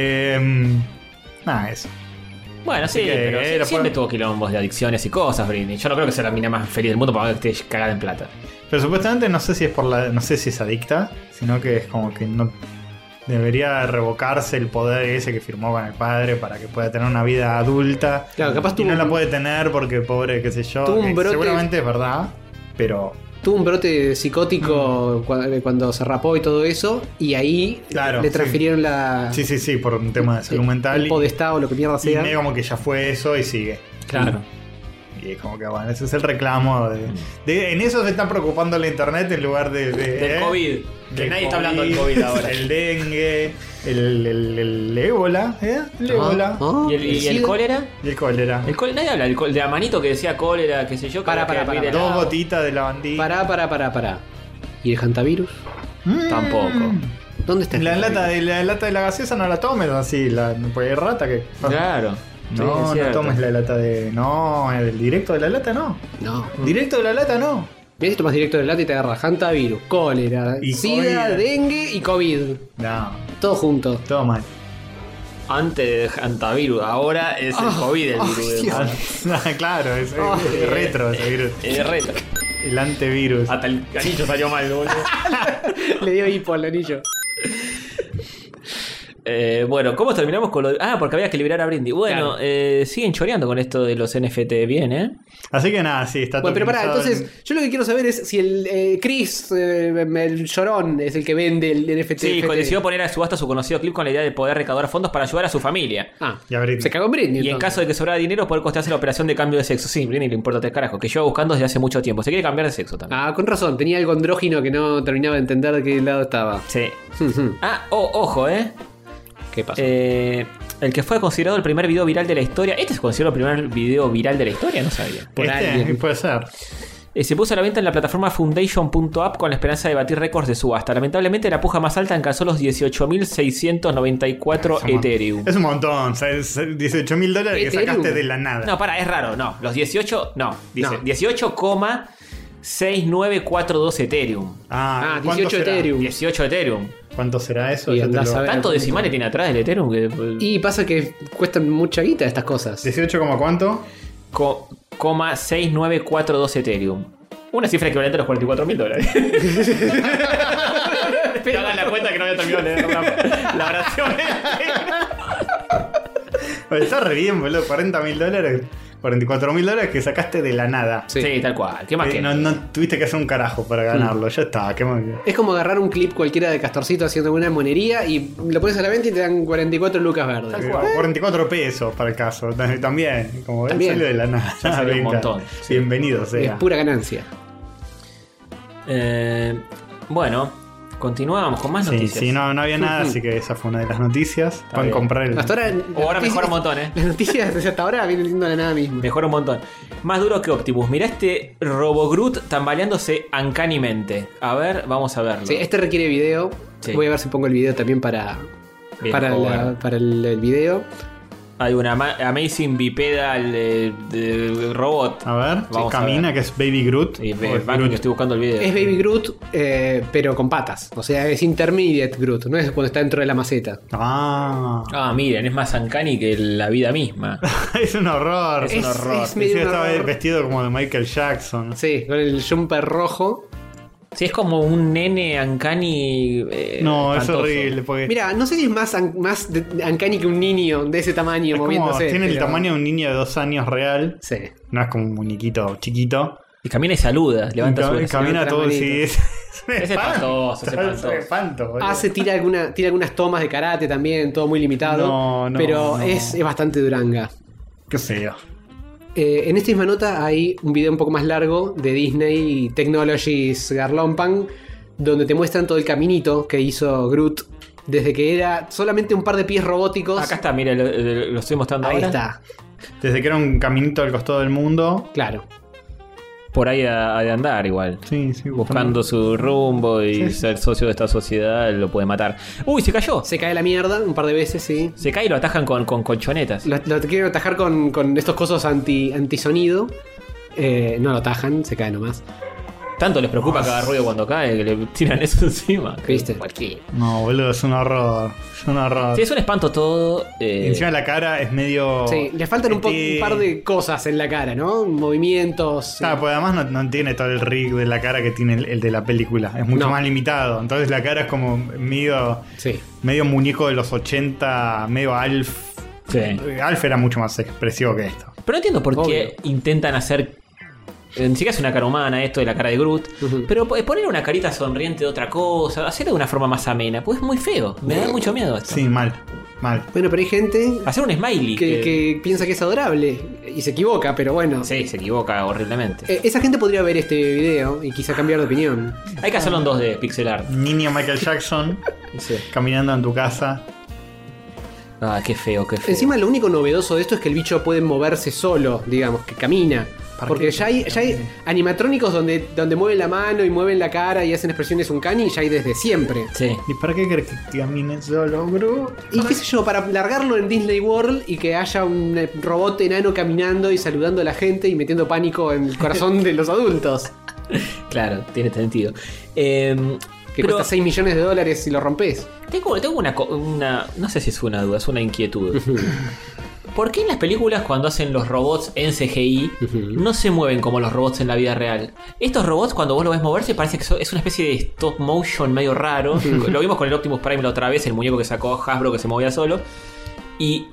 S1: Eh, nada, eso.
S3: Bueno, sí,
S1: Así que,
S3: pero
S1: eh,
S3: sí-
S1: lo
S3: siempre
S1: pueden-
S3: tuvo quilombos de adicciones y cosas, Britney. Yo no creo que sea la mina más feliz del mundo para que esté cagada en plata.
S1: Pero supuestamente no sé si es por la. no sé si es adicta, sino que es como que no. Debería revocarse el poder ese que firmó con el padre para que pueda tener una vida adulta.
S2: Claro, capaz
S1: y
S2: tuvo
S1: no la
S2: un-
S1: puede tener porque pobre, qué sé yo.
S2: Tuvo un
S1: que
S2: brote-
S1: Seguramente es verdad, pero
S2: Tuvo un brote psicótico cua- eh, cuando se rapó y todo eso, y ahí
S1: Mm. Claro,
S2: le
S1: sí.
S2: transfirieron la.
S1: Sí, sí, sí, por un tema de salud mental.
S2: El podestá o lo que mierda
S1: y
S2: sea.
S1: medio como que ya fue eso y sigue.
S3: Claro.
S1: Y es como que bueno, ese es el reclamo. De, de- en eso se está preocupando la internet en lugar de. de-
S3: Del
S1: ¿eh?
S3: COVID. Que
S1: Del
S3: nadie está hablando del
S1: (laughs)
S3: COVID ahora.
S1: El dengue, el, el- el ébola, ¿eh? El
S3: Ah,
S1: ébola.
S3: ah, ¿Y el- y el
S1: SIDA.
S3: cólera?
S1: Y el cólera.
S3: El col- nadie habla del col- de la manito que decía cólera, qué sé yo. que
S2: Pará,
S3: era que
S2: pará, pará,
S3: viene
S2: pará.
S3: la-
S2: Dos
S1: gotitas de la bandita.
S2: Pará, pará, pará, pará. ¿Y el hantavirus?
S3: Tampoco.
S2: ¿Dónde está el
S1: Mm. La
S2: hantavirus?
S1: lata, de, la lata de la gaseosa no la tomes así, la, porque hay rata que. Ah.
S3: Claro. Sí, es
S1: No, no
S3: cierto.
S1: tomes la lata de. No, el directo de la lata no.
S2: No.
S1: Directo de la lata no.
S2: Mirá si tomas directo del lata y te agarra hantavirus, cólera,
S1: Y
S2: sida,
S1: COVID.
S2: dengue y COVID.
S1: No.
S2: Todo junto.
S1: (laughs) Todo mal.
S3: Antes de Hantavirus, ahora es el
S1: Ah,
S3: COVID el
S1: ah,
S3: virus.
S1: Dios. claro, es, es-
S3: Ah.
S1: es retro ese virus.
S3: Es retro.
S1: El antivirus.
S3: Hasta el anillo salió mal, boludo.
S2: Le dio hipo al anillo.
S3: Eh, bueno, ¿cómo terminamos con lo de- Ah, porque había que liberar a Brindy. Bueno,
S2: Claro.
S3: eh, siguen choreando con esto de los NFT bien, ¿eh?
S1: Así que nada, sí, está
S2: Bueno, pero pará,
S1: tokenizado
S2: entonces, yo lo que quiero saber es si el eh, Chris, eh, el llorón, es el que vende el NFT.
S3: Sí, decidió poner a subasta su conocido clip con la idea de poder recaudar fondos para ayudar a su familia.
S2: Ah,
S1: y a Britney.
S2: se cagó en Britney.
S3: Y en
S2: entonces.
S3: caso de que sobrara dinero, poder costearse la operación de cambio de sexo. Sí, Britney le importa tres carajos, que lleva buscando desde hace mucho tiempo. Se quiere cambiar de sexo también.
S2: Ah, con razón, tenía algo andrógino que no terminaba de
S3: (laughs)
S2: entender de qué lado estaba.
S3: Sí. ah, oh, ojo, ¿eh?
S2: ¿Qué pasó?
S3: Eh, El que fue considerado el primer video viral de la historia. Este se consideró el primer video viral de la historia, no sabía. Eh,
S1: Por Este, alguien. puede ser.
S3: se puso a la venta en la plataforma Foundation.app con la esperanza de batir récords de subasta. Lamentablemente, la puja más alta alcanzó los 18.694 Ethereum.
S1: Es un montón, o sea, es 18 mil dólares que
S3: Ethereum.
S1: sacaste de la nada.
S3: No, para, es raro, no. Los 18, no. dice 18,6942 Ethereum.
S1: Ah, Ah, ¿cuánto 18 será? Ethereum.
S3: 18 Ethereum.
S1: ¿Cuánto será eso?
S2: Y
S1: Ya te
S2: andás
S1: lo-
S2: a ver.
S3: Tanto decimales tiene atrás del Ethereum que. pues,
S2: Y pasa que cuestan mucha guita estas cosas.
S1: ¿18 como cuánto?
S3: Co- coma 6942 Ethereum. Una cifra equivalente a los 44 mil
S2: (laughs)
S3: dólares. Pero hagan la cuenta que no había terminado de leer la, la oración.
S1: Oye, (laughs) Está re bien, boludo. 40 mil dólares. 44 mil dólares que sacaste de la nada.
S2: Sí,
S3: tal cual. ¿Qué
S1: más que? No, no tuviste que hacer un carajo para ganarlo. Ya está. ¿Qué más?
S2: Es como agarrar un clip cualquiera de Castorcito haciendo una monería y lo pones a la venta y te dan 44 lucas verdes.
S1: Eh, 44 pesos para el caso. También. Como él
S2: También.
S1: salió de la nada.
S2: Ya salió un
S1: Venga.
S2: montón,
S1: Bienvenido
S2: Es
S1: sea.
S2: pura ganancia.
S3: Eh, bueno, continuamos con más
S1: Sí,
S3: noticias.
S1: sí, no, no había
S2: (laughs)
S1: nada, así que esa fue una de las noticias. Pueden
S3: bien.
S1: comprar el.
S2: Hasta ahora.
S3: O ahora mejora un montón, ¿eh?
S2: (laughs) Las noticias desde hasta ahora vienen siendo la nada misma.
S3: Mejora un montón. Más duro que Optimus. Mirá este Robogrut tambaleándose ancanimente. A ver, vamos a verlo.
S2: Sí, este requiere video.
S3: Sí.
S2: Voy a ver si pongo el video también para,
S3: Bien,
S2: para,
S3: por
S2: la-
S3: favor.
S2: para el, el video.
S3: Hay una ama- Amazing Bipedal eh, de, de robot.
S1: A ver,
S3: Vamos a
S1: camina,
S3: ver.
S1: que es Baby Groot.
S3: Y ve- va, que estoy buscando el video.
S2: Es Baby Groot, eh, pero con patas. O sea, es Intermediate Groot, no es cuando está dentro de la maceta.
S1: Ah. (laughs)
S3: Ah, miren, es más ancani que la vida misma.
S1: es un horror.
S2: Es- es
S1: Sí,
S2: medio
S1: sí,
S2: un
S1: estaba
S2: horror.
S1: vestido como de Michael Jackson.
S2: Sí, con el jumper rojo.
S3: Sí, es como un nene ancani. eh,
S1: No, es horrible. Porque
S2: Mira, no sé si es más, an- más de- uncanny que un niño de ese tamaño
S1: es como-
S2: moviéndose.
S1: tiene el
S2: pero-
S1: tamaño de un niño de dos años real.
S2: Sí.
S1: No es como un muñequito chiquito.
S3: Y camina y saluda, levanta
S1: Cam-
S3: su
S1: Camina
S3: levanta las
S1: todo sí. (laughs)
S3: manitas.
S1: Es,
S3: Es espantoso, es espantoso.
S2: Hace, tira, alguna, tira algunas tomas de karate también, todo muy limitado.
S1: No, no,
S2: pero
S1: no.
S2: Es, es bastante duranga.
S1: Qué feo.
S2: Eh, en esta misma nota hay un video un poco más largo de Disney Technologies Garlompan, donde te muestran todo el caminito que hizo Groot desde que era solamente un par de pies robóticos.
S3: Acá está, mira, lo, lo- lo estoy mostrando
S2: Ahí
S3: ahora.
S2: está.
S1: Desde que era un caminito al costado del mundo.
S2: Claro.
S3: Por ahí ha ha de andar igual.
S1: Sí, sí.
S3: Buscando su rumbo y
S2: Sí.
S3: ser socio de esta sociedad lo puede matar. Uy, se cayó.
S2: Se cae la mierda un par de veces, sí.
S3: Se cae y lo atajan con, con colchonetas.
S2: Lo, lo quiero atajar con, con estos cosos anti, antisonido. Eh, no lo atajan, se cae nomás.
S3: Tanto les preocupa cada ruido cuando cae que le tiran eso (laughs) encima.
S2: ¿Viste?
S3: Cualquiera.
S1: No, boludo, es un horror. Es un horror.
S3: Sí, es un espanto todo.
S1: Y
S3: eh,
S1: Encima la cara es
S3: Oh,
S1: medio.
S2: Sí, le faltan un, po-
S1: Este-
S2: un par de cosas en la cara, ¿no? Movimientos.
S1: Ah, pues además no, no tiene todo el rig de la cara que tiene el, el de la película. Es mucho
S2: No.
S1: más limitado. Entonces la cara es como medio. Medio muñeco de los 80, medio Alf.
S3: Sí.
S1: Alf era mucho más expresivo que esto.
S3: Pero no entiendo por qué intentan hacer. eh, Ni siquiera es una cara humana esto de la cara de Groot. Pero po- poner una carita sonriente de otra cosa, hacerlo de una forma más amena, pues es muy feo. Me da mucho miedo esto.
S1: Sí, mal. Mal.
S2: Bueno, pero hay gente
S3: Hacer un smiley.
S2: que, que piensa que es adorable y se equivoca, pero bueno.
S3: Sí, se equivoca horriblemente.
S2: Eh, esa gente podría ver este video y quizá cambiar de opinión.
S3: Hay que hacerlo en 2D, pixel art.
S1: Niño
S3: (laughs)
S1: Michael Jackson caminando en tu casa.
S3: Ah, qué feo, qué feo.
S2: Encima lo único novedoso de esto es que el bicho puede moverse solo, digamos, que camina. Porque ya hay, ya hay animatrónicos donde, donde mueven la mano y mueven la cara y hacen expresiones uncanny, ya hay desde siempre.
S3: Sí.
S1: ¿Y para qué crees que camine solo, bro?
S2: Y qué sé yo, para largarlo en Disney World y que haya un eh, robot enano caminando y saludando a la gente y metiendo pánico en el corazón de los adultos.
S3: Claro, tiene sentido. Em, (laughs)
S2: Que
S3: pero-
S2: cuesta 6 millones de dólares si lo rompes.
S3: Tengo, tengo una, co- una. No sé si es una duda, es una inquietud. ¿Por qué en las películas, cuando hacen los robots en CGI, no se mueven como los robots en la vida real? Estos robots, cuando vos lo ves moverse, parece que so- es una especie de stop motion medio raro. lo vimos con el Optimus Prime la otra vez, el muñeco que sacó Hasbro que se movía solo. Y.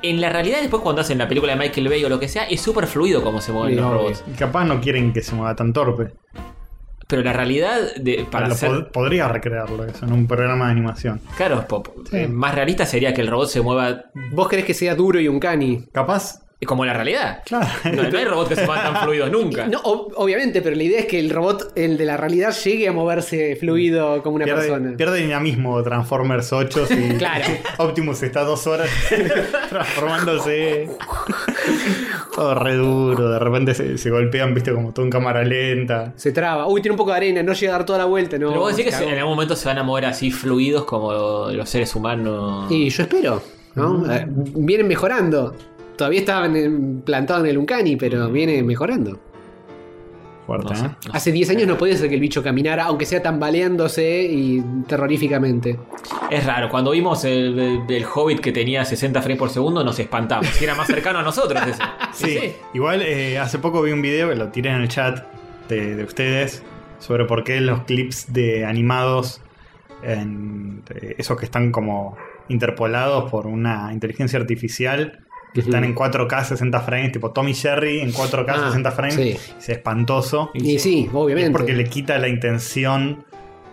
S3: En la realidad, después cuando hacen la película de Michael Bay o lo que sea, es súper fluido como se mueven
S1: Y
S3: los
S1: no,
S3: robots.
S1: y capaz no quieren que se mueva tan torpe.
S3: Pero la realidad, de- para
S1: Lo
S3: hacer-
S1: pod- podría recrearlo eso en un programa de animación.
S3: Claro, pop. eh, más realista sería que el robot se mueva
S2: ¿Vos querés que sea duro y un cani?
S1: Capaz
S3: Es como la realidad. Claro. No, no hay robots que se muevan tan fluidos nunca.
S2: No, ob- obviamente, pero la idea es que el robot, el de la realidad, llegue a moverse fluido como una
S1: pierde,
S2: persona.
S1: pierde dinamismo Transformers 8 si
S2: (laughs) Claro.
S1: Optimus está dos horas (laughs) transformándose. Todo re duro, de repente se, se golpean, viste, como todo en cámara lenta.
S2: Se traba. Uy, tiene un poco de arena, no llega a dar toda la vuelta. No,
S3: Pero vos decís que
S2: se
S3: se- en
S2: cagó.
S3: algún momento se van a mover así fluidos como los seres humanos.
S2: Y yo espero, ¿no? Eh, Vienen mejorando. Todavía estaban en- plantados en el Uncani, pero viene mejorando.
S1: Fuerte, ¿eh?
S2: Hace 10 años no podía ser que el bicho caminara, aunque sea tambaleándose y terroríficamente.
S3: Es raro, cuando vimos el, el- el Hobbit que tenía 60 frames por segundo nos espantamos, que era más cercano a nosotros ese.
S1: (laughs) Sí, igual eh, hace poco vi un video, lo tiré en el chat de, de ustedes, sobre por qué los clips de animados, en- de esos que están como interpolados por una inteligencia artificial, que están en 4K 60 frames, tipo Tommy Jerry en 4K
S2: Ah,
S1: 60 frames,
S2: sí.
S1: es espantoso.
S2: Y sí, obviamente.
S1: Es porque le quita la intención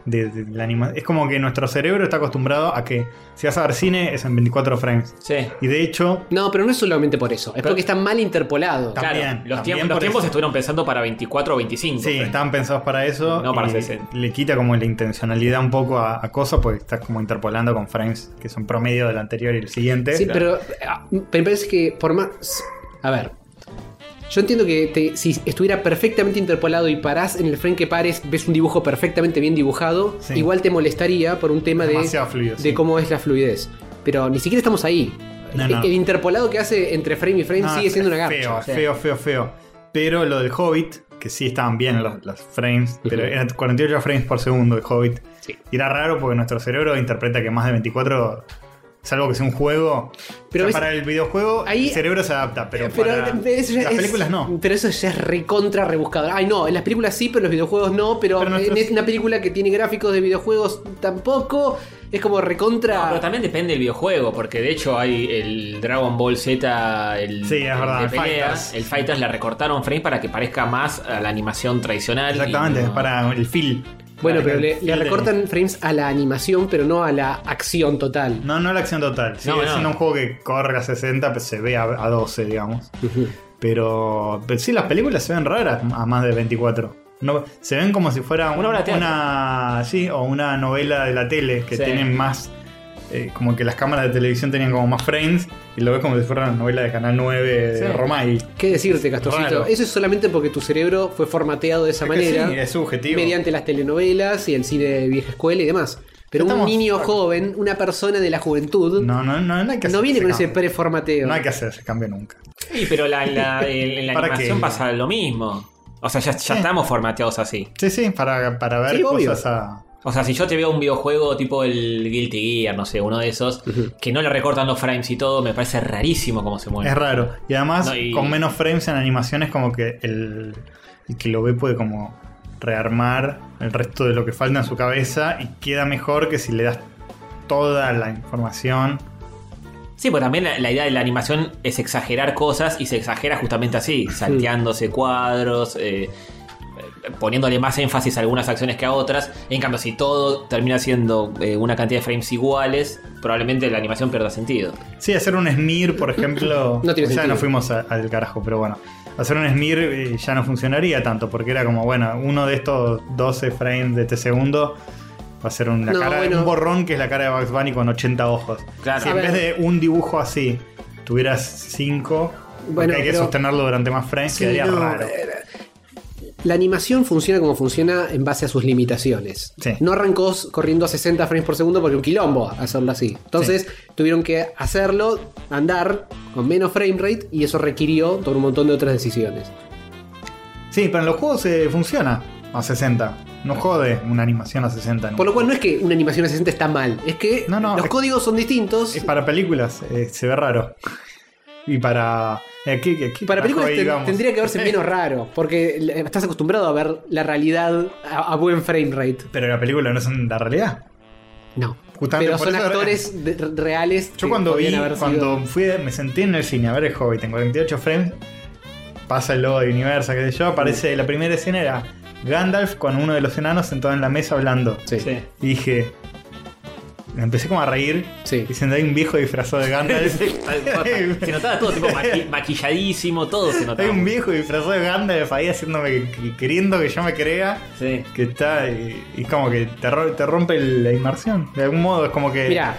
S1: de, de la animación. Es como que nuestro cerebro está acostumbrado a que si vas a ver cine es en 24 frames. Y de hecho...
S2: No, pero no es solamente por eso, es porque está mal interpolado.
S3: Claro, los, tiempos-
S1: por
S3: los tiempos
S1: eso.
S3: estuvieron pensando para 24 o 25.
S1: Sí, estaban pensados para eso.
S3: No para
S1: y
S3: 60.
S1: Le quita como la intencionalidad un poco a, a cosas porque estás como interpolando con frames que son promedio del anterior y el siguiente.
S2: Sí, pero ah, me parece que por más. A ver. Yo entiendo que te- si estuviera perfectamente interpolado y parás en el frame que pares, ves un dibujo perfectamente bien dibujado, igual te molestaría por un tema de,
S1: Demasiado fluido,
S2: de
S1: sí.
S2: cómo es la fluidez. Pero ni siquiera estamos ahí.
S1: No,
S2: el,
S1: no.
S2: el interpolado que hace entre frame y frame
S1: No,
S2: sigue
S1: es-
S2: siendo una
S1: es
S2: garcha.
S1: Feo,
S2: O sea,
S1: feo, feo, feo. Pero lo del Hobbit, que sí estaban bien los, los frames, pero
S2: Ujú.
S1: eran 48 frames por segundo el Hobbit. Y era raro porque nuestro cerebro interpreta que más de 24, salvo que sea un juego. o sea,
S2: Pero ves-
S1: para el videojuego el cerebro se adapta, pero,
S2: Pero
S1: para
S2: eso ya
S1: las
S2: es-
S1: películas no.
S2: Pero eso ya es recontra rebuscado. Ay, no, en las películas sí, pero en los videojuegos no. Pero, en una película que tiene gráficos de videojuegos tampoco. Es como recontra.
S3: Pero también depende del videojuego, porque de hecho hay el Dragon Ball Z, el,
S1: Sí, es
S3: el
S1: verdad,
S3: de
S1: el
S3: pelea,
S1: Fighters.
S3: el Fighters la recortaron frame para que parezca más a la animación tradicional.
S1: Exactamente, es para el feel.
S3: Claro,
S2: Bueno, pero
S3: que
S2: le,
S3: el
S2: le
S3: feel
S2: recortan frames a la animación, pero no a la acción total.
S1: No, no la acción total. Sigue
S2: No, no.
S1: siendo un juego que corre a 60, pero se ve a, a 12, digamos. pero, pero sí, las películas se ven raras a más de 24. No, se ven como si fuera un- una
S3: obra de teatro.
S1: sí, o una novela de la tele que
S3: Sí.
S1: tienen más. eh, como que las cámaras de televisión tenían como más frames y lo ves como si fuera una novela de Canal 9 de
S2: Sí.
S1: Romay.
S2: ¿Qué decirte, Castorcito?
S1: Raro.
S2: Eso es solamente porque tu cerebro fue formateado de esa
S1: Es que
S2: manera.
S1: sí, es subjetivo.
S2: Mediante las telenovelas y el cine de vieja escuela y demás. Pero
S1: Estamos-
S2: un niño joven, una persona de la juventud.
S1: No, no, no, no hay que hacer
S2: viene
S1: ese
S2: con ese
S1: cambio.
S2: preformateo.
S1: No hay que hacer ese cambio nunca.
S3: Sí, pero la,
S1: (laughs)
S3: la- el- en la
S1: ¿Para
S3: animación
S1: qué?
S3: pasa lo mismo. O sea, ya, ya estamos formateados así.
S1: Sí, sí, para, para ver
S3: Sí, obvio.
S1: cosas a.
S3: O sea, si yo te veo un videojuego tipo el Guilty Gear, no sé, uno de esos, que no le recortan los frames y todo, me parece rarísimo cómo se mueve.
S1: Es raro. Y además,
S3: No, y-
S1: con menos frames en animaciones, como que el, el que lo ve puede como rearmar el resto de lo que falta en su cabeza y queda mejor que si le das toda la información.
S3: Sí, pues también la, la idea de la animación es exagerar cosas y se exagera justamente así, salteándose cuadros, eh, eh, poniéndole más énfasis a algunas acciones que a otras. En cambio, si todo termina siendo eh, una cantidad de frames iguales, probablemente la animación pierda sentido.
S1: Sí, hacer un smear, por
S2: (clears throat)
S1: ejemplo.
S3: No tiene
S1: ya
S3: sentido.
S1: nos fuimos a- al carajo, pero bueno. Hacer un smear eh, ya no funcionaría tanto, porque era como, bueno, uno de estos 12 frames de este segundo va a ser una
S2: No,
S1: cara,
S2: bueno.
S1: un borrón que es la cara de Bugs Bunny con 80 ojos.
S3: Claro.
S1: Si
S2: A
S1: en
S2: ver.
S1: vez de un dibujo así, tuvieras 5,
S2: Bueno,
S1: porque hay que
S2: pero-
S1: sostenerlo durante más frames,
S2: Sí,
S1: quedaría
S2: no,
S1: raro.
S2: La animación funciona como funciona en base a sus limitaciones. No arrancó corriendo a 60 frames por segundo porque un quilombo hacerlo así. Entonces tuvieron que hacerlo, andar con menos frame rate y eso requirió todo un montón de otras decisiones.
S1: Sí, pero en los juegos eh, funciona a 60. No jode una animación a 60.
S2: Por lo cual no es que una animación a 60 está mal, es que los códigos son distintos.
S1: Es para películas, eh, se ve raro. Y para. eh, aquí- aquí-
S2: Para películas
S1: ahí,
S2: ten-
S1: digamos.
S2: tendría que
S1: (laughs)
S2: verse
S1: Eh,
S2: menos raro, porque le- estás acostumbrado a ver la realidad a, a buen frame rate.
S1: Pero la película no es la realidad.
S2: No.
S1: Justamente
S2: pero
S1: por
S2: son
S1: eso- (laughs)
S2: actores de- reales.
S1: Yo
S2: que
S1: cuando vi,
S2: podían haber sido-
S1: cuando fui, me senté en el cine a ver el Hobbit en 48 frames, pasa el logo de Universal, qué sé yo, aparece la primera escena era Gandalf con uno de los enanos sentado en la mesa hablando. Y dije, me empecé como a reír diciendo hay un viejo disfrazado de
S2: (laughs)
S1: Gandalf. (laughs)
S3: se notaba todo, tipo maqui- maquilladísimo, todo se notaba.
S1: hay
S2: Ah,
S1: un viejo disfrazado de Gandalf ahí haciéndome que- queriendo que yo me crea que está y, y como que te, ro- te rompe la inmersión. De algún modo es como que
S2: Mirá.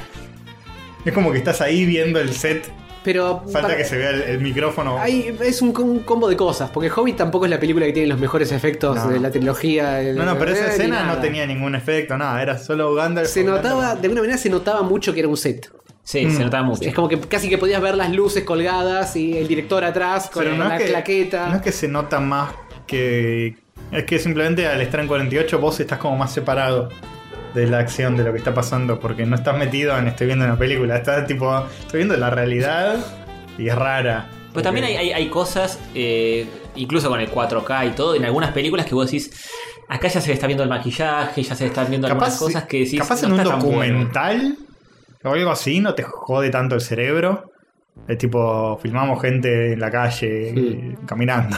S1: es como que estás ahí viendo el set.
S2: Pero
S1: falta
S2: para-
S1: que se vea el, el micrófono.
S2: Hay- es un, un combo de cosas, porque Hobbit tampoco es la película que tiene los mejores efectos
S1: No.
S2: de la trilogía.
S1: no, no, pero esa escena no
S2: tenía
S1: tenía ningún efecto, nada, era solo Gandalf.
S2: Se notaba, de alguna manera se notaba mucho que era un set.
S3: Sí,
S1: Mm.
S3: se notaba mucho.
S2: Es como que casi que podías ver las luces colgadas y el director atrás con
S1: Pero no
S2: la
S1: es que-
S2: claqueta.
S1: No es que se nota más que. Es que simplemente al estar en 48 vos estás como más separado de la acción, de lo que está pasando, porque no estás metido en estoy viendo una película, estás tipo, estoy viendo la realidad y es rara.
S3: Pues también hay, hay- hay cosas, eh, incluso con el 4K y todo, en algunas películas que vos decís, acá ya se le está viendo el maquillaje, ya se le están viendo algunas
S1: Capaz,
S3: cosas que decís.
S1: capaz
S3: no
S1: en un
S3: está tan bueno.
S1: documental o algo así no te jode tanto el cerebro. Es tipo, filmamos gente en la calle eh, caminando.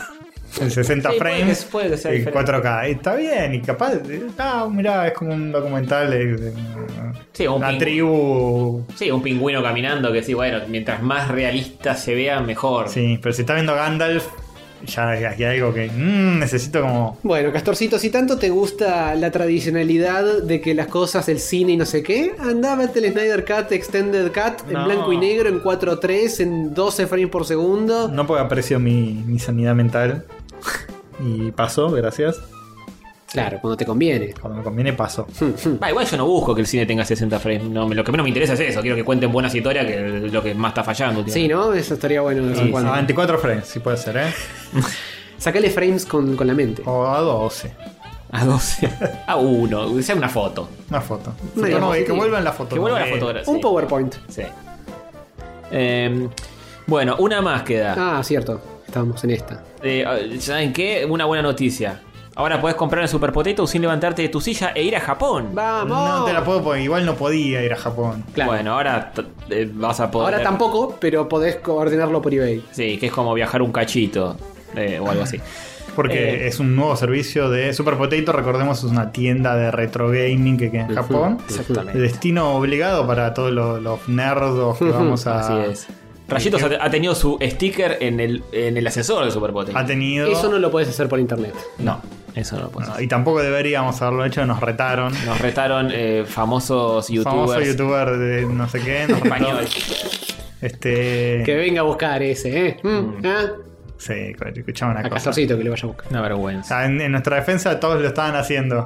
S1: En 60
S3: Sí, puede que-
S1: frames,
S3: puede que sea
S1: en
S3: diferente.
S1: 4K. Y Está bien, y capaz. eh, Ah, mirá, es como un documental de, de
S3: Sí, un
S1: una
S3: pingü-
S1: tribu.
S3: Sí, un pingüino caminando que sí, bueno, mientras más realista se vea, mejor.
S1: Sí, pero si está viendo Gandalf, ya hay hay algo que mm, necesito como.
S2: Bueno, Castorcito, si tanto te gusta la tradicionalidad de que las cosas, el cine y no sé qué, andá a verte el Snyder Cut, Extended Cut, en
S1: No.
S2: blanco y negro, en 4.3, en 12 frames por segundo.
S1: No porque aprecio mi, mi sanidad mental. Y paso, gracias.
S2: Claro, cuando te conviene.
S1: Cuando me conviene, paso.
S3: Va, igual yo no busco que el cine tenga 60 frames. No, me- lo que menos me interesa es eso. Quiero que cuenten buenas historias, que es lo que más está fallando. tío.
S2: Sí, ¿no? Eso estaría bueno de vez en
S3: Sí,
S2: cuando.
S3: sí.
S1: 24 Ah, frames, si puede ser, ¿eh?
S2: Sacale frames con, con la mente.
S1: O a 12.
S3: A 12. (laughs) A uno, sea una foto.
S1: Una foto. Foto no,
S2: Una
S1: y que
S2: diapositiva.
S1: vuelvan las fotos.
S3: Que vuelva la
S1: Eh,
S3: fotografía.
S2: Un PowerPoint.
S3: Sí. Eh, bueno, una más queda.
S2: Ah, cierto. Estábamos en esta.
S3: Eh, ¿Saben qué? Una buena noticia. Ahora podés comprar el Super Potato sin levantarte de tu silla e ir a Japón.
S1: No te la puedo poner, igual no podía ir a Japón.
S3: Bueno, ahora t- eh, vas a poder.
S2: Ahora tampoco, pero podés coordinarlo por eBay.
S3: Sí, que es como viajar un cachito eh, o algo así.
S1: Porque
S3: Eh.
S1: es un nuevo servicio de Super Potato, recordemos, es una tienda de retro gaming que queda en Japón.
S3: Exactamente.
S1: Destino obligado para todos los, los nerdos que
S2: (laughs)
S1: vamos a.
S3: Así es. Rayitos ha, ha tenido su sticker en el, en el ascensor del Super Potato.
S1: Ha tenido.
S2: Eso no lo podés hacer por internet.
S3: No, eso no lo podés.
S1: No, y tampoco deberíamos haberlo hecho, nos retaron.
S3: Nos retaron eh, famosos youtubers.
S1: Famoso youtuber de no sé qué,
S3: (laughs)
S1: nos retó.
S3: Español.
S1: Este.
S2: Que venga a buscar ese, ¿eh? Mm, ¿ah?
S1: Sí, escuchaba una
S2: A
S1: cosa.
S2: Castorcito que le vaya a buscar.
S3: Una vergüenza.
S1: Ah, En, en nuestra defensa todos lo estaban
S3: (laughs)
S1: haciendo.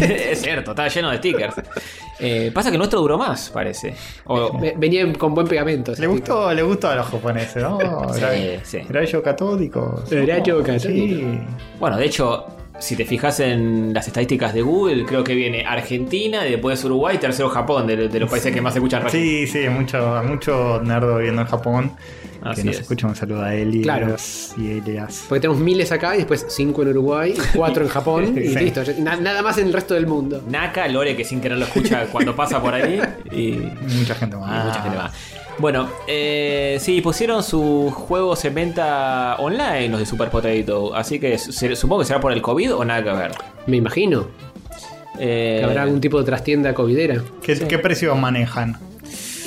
S3: es cierto, estaba lleno de stickers. Eh, pasa que el nuestro duró más, parece. O-
S2: Ve- Venía con buen pegamento.
S1: Le gustó, le gustó a los japoneses, ¿no?
S3: Sí,
S1: Era-
S3: sí.
S1: era yo catódico.
S3: Eh,
S2: Era yo
S1: Sí.
S2: catódico.
S1: eh.
S3: Bueno, de hecho, si te fijas en las estadísticas de Google, creo que viene Argentina, después Uruguay, y tercero Japón, de, de los países que más escuchan radio.
S1: Sí, sí, mucho, mucho nerdo viviendo en Japón.
S3: Así
S1: que nos
S3: es.
S1: escucha, un saludo a Eli
S2: Claro.
S1: Elias y Elias.
S2: Porque tenemos miles acá y después cinco en
S3: (laughs)
S2: Uruguay, y cuatro en Japón y
S3: Sí.
S2: listo. ya- na- nada más en el resto del mundo.
S3: Naka, Lore, que sin querer lo escucha cuando pasa por ahí. Y
S1: mucha gente más.
S3: Ah, mucha gente más. Bueno, eh, sí, pusieron sus juegos en venta online, los de Super Potato. Así que se- supongo que será por el COVID o nada que ver.
S2: Me imagino
S3: Eh,
S2: que habrá algún tipo de trastienda covidera.
S1: ¿Qué, qué precio manejan?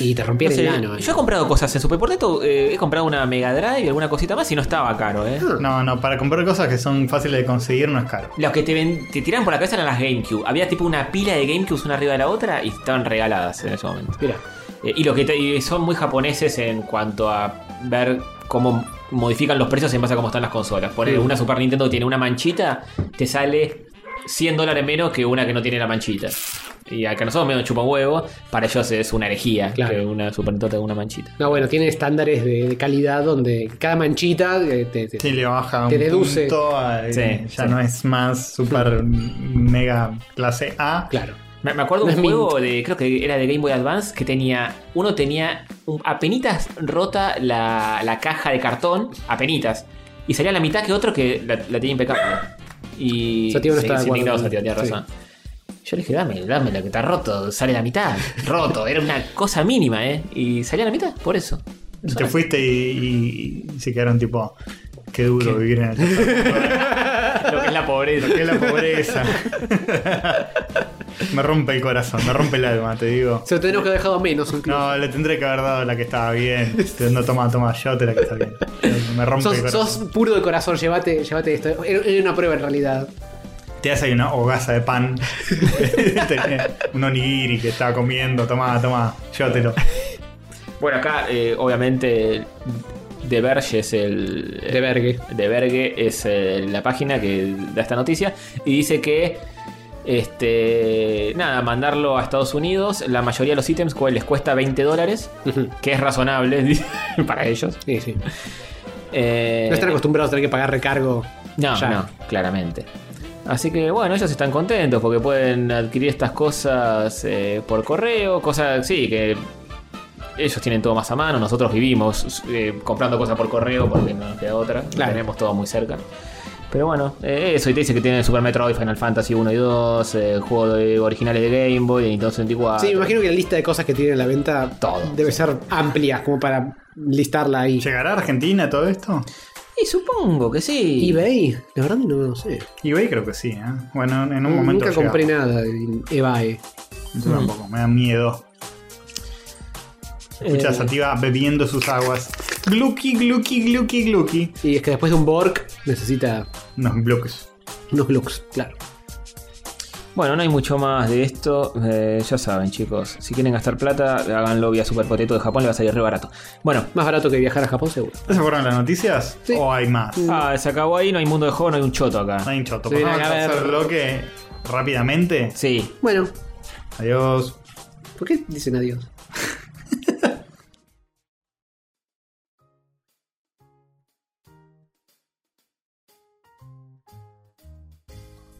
S2: Y te rompieron
S3: No sé,
S2: el ano. eh.
S3: Yo he comprado cosas en Super Potato, eh, he comprado una Mega Drive y alguna cosita más y no estaba caro, ¿eh?
S1: No, no, para comprar cosas que son fáciles de conseguir no es caro.
S3: Los que te, ven- te tiran por la cabeza eran las GameCube. Había tipo una pila de GameCubes una arriba de la otra y estaban regaladas en ese momento.
S2: Mira.
S3: Eh, y los que te- y son muy japoneses en cuanto a ver cómo modifican los precios en base a cómo están las consolas. Por
S2: Mm.
S3: una Super Nintendo que tiene una manchita, te sale 100 dólares menos que una que no tiene la manchita. Y acá nosotros medio chupa huevo, para ellos es una herejía que una Super Nintendo tenga una manchita.
S2: No, bueno, tienen estándares de, de calidad donde cada manchita eh, te, te-
S1: Sí, le baja un
S2: Te deduce.
S1: punto, eh,
S3: Sí,
S1: ya
S3: sí.
S1: no es más super mega clase A.
S2: Claro.
S3: Me, me acuerdo
S2: No
S3: un
S2: es
S3: juego de, creo que era de Game Boy Advance, que tenía, uno tenía un- apenitas rota la, la caja de cartón, apenitas, y salía la mitad que otro que la, la tenía impecable. Y
S2: Sativa no
S3: sí,
S2: estaba
S3: sí,
S2: de acuerdo
S3: indignado,
S2: con-
S3: Sativa, tenía
S2: sí.
S3: razón. Yo le dije, dame, dame la que está roto, sale la mitad, roto, era una cosa mínima, ¿eh? Y salía la mitad, por eso.
S1: Y te fuiste y, y- y se quedaron tipo, qué duro vivir en el tercer mundo".
S3: Lo que es la pobreza.
S1: Lo que es la pobreza. Me rompe el corazón, me rompe el alma, te digo.
S2: Se lo tendríamos que haber dejado menos incluso.
S1: No, le tendré que haber dado la que estaba bien. Te- No, toma, toma, llévate la que está bien. Me rompe el
S2: Sos,
S1: corazón.
S2: sos puro de corazón, llévate, llévate esto. Era era una prueba en realidad.
S1: Te hace ahí una hogaza de pan. (laughs) Tenía un onigiri que estaba comiendo. Toma, toma, llévatelo.
S3: Bueno, acá eh, obviamente De Verge es el... De
S2: Vergue.
S3: De Vergue es eh, la página que da esta noticia y dice que... Este, nada, mandarlo a Estados Unidos. La mayoría de los ítems cu- les cuesta 20 dólares, que es razonable (laughs) para ellos.
S2: Sí, sí.
S3: Eh,
S2: No están acostumbrados a tener que pagar recargo.
S3: No,
S2: ya.
S3: no, claramente. Así que bueno, ellos están contentos porque pueden adquirir estas cosas eh, por correo, cosas, sí, que ellos tienen todo más a mano, nosotros vivimos eh, comprando cosas por correo porque no nos queda otra, tenemos todo muy cerca. Pero bueno, eh, eso, y te dice que tienen Super Metroid, Final Fantasy 1 y 2, eh, juegos de- originales de Game Boy, de Nintendo 64.
S2: Sí, me imagino que la lista de cosas que tiene en la venta debe ser amplia, como para listarla ahí.
S1: ¿Llegará a Argentina todo esto?
S3: Y supongo que sí.
S2: eBay, la verdad no lo sé.
S1: eBay creo que sí, ¿eh? Bueno, en un
S2: Nunca
S1: momento.
S2: compré nada de eBay.
S1: Yo tampoco, me da miedo. Escucha
S2: Eh.
S1: a Sativa bebiendo sus aguas. Glucky, glucky, glucky, glucky.
S2: Y es que después de un Borg necesita.
S1: Unos bloques.
S2: Unos bloques, claro.
S3: Bueno, no hay mucho más de esto. eh, ya saben, chicos. Si quieren gastar plata, háganlo vía Super Potato de Japón, le va a salir re barato. Bueno.
S2: Más barato que viajar a Japón, seguro.
S1: ¿Esas fueron las noticias? ¿O hay más?
S3: Ah, se acabó ahí, no hay mundo de juego, no hay un choto acá. No
S1: hay un choto. Pasamos al tercer bloque rápidamente.
S3: Sí.
S2: Bueno,
S1: Adiós.
S2: ¿por qué dicen adiós?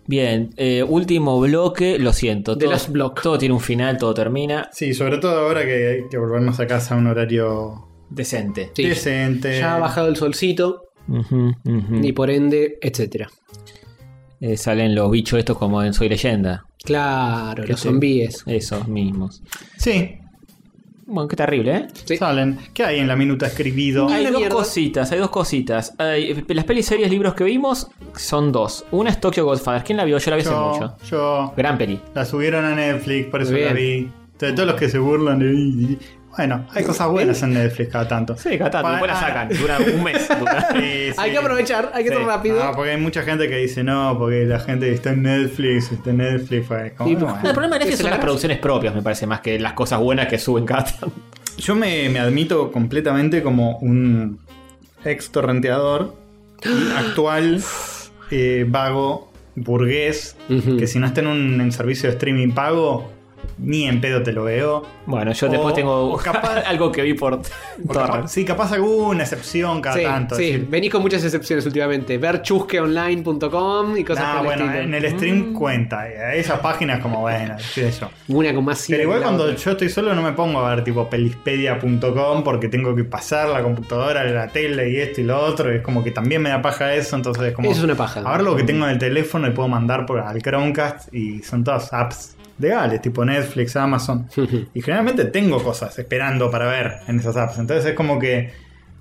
S3: Bien, eh, último bloque, lo siento.
S1: The
S3: todo,
S1: Last
S3: todo tiene un final, todo termina.
S1: Sí, sobre todo ahora que hay que volvernos a casa a un horario
S3: Decente.
S1: decente.
S2: Ya ha bajado el solcito
S3: Ujú,
S1: Mm.
S3: ujú.
S2: y por ende, etcétera.
S3: Eh, salen los bichos estos como en Soy Leyenda.
S2: Claro,
S3: Que
S2: los
S3: te-
S2: zombies.
S3: Esos mismos.
S1: Sí.
S3: Bueno, qué terrible, ¿eh?
S1: Salen. ¿Qué hay en la minuta escribido?
S3: Hay dos cositas, hay dos cositas. Hay- las pelis, series, libros que vimos son dos. Una es Tokyo Godfather. ¿Quién la vio? Yo la vi hace
S1: Yo,
S3: mucho.
S1: yo.
S3: Gran peli.
S1: La subieron a Netflix, por eso
S3: Muy
S1: la vi.
S3: bien.
S1: De todos los que se burlan de mí. Bueno, hay cosas buenas en Netflix cada tanto.
S3: Sí, cada tanto, después la sacan, dura un mes.
S1: (laughs)
S2: (laughs) Hay que aprovechar, hay que
S1: Sí.
S2: ser rápido.
S1: Ah, porque hay mucha gente que dice no, porque la gente está en Netflix, está en Netflix. pues, como,
S3: Y-
S1: bueno.
S3: No, el problema es
S1: Que
S3: que
S1: se
S3: son
S1: la
S3: las
S1: gra-
S3: producciones propias, me parece, más que las cosas buenas que suben cada tanto.
S1: Yo me, me admito completamente como un ex torrenteador y
S2: (gasps)
S1: actual eh, vago burgués que si no está en un en servicio de streaming pago ni en pedo te lo veo.
S3: Bueno, yo
S1: O-
S3: después tengo
S1: o capaz-
S3: (laughs) algo que vi por
S1: o capaz-
S3: Torres.
S1: sí, capaz alguna excepción cada
S2: Sí,
S1: tanto.
S2: sí,
S1: es decir,
S2: venís con muchas excepciones últimamente. Ver chusqueonline.com y cosas
S1: nah,
S2: por el
S1: bueno,
S2: estilo.
S1: en
S2: Mm.
S1: el stream cuenta. eh, Esas páginas como bueno, qué sé yo.
S2: Una con más cine
S1: Pero igual
S2: que la
S1: cuando
S2: otra.
S1: yo estoy solo no me pongo a ver tipo pelispedia.com porque tengo que pasar la computadora, la tele y esto y lo otro. Y es como que también me da paja eso, entonces es como...
S2: Eso es una paja.
S1: A ver lo que tengo en el teléfono y puedo mandar por, al Chromecast y son todas apps legales, tipo Netflix,
S3: (laughs)
S1: Amazon. y generalmente tengo cosas esperando para ver en esas apps. Entonces es como que eh,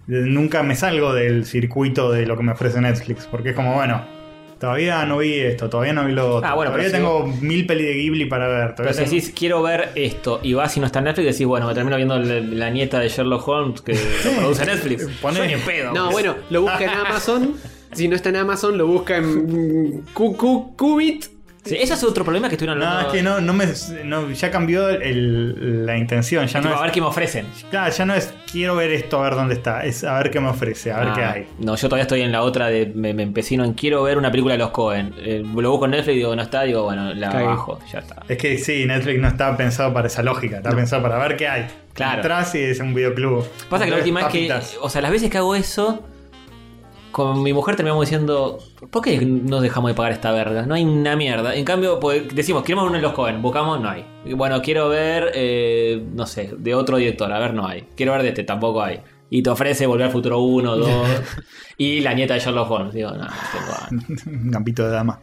S1: nunca me salgo del circuito de lo que me ofrece Netflix porque es como, bueno... Todavía no vi esto, todavía no vi lo otro.
S3: Ah, bueno, pero
S1: todavía
S3: si-
S1: tengo mil peli de Ghibli para ver.
S3: Pero
S1: todavía
S3: si
S1: tengo-
S3: decís, quiero ver esto, y vas y no está en Netflix, decís, bueno, me termino viendo la, la nieta de Sherlock Holmes que lo produce Netflix.
S1: Poné-
S3: Yo ni en pedo.
S2: No, bueno,
S1: (laughs)
S2: lo busca en Amazon. Si no está en Amazon, lo busca en mm, Cu- Cu- Cubit.
S3: Sí, ese es otro problema que estuvieron
S1: No, es
S3: hablando.
S1: que no, no me. no, ya cambió el- la intención. Ya
S3: Tipo,
S1: no
S3: a ver
S1: es,
S3: qué me ofrecen.
S1: claro, ya no es quiero ver esto, a ver dónde está. Es a ver qué me ofrece, a ver
S3: Ah,
S1: qué hay.
S3: No, yo todavía estoy en la otra de me, me empecino en quiero ver una película de los Cohen. Eh, lo busco en Netflix y digo, no está, digo, bueno, la
S1: Cagué.
S3: bajo, ya está.
S1: Es que sí, Netflix no está pensado para esa lógica, está pensado para ver qué hay.
S3: Claro.
S1: Atrás y es un videoclub.
S3: Pasa que la
S1: Entonces,
S3: última vez que. (laughs)
S1: papitas.
S3: O sea, las veces que hago eso. Con mi mujer terminamos diciendo. ¿Por qué nos dejamos de pagar esta verga? No hay una mierda. En cambio, pues, decimos, queremos uno de los Cohen, buscamos, no hay. Y Bueno, quiero ver. eh, no sé, de otro director, a ver, no hay. Quiero ver de este, tampoco hay. Y te ofrece volver al futuro 1, 2.
S1: (laughs)
S3: y la nieta de Sherlock Holmes. Digo, no, no tengo
S1: (laughs)
S3: ganas.
S1: Un Gambito de dama.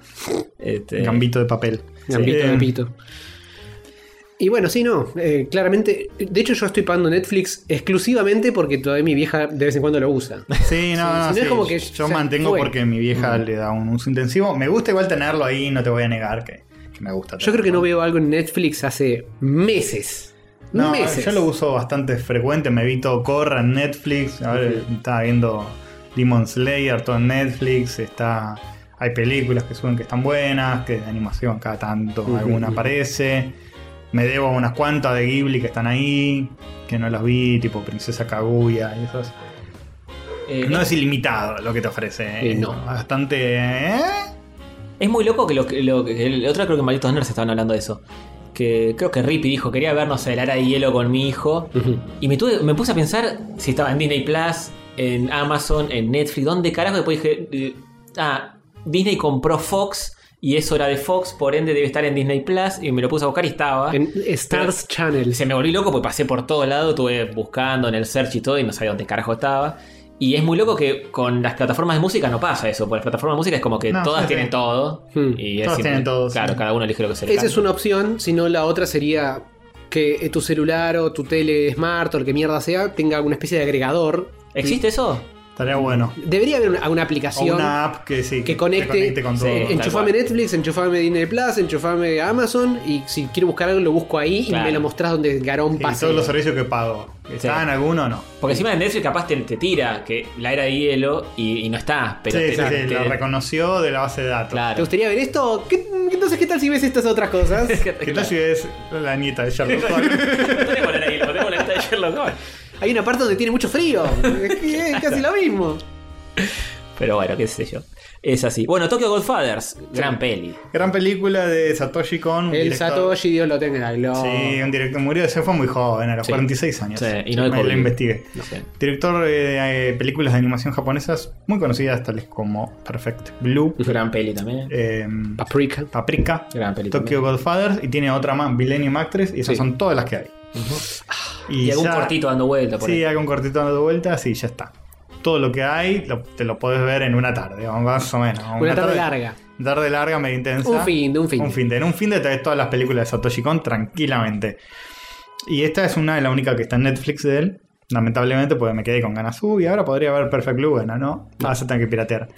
S3: Este-
S1: Un Gambito de papel.
S2: Gambito de
S1: Eh,
S2: pito. Y bueno, sí, no. eh, claramente. De hecho, yo estoy pagando Netflix exclusivamente porque todavía mi vieja de vez en cuando lo usa.
S1: Sí, no, no,
S2: si no es
S1: sí,
S2: como que
S1: yo
S2: ya
S1: mantengo
S2: fue.
S1: porque mi vieja le da un uso intensivo. Me gusta igual tenerlo ahí, no te voy a negar que, Me gusta.
S2: Yo creo que no veo algo en Netflix hace meses.
S1: No,
S2: meses.
S1: yo lo uso bastante frecuente. Me evito Corra en Netflix. Ahora estaba viendo Demon Slayer todo en Netflix. Está, hay películas que suben que están buenas, que de animación cada tanto
S2: Ujú,
S1: alguna
S2: ujú.
S1: aparece. Me debo a unas cuantas de Ghibli que están ahí, que no las vi, tipo Princesa Kaguya y esas.
S3: eh,
S1: no es ilimitado lo que te ofrece. ¿eh? Bastante. ¿eh?
S3: Es muy loco que lo que. Lo, que- el otro creo que en Malditos Nerds estaban hablando de eso. Que creo que Rippy dijo, quería ver, no sé, el ara de hielo con mi hijo. Y me, tuve- me puse a pensar si estaba en Disney Plus, en Amazon, en Netflix, ¿dónde carajo? Después dije, eh, ah, Disney compró Fox y eso era de Fox, por ende debe estar en Disney Plus. Y me lo puse a buscar y estaba.
S2: En Stars Channel.
S3: Se me volví loco porque pasé por todo lado, estuve buscando en el search y todo y no sabía dónde carajo estaba. Y es muy loco que con las plataformas de música no pasa eso, porque las plataformas de música es como que
S2: No,
S3: todas
S2: sí, sí.
S3: tienen todo. Y es
S2: Todas
S3: simple.
S2: tienen todo,
S3: Claro, cada uno elige lo que se le
S2: Esa
S3: canta.
S2: Hmm. es una opción, si no la otra sería que eh, tu celular o tu tele smart o el que mierda sea tenga alguna especie de agregador.
S3: ¿Existe eso?
S1: Estaría bueno.
S2: Debería haber una, alguna
S1: O
S2: aplicación
S1: una app que sí.
S2: que conecte,
S1: conecte con todo.
S2: enchufame Netflix, enchufame Disney Plus, enchufame Amazon y si quiero buscar algo lo busco ahí
S3: Claro.
S2: y me lo mostrás donde Garón
S1: Y
S2: pasa.
S1: todos los servicios que pago. ¿Está en alguno o no?
S3: Porque encima de Netflix capaz te, te tira que la era de hielo y, y no está, pero
S1: sí,
S3: te,
S1: sí, sí,
S3: te-
S1: lo reconoció de la base de datos.
S2: ¿Te gustaría ver esto? ¿Qué- entonces, ¿qué tal si ves estas otras
S1: (laughs)
S2: cosas?
S1: ¿Qué
S3: (laughs)
S1: tal si es la nieta de Sherlock
S2: Hay una parte donde tiene mucho frío. Es que es casi lo mismo.
S3: Pero bueno, qué sé yo. Es así. Bueno, Tokyo Godfathers, gran peli.
S1: Gran película de Satoshi Kon. un
S2: El
S1: director-
S2: Satoshi, Dios lo tenga. Lo...
S1: Sí, un director murió, se fue muy joven, a los 46 años.
S3: Sí, y no de
S1: Me lo
S3: COVID.
S1: investigué.
S3: No sé.
S1: Director eh, de eh, películas de animación japonesas muy conocidas, tales como Perfect Blue. em,
S3: Gran peli también.
S1: Eh,
S2: Paprika.
S1: Paprika.
S3: Gran peli
S1: Tokyo Godfathers. Y tiene otra más, Millennium Actress. Y esas son todas las que hay.
S3: Y algún
S1: ya-
S3: cortito dando vuelta por
S1: Sí,
S3: ahí.
S1: algún cortito dando vueltas y ya está. Todo lo que hay lo- te lo podés ver en una tarde, más o menos.
S2: Una tarde larga.
S1: Una tarde larga, medio intensa.
S2: Un fin de, un fin de.
S1: Un fin de. En un fin de te ves todas las películas de Satoshi Kon tranquilamente. Y esta es una de las únicas que está en Netflix de él. Lamentablemente, porque me quedé con ganas. Uy, ahora podría ver Perfect Blue. Bueno, no. Vas a tener que piratear.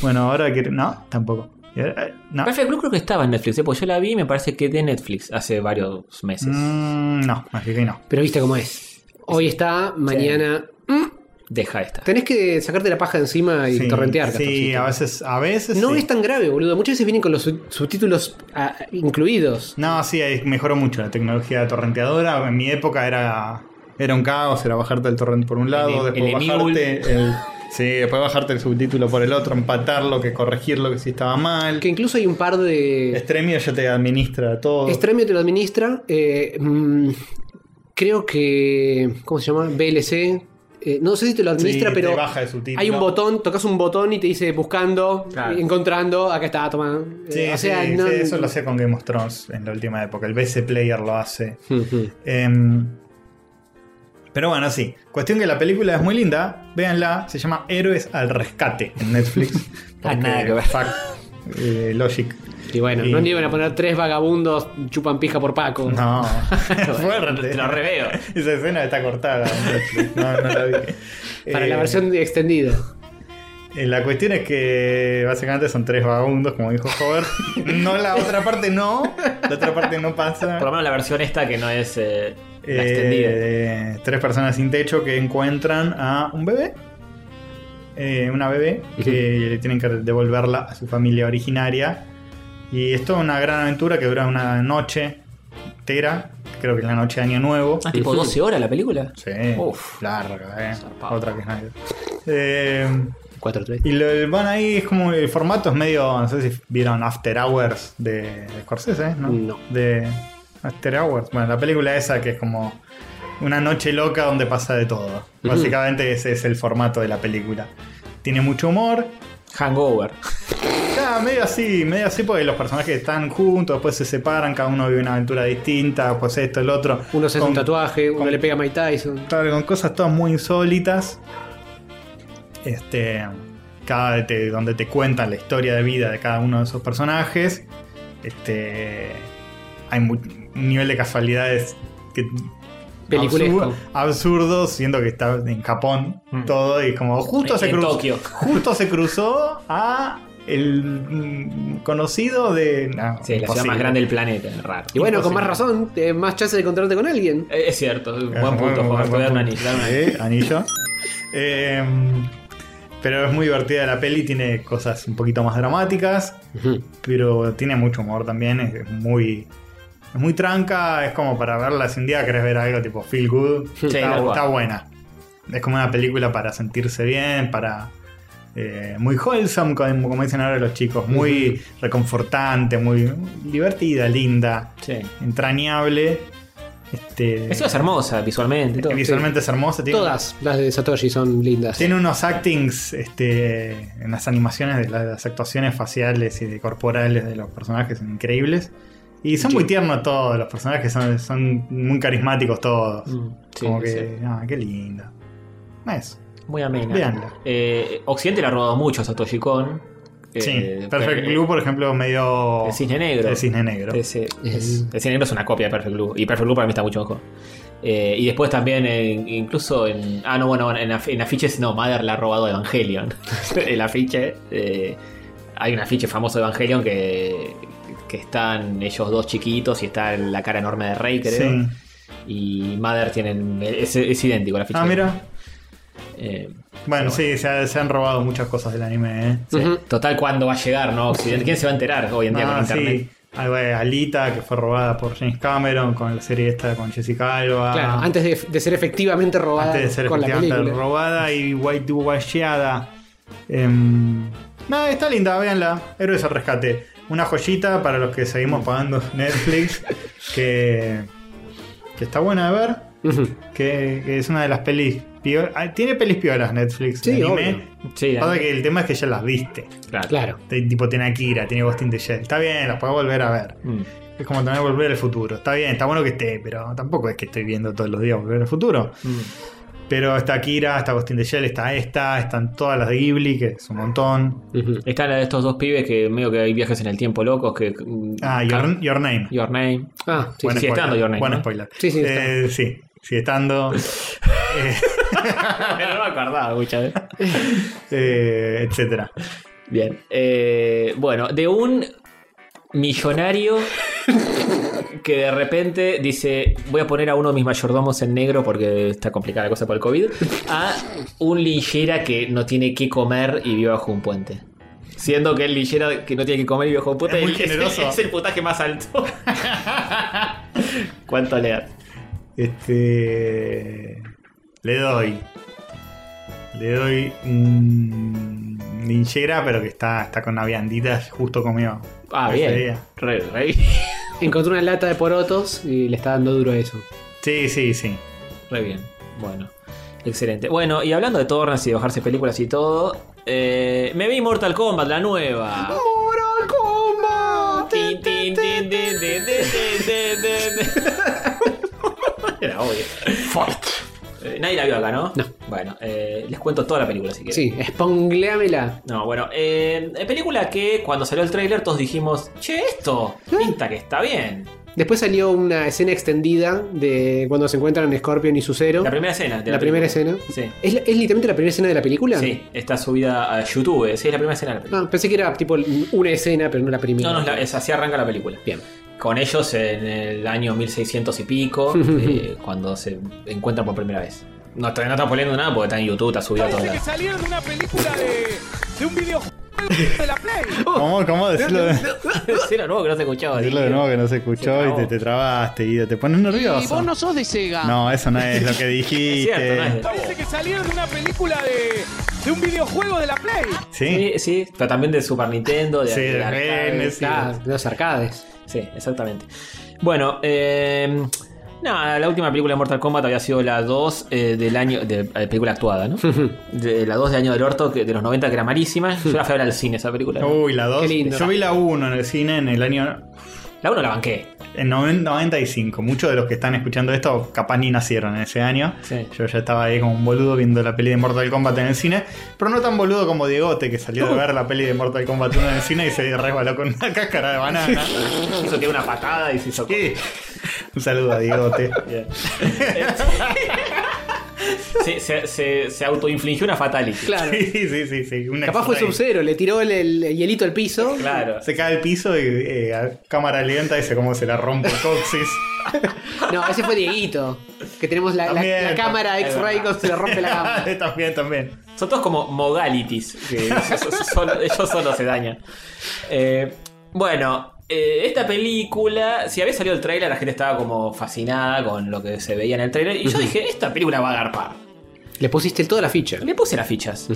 S1: Bueno, ahora quiero. No, tampoco. Y ahora, eh, No.
S3: Perfect Blue creo que estaba en Netflix, eh, porque yo la vi y me parece que de Netflix hace varios meses.
S1: Mm, no, me fijé y no.
S2: Pero viste cómo es. Hoy está, mañana. Mm,
S3: Deja esta.
S2: Tenés que sacarte la paja encima y torrentear.
S1: Sí, a veces, a veces.
S2: No
S1: sí.
S2: es tan grave, boludo. Muchas veces vienen con los sub- subtítulos ah, incluidos.
S1: No, sí, ahí mejoró mucho la tecnología torrenteadora. En mi época era, era un caos, era bajarte el torrent por un lado,
S3: El-
S1: después
S3: el
S1: bajarte
S3: Emule.
S1: el, sí, después bajarte el subtítulo por el otro, empatarlo, que corregirlo que si estaba mal.
S2: Que incluso hay un par de.
S1: Extremio ya te administra todo.
S2: Extremio te lo administra. eh, mm, creo que. ¿Cómo se llama? BLC. eh, no sé si te lo administra,
S1: Sí,
S2: pero.
S1: te baja el subtítulo.
S2: Hay un botón, tocas un botón y te dice buscando,
S1: Claro.
S2: encontrando, acá está, toma. Eh,
S1: Sí,
S2: o sea,
S1: sí,
S2: no-
S1: sí, eso lo hacía con Game of Thrones en la última época. El BC Player lo hace.
S2: Ujú.
S1: Em, pero bueno, sí. Cuestión que la película es muy linda. Véanla. Se llama Héroes al Rescate en Netflix.
S2: (laughs) Ah, nada
S1: Porque,
S2: que ver.
S1: fuck, eh, Logic.
S2: Y bueno,
S1: Y-
S2: no le iban a poner tres vagabundos chupan pija por Paco.
S1: (laughs) No.
S3: (laughs) Te lo reveo.
S1: Esa escena está cortada. en Netflix. No, no la vi.
S2: Para la
S1: Eh,
S2: versión de extendida.
S1: eh, La cuestión es que básicamente son tres vagabundos, como dijo Hover. No, la otra parte no. La otra parte no pasa.
S3: Por lo menos la versión esta que no es eh, la extendida.
S1: Eh, tres personas sin techo que encuentran a un bebé. Eh, una bebé que le tienen que devolverla a su familia originaria. Y esto es una gran aventura que dura una noche entera. Creo que es la noche de Año Nuevo.
S3: Ah, tipo 12 horas la película.
S1: Sí.
S3: Uf.
S1: Larga, eh. Otra que es nadie. Eh,
S2: 4 3.
S1: y lo, van ahí, es como el formato es medio. No sé si vieron After Hours de, de Scorsese, ¿no?
S2: No.
S1: De After Hours. Bueno, la película esa que es como una noche loca donde pasa de todo.
S2: Ujú.
S1: Básicamente ese es el formato de la película. Tiene mucho humor.
S3: Hangover.
S1: Ah, medio así, medio así porque los personajes están juntos, después se separan, cada uno vive una aventura distinta, pues esto, el otro.
S2: Uno se hace un
S1: Con-
S2: tatuaje, uno le pega a Mike Tyson.
S1: Claro, con cosas todas muy insólitas. Este. Cada te- donde te cuentan la historia de vida de cada uno de esos personajes. Este. Hay mu- un nivel de casualidades que.
S2: Peliculesco.
S1: absur- Absurdo, siendo que está en Japón todo y como justo
S3: Mm. En-
S1: se
S3: en
S1: cruzó.
S3: Tokio.
S1: Justo se cruzó a el mm, conocido de. No,
S3: Sí, la ciudad
S1: imposible.
S3: más grande del planeta, raro.
S2: Y bueno, con
S1: Imposible.
S2: más razón, te- más chance de encontrarte con alguien.
S3: Eh, Es cierto, buen
S1: Bueno,
S3: punto, Jorge.
S1: bueno,
S3: Te voy a dar un
S1: buen
S3: anillo,
S1: punto.
S3: dame un anillo.
S1: Sí, anillo. Eh, pero es muy divertida la peli, tiene cosas un poquito más dramáticas, pero tiene mucho humor también, es muy... Es muy tranca, es como para verla si un día querés ver algo tipo feel good. está,
S3: tal cual.
S1: está buena. Es como una película para sentirse bien, para... eh, muy wholesome, como, como dicen ahora los chicos. Muy reconfortante, muy divertida, linda, entrañable. Este,
S3: Es hermosa visualmente. y todo.
S1: Visualmente
S3: Sí.
S1: es hermosa. Tiene,
S2: Todas las de Satoshi son lindas.
S1: Tiene unos actings este, en las animaciones de la- las actuaciones faciales y de corporales de los personajes son increíbles. Y son muy tiernos todos, los personajes son, son muy carismáticos todos.
S3: Mm, sí,
S1: Como
S3: es
S1: que, ah, qué linda. Nice.
S3: Muy amena.
S1: Veanla.
S3: Eh, Occidente la ha rodado mucho Satoshi Kon. Eh,
S1: sí,
S3: pero-
S1: Perfect Blue, por ejemplo, medio.
S3: El Cisne Negro.
S1: Oh, El Cisne Negro.
S3: Ese- es- el Cisne Negro es una copia de Perfect Blue. Y Perfect Blue para mí está mucho mejor. Eh, y después también, eh, incluso en. Ah, no, bueno, en, af- en afiches no, Mother la ha robado Evangelion. (laughs) el afiche. eh, hay un afiche famoso de Evangelion que, que están ellos dos chiquitos y está la cara enorme de Rey, creo.
S1: Sí.
S3: Y Mother tienen. Es, es idéntico el afiche.
S1: Ah, mira.
S3: Eh,
S1: Bueno, sí, se, ha- se han robado muchas cosas del anime, ¿eh?
S3: sí. Total, ¿cuándo va a llegar, no? Occidente? ¿Quién se va a enterar hoy en día
S1: Ah,
S3: con
S1: sí.
S3: internet?
S1: Algo de Alita que fue robada por James Cameron con la serie esta con Jessica Alba.
S2: Claro, antes de, de ser efectivamente robada
S1: Antes de ser
S2: con la
S1: efectivamente
S2: película.
S1: robada y white washeada. Nada, está linda, véanla. Héroes al rescate. Una joyita para los que seguimos pagando (laughs) Netflix. que, que está buena de ver. que, que es una de las pelis. pio- ah, Tiene pelis piolas Netflix.
S2: Sí,
S1: de
S2: obvio. Sí,
S1: Pasa
S2: obvio.
S1: que el tema es que ya las viste.
S3: Claro.
S1: Te- tipo, tiene Akira, tiene Ghost in the Shell. Está bien, las puedo volver a ver.
S3: Mm.
S1: Es como también volver al futuro. Está bien, está bueno que esté, pero tampoco es que estoy viendo todos los días volver al futuro.
S3: Mm.
S1: Pero está Akira, está Ghost in the Shell, está esta, están todas las de Ghibli, que es un montón.
S3: Está la de estos dos pibes que medio que hay viajes en el tiempo locos que... mm,
S1: Ah, Your, Your Name.
S3: Your Name.
S2: Ah,
S3: sí, sigue estando Your Name,
S1: Buen
S3: ¿no?
S1: spoiler.
S3: Sí, sí, está.
S1: Eh, sí, sigue estando.
S3: Pero no (laughs) me acordaba muchas veces.
S1: Eh, etcétera.
S3: Bien. Eh, bueno, de un millonario que de repente dice voy a poner a uno de mis mayordomos en negro porque está complicada la cosa por el COVID, a un linchera que no tiene que comer y vive bajo un puente. Siendo que el linchera que no tiene que comer y vive bajo un puente
S1: Es muy
S3: el- el-
S1: generoso.
S3: es el puntaje
S1: (laughs)
S3: más alto. ¿Cuánto le das?
S1: Este. Le doy. Le doy un. Ninjera, pero que está, está con una viandita justo comió.
S3: Ah,
S1: ese
S3: bien.
S1: día.
S3: Re, re,
S2: Encontró una lata de porotos y le está dando duro a eso.
S1: Sí, sí, sí.
S3: re bien. Bueno, excelente. Bueno, y hablando de tornas y de bajarse películas y todo, eh, me vi Mortal Kombat, la nueva.
S13: ¡Moral Kombat!
S3: Tin, tin, tin, tin, tin, tin, tin, tin, (laughs) tin. Era obvio. Eh, nadie la vio acá, ¿no? No. Bueno, eh, les cuento toda la película si quieren.
S2: Sí, espongleamela.
S3: No, bueno, eh, película que cuando salió el tráiler todos dijimos, che, esto pinta que está bien.
S2: Después salió una escena extendida de cuando se encuentran Scorpion y Sub-Zero.
S3: La primera escena. de
S2: La primera escena.
S3: Sí.
S2: ¿Es, la- es literalmente la primera escena de la película?
S3: Sí, está subida a YouTube. Sí, es la primera escena de la película.
S2: Ah, pensé que era tipo una escena, pero no la primera.
S3: No, no, es la- es así arranca la película.
S2: Bien.
S3: Con ellos en el año 1600 y (laughs) pico, eh, cuando se encuentran por primera vez. No, está- no está poniendo nada porque está en YouTube, está subido a todos
S13: Parece que
S3: (laughs) lados.
S13: salieron de una película de, de un videojuego de la Play.
S1: ¿Cómo, cómo decirlo de,
S3: (laughs) Decirlo de nuevo que no se escuchaba.
S1: decirlo de nuevo que no se escuchó y te, te trabaste y te pones
S4: Y
S1: nervioso?
S4: vos no sos de Sega.
S1: No, eso no es
S3: (laughs)
S1: lo que dijiste.
S13: Parece que salieron de una película de, de un videojuego de la Play.
S1: Sí.
S3: sí, pero también de Super Nintendo, de,
S1: Sí,
S3: de
S1: de E
S3: arcade,
S1: Genesis.
S3: claro.
S2: De los arcades.
S3: Sí, exactamente. Bueno, eh, nada, la última película de Mortal Kombat había sido la 2 eh, del año. de eh, película actuada, (laughs) ¿no? de, la 2 del año del orto, que, de los 90, que era (laughs) malísima. Yo la fui a ver al cine esa película.
S1: Uy, la 2.
S3: lindo.
S1: Yo vi la 1 en el cine en el año.
S3: La 1 la banqué.
S1: En noven- 95. Muchos de los que están escuchando esto capaz ni nacieron en ese año. Yo ya estaba ahí como un boludo viendo la peli de Mortal Kombat en el cine. Pero no tan boludo como Diegote, que salió
S3: Uh.
S1: de ver la peli de Mortal Kombat 1 en el cine y se resbaló con una (laughs) cáscara de banana.
S3: Eso tiene una patada y se hizo. (laughs)
S1: Un saludo a Diegote.
S3: se, se, se, se autoinfligió una fatality.
S2: Claro.
S1: Sí, sí, sí. sí una
S2: Capaz fue
S1: extra ahí.
S2: Sub-Zero, le tiró el, el- el hielito al piso.
S3: Claro.
S1: Se cae al piso y eh, a cámara lenta dice cómo se la rompe el coxis.
S2: No, ese fue Dieguito. Que tenemos la, la-
S1: También,
S2: la
S1: tam-
S2: cámara
S1: es
S2: X-Ray
S1: verdad.
S2: que (laughs) se le rompe la
S1: (laughs)
S2: cámara.
S1: también, también.
S3: Son todos como modalities.
S1: (laughs)
S3: que so- so- solo- ellos solo se dañan. Eh, bueno, eh, esta película, si había salido el tráiler, la gente estaba como fascinada con lo que se veía en el tráiler. Y yo dije, esta película va a agarpar.
S2: Le pusiste toda la ficha.
S3: Le puse las fichas.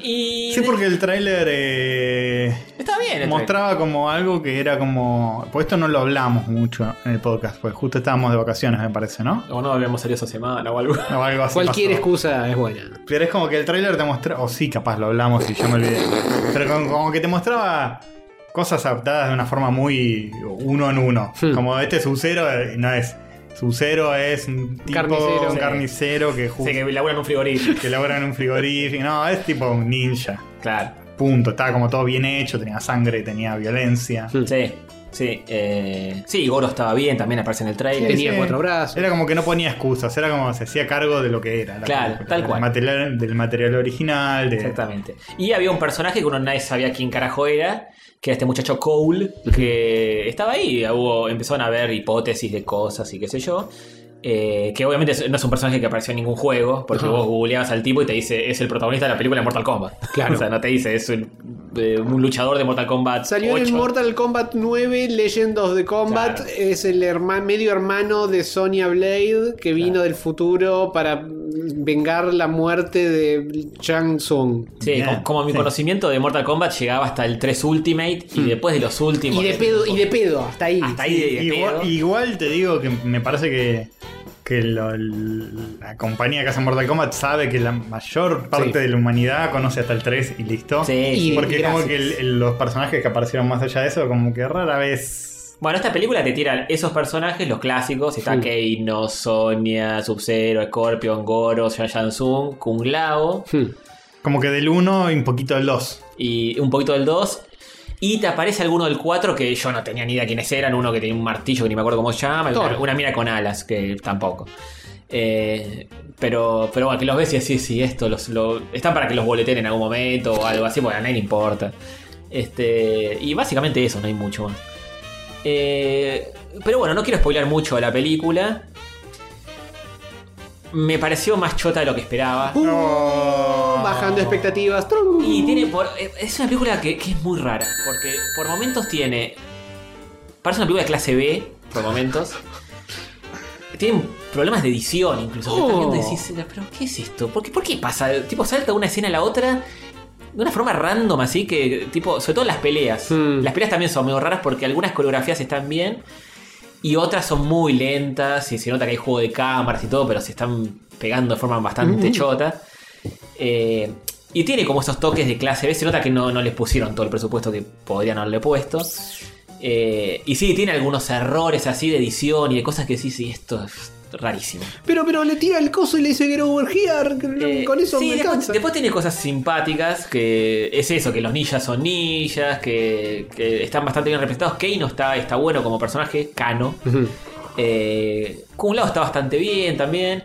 S3: Y
S1: Sí, porque el tráiler eh,
S3: está bien. el
S1: mostraba como algo que era como... Pues esto no lo hablamos mucho en el podcast, pues justo estábamos de vacaciones, me parece, ¿no?
S3: tráiler. O no habíamos salido esa semana o algo.
S1: O algo así
S2: Cualquier
S1: pasó.
S2: excusa es buena.
S1: Pero es como que el tráiler te mostraba... O sí, capaz lo hablamos y ya me olvidé. Pero como, como que te mostraba cosas adaptadas de una forma muy uno en uno.
S3: Hmm.
S1: Como este Sub-Zero eh, no es... Sub-Zero es un tipo...
S3: Carnicero.
S1: Un
S3: Sí.
S1: carnicero que
S3: Sí, que laburan en un frigorífico.
S1: que laboran en un frigorífico. No, es tipo un ninja.
S3: Claro.
S1: Punto. Estaba como todo bien hecho, tenía sangre, tenía violencia.
S2: Hmm.
S3: Sí, sí. eh, sí, Goro estaba bien, también aparece en el tráiler.
S1: Sí. Era como que no ponía excusas, era como se hacía cargo de lo que era. la
S3: Claro,
S1: película,
S3: tal
S1: del
S3: cual.
S1: Material, del material original. de-
S3: Exactamente. Y había un personaje que uno nadie sabía quién carajo era, que era este muchacho Cole, que estaba ahí. Hubo, empezaron a ver hipótesis de cosas y qué sé yo. eh, que obviamente es- no es un personaje que apareció en ningún juego, porque
S2: Ajá.
S3: vos googleabas al tipo y te dice es el protagonista de la película Mortal Kombat. (laughs)
S2: Claro.
S3: o sea, no te dice es un, eh, un luchador de Mortal Kombat.
S2: Salió en el
S3: 8".
S2: Mortal Kombat 9, Legend of the Combat. Es el herma- medio hermano de Sonya Blade que vino del futuro para mm, vengar la muerte de Shang Tsung.
S3: Sí, como, como mi conocimiento de Mortal Kombat llegaba hasta el 3 Ultimate y después de los últimos.
S2: Hmm. Y de pedo, y de pedo, hasta ahí.
S3: Hasta ahí de- de
S1: igual,
S3: pedo.
S1: igual te digo que me parece que, que lo- la compañía que hace Mortal Kombat sabe que la mayor parte
S2: Sí.
S1: de la humanidad conoce hasta el 3 y listo.
S3: Sí,
S1: Porque
S3: sí,
S1: como
S3: gracias.
S1: que el- el- los personajes que aparecieron más allá de eso, como que rara vez...
S3: Bueno, esta película te tiran esos personajes, los clásicos. Está
S1: Sí.
S3: Keino, Sonia, Sub-Zero, Scorpion, Goro, Shang Tsung, Kung Lao.
S2: Hmm.
S1: Como que del 1 y un poquito del 2.
S3: Y un poquito del 2. Y te aparece alguno del 4 que yo no tenía ni idea quiénes eran. Uno que tenía un martillo que ni me acuerdo cómo se llama. y Una,
S2: Thor.
S3: una mina con alas que tampoco. Eh, pero, pero bueno, que los ves y decís, sí, esto los, lo- están para que los boleteen en algún momento o algo así, porque a nadie le importa. Este, y básicamente eso, no hay mucho más. Eh, pero bueno, no quiero spoilear mucho de la película. Me pareció más chota de lo que esperaba.
S2: Uh, Bajando expectativas. ¡Trum!
S3: Y tiene por. eh, Es una película que, que es muy rara. Porque por momentos tiene. Parece una película de clase B, por momentos. Tiene problemas de edición, incluso. porque estás viendo y decís, pero ¿qué es esto? ¿Por qué, por qué pasa? Tipo, salta de una escena a la otra de una forma random, así que, tipo, sobre todo las peleas. Las peleas también son medio raras porque algunas coreografías están bien y otras son muy lentas y se nota que hay juego de cámaras y todo, pero se están pegando de forma bastante
S2: Mm.
S3: chota. Eh, y tiene como esos toques de clase B, se nota que no, no les pusieron todo el presupuesto que podrían haberle puesto. Eh, y sí, tiene algunos errores así de edición y de cosas que sí, sí, esto es rarísimo.
S2: Pero, pero le tira el coso y le dice que era overgear. que
S3: Eh,
S2: Con eso
S3: sí,
S2: me
S3: después,
S2: cansa.
S3: después tiene cosas simpáticas, que es eso, que los ninjas son ninjas, que, que están bastante bien representados. Keino está, está bueno como personaje, Kano. Eh, Kung Lao está bastante bien también.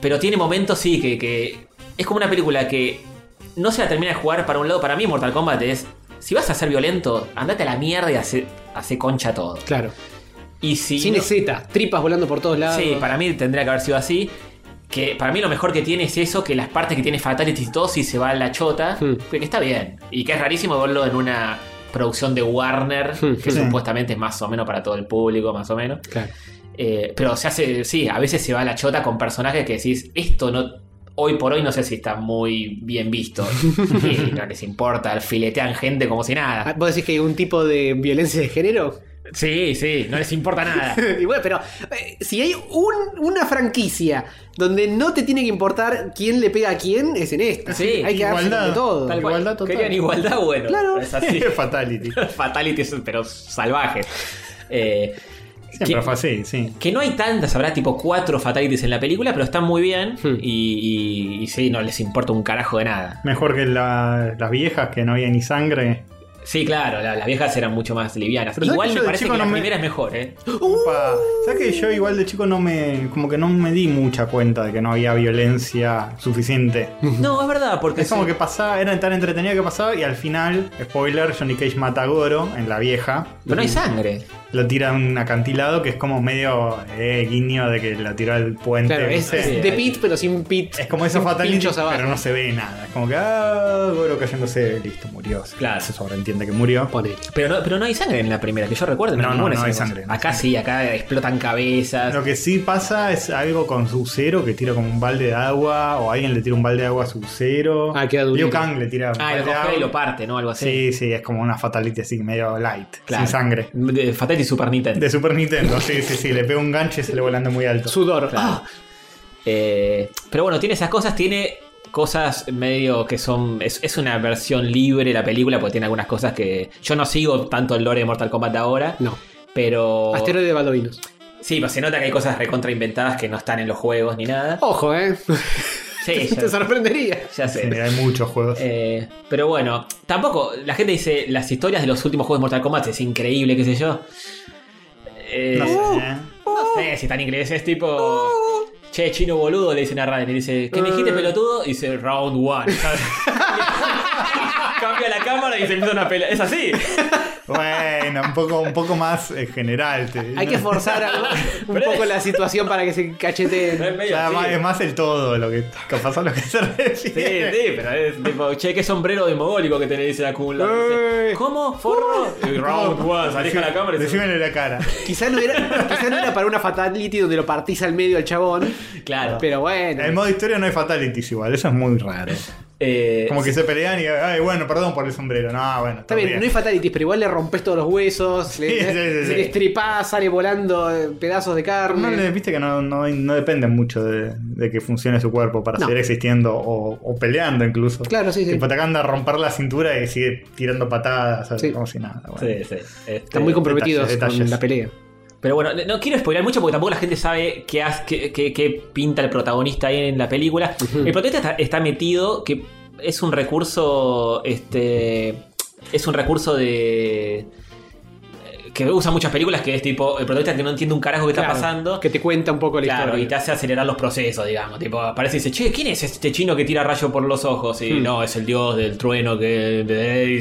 S3: Pero tiene momentos, sí, que, que es como una película que no se la termina de jugar para un lado. Para mí Mortal Kombat es, si vas a ser violento, andate a la mierda y hace, hace concha todo.
S2: Claro.
S3: Y si
S2: Cine
S3: no-
S2: Z, tripas volando por todos lados.
S3: Sí, para mí tendría que haber sido así. Que para mí lo mejor que tiene es eso, que las partes que tiene Fatality y todo, si se va a la chota, que está bien. Y que es rarísimo verlo en una producción de Warner, que
S2: sí.
S3: supuestamente es más o menos para todo el público, más o menos.
S2: Claro.
S3: Eh, pero se hace, sí, a veces se va a la chota con personajes que decís, esto no, hoy por hoy no sé si está muy bien visto. y no les importa, filetean gente como si nada.
S2: Ah, ¿Vos decís que hay un tipo de violencia de género?
S3: Sí, sí, no les importa nada.
S2: (laughs) y bueno, pero eh, si hay un- una franquicia donde no te tiene que importar quién le pega a quién, es en esta.
S3: Sí,
S2: hay que darse
S1: igualdad.
S2: de todo.
S3: Tal cual. Querían igualdad, bueno.
S2: Claro.
S1: (laughs)
S3: Es así. (laughs)
S1: Fatality.
S3: Fatality, es- pero salvaje. Eh,
S1: Siempre fue así, sí.
S3: que no hay tantas, habrá tipo cuatro fatalities en la película, pero están muy bien.
S1: Hmm.
S3: Y, y- y sí, no les importa un carajo de nada.
S1: Mejor que la- las viejas que no había ni sangre.
S3: Sí, claro, la- las viejas eran mucho más livianas.
S1: Pero ¿sabes
S3: Igual
S1: que yo
S3: me
S1: de
S3: parece
S1: chico
S3: que
S1: no
S3: la
S1: me-
S3: primera es
S1: (laughs)
S3: mejor, ¿eh?
S1: Upa, ¿sabes que yo igual de chico no me. como que no me di mucha cuenta de que no había violencia suficiente?
S3: No, es verdad, porque.
S1: Es como que pasaba, era tan entretenida que pasaba y al final, spoiler, Johnny Cage mata a Goro en la vieja.
S3: Pero no hay sangre.
S1: Lo tira a un acantilado que es como medio eh, guiño de que lo tiró al puente.
S2: Claro, es,
S1: ¿viste?
S2: es de Pit, pero sin Pit.
S1: Es como esos fatalities,
S2: pinchos abajo.
S1: pero no se ve nada. Es como que, ah, Goro cayéndose, listo, murió. Claro. Se sobreentiende que murió.
S3: Pero no, pero no hay sangre en la primera, que yo recuerdo.
S1: No, no,
S3: ninguna
S1: no hay
S3: escena.
S1: sangre,
S3: Acá sí, acá explotan cabezas.
S1: Lo que sí pasa es algo con su cero que tira como un balde de agua o alguien le tira un balde de agua a su cero. Ah, queda
S3: durito.
S1: Liu Kang le tira. un
S3: Ah,
S1: balde de
S3: lo coge
S1: agua.
S3: y lo parte, ¿no? Algo así.
S1: Sí, sí, es como una fatality así, medio light,
S3: Claro.
S1: sin sangre.
S3: De Fatality Super Nintendo.
S1: De Super Nintendo, sí, sí, sí. Le pega un gancho y sale volando muy alto. Sudor.
S2: Ah,
S3: Eh, pero bueno, tiene esas cosas, tiene cosas medio que son. Es, es una versión libre la película, porque tiene algunas cosas que. Yo no sigo tanto el lore de Mortal Kombat ahora. No. Pero.
S2: Asteroide de Baldovinos.
S3: Sí, pero se nota que hay cosas recontrainventadas que no están en los juegos ni nada.
S2: Ojo, ¿eh?
S3: Sí,
S2: (laughs) Te
S3: ya,
S2: sorprendería.
S3: ya sé.
S1: hay muchos juegos.
S3: Eh, pero bueno, tampoco. La gente dice las historias de los últimos juegos de Mortal Kombat es increíble, qué sé yo. Eh,
S1: No
S2: uh.
S1: sé, ¿eh?
S3: no sé si tan inglés es tipo. Che, chino boludo, le dicen a Raiden. Y dice, ¿qué me dijiste,
S1: Eh.
S3: pelotudo? Y dice, round one. ¿sabes? Cambia la cámara y se empieza una pelea. Es así.
S1: Bueno, un poco, un poco más eh, general. te-
S2: Hay que forzar (laughs) a- un poco la situación para que se cacheteen.
S1: Claro, más- es más el todo lo que capaz a lo que se
S3: Sí, sí,
S1: refiere.
S3: pero es tipo, che, qué sombrero de mogólico que te le dice la cula. Dice, ¿Cómo? ¿Forro? Y round one, salís a la cámara y
S1: Decímelo en la cara.
S2: Quizá no, era, quizá no era para una fatality donde lo partís al medio al chabón.
S3: Claro.
S2: Pero bueno.
S1: En el modo historia no hay fatalities igual, eso es muy raro.
S3: "Eh,
S1: Como que se pelean y, ay, bueno, perdón por el sombrero. No, bueno,
S2: Está bien, no hay fatalities, pero igual le rompes todos los huesos, le,
S1: Sí, sí, sí,
S2: le
S1: sí.
S2: estripás, sale volando eh, pedazos de carne.
S1: No, le- viste que no, no- no depende mucho de, de que funcione su cuerpo para
S2: No.
S1: seguir existiendo o, o peleando incluso.
S2: Claro, sí, sí.
S1: Tipo, te anda a romper la cintura y sigue tirando patadas, ¿sabes? como si nada. bueno.
S3: Sí, sí. Este,
S2: Están muy comprometidos
S1: detalles, detalles.
S2: con la pelea.
S3: Pero bueno, no quiero spoiler mucho porque tampoco la gente sabe qué, haz- qué- qué- qué pinta el protagonista ahí en la película. El protagonista está, está metido, que es un recurso. Este. Es un recurso de. Que usan muchas películas que es tipo el protagonista que no entiende un carajo que está
S2: Claro,
S3: pasando.
S2: Que te cuenta un poco la
S3: Claro,
S2: historia.
S3: y te hace acelerar los procesos, digamos. Tipo, aparece y dice, che, ¿quién es este chino que tira rayo por los ojos? Y
S2: Hmm.
S3: no, es el dios del trueno que.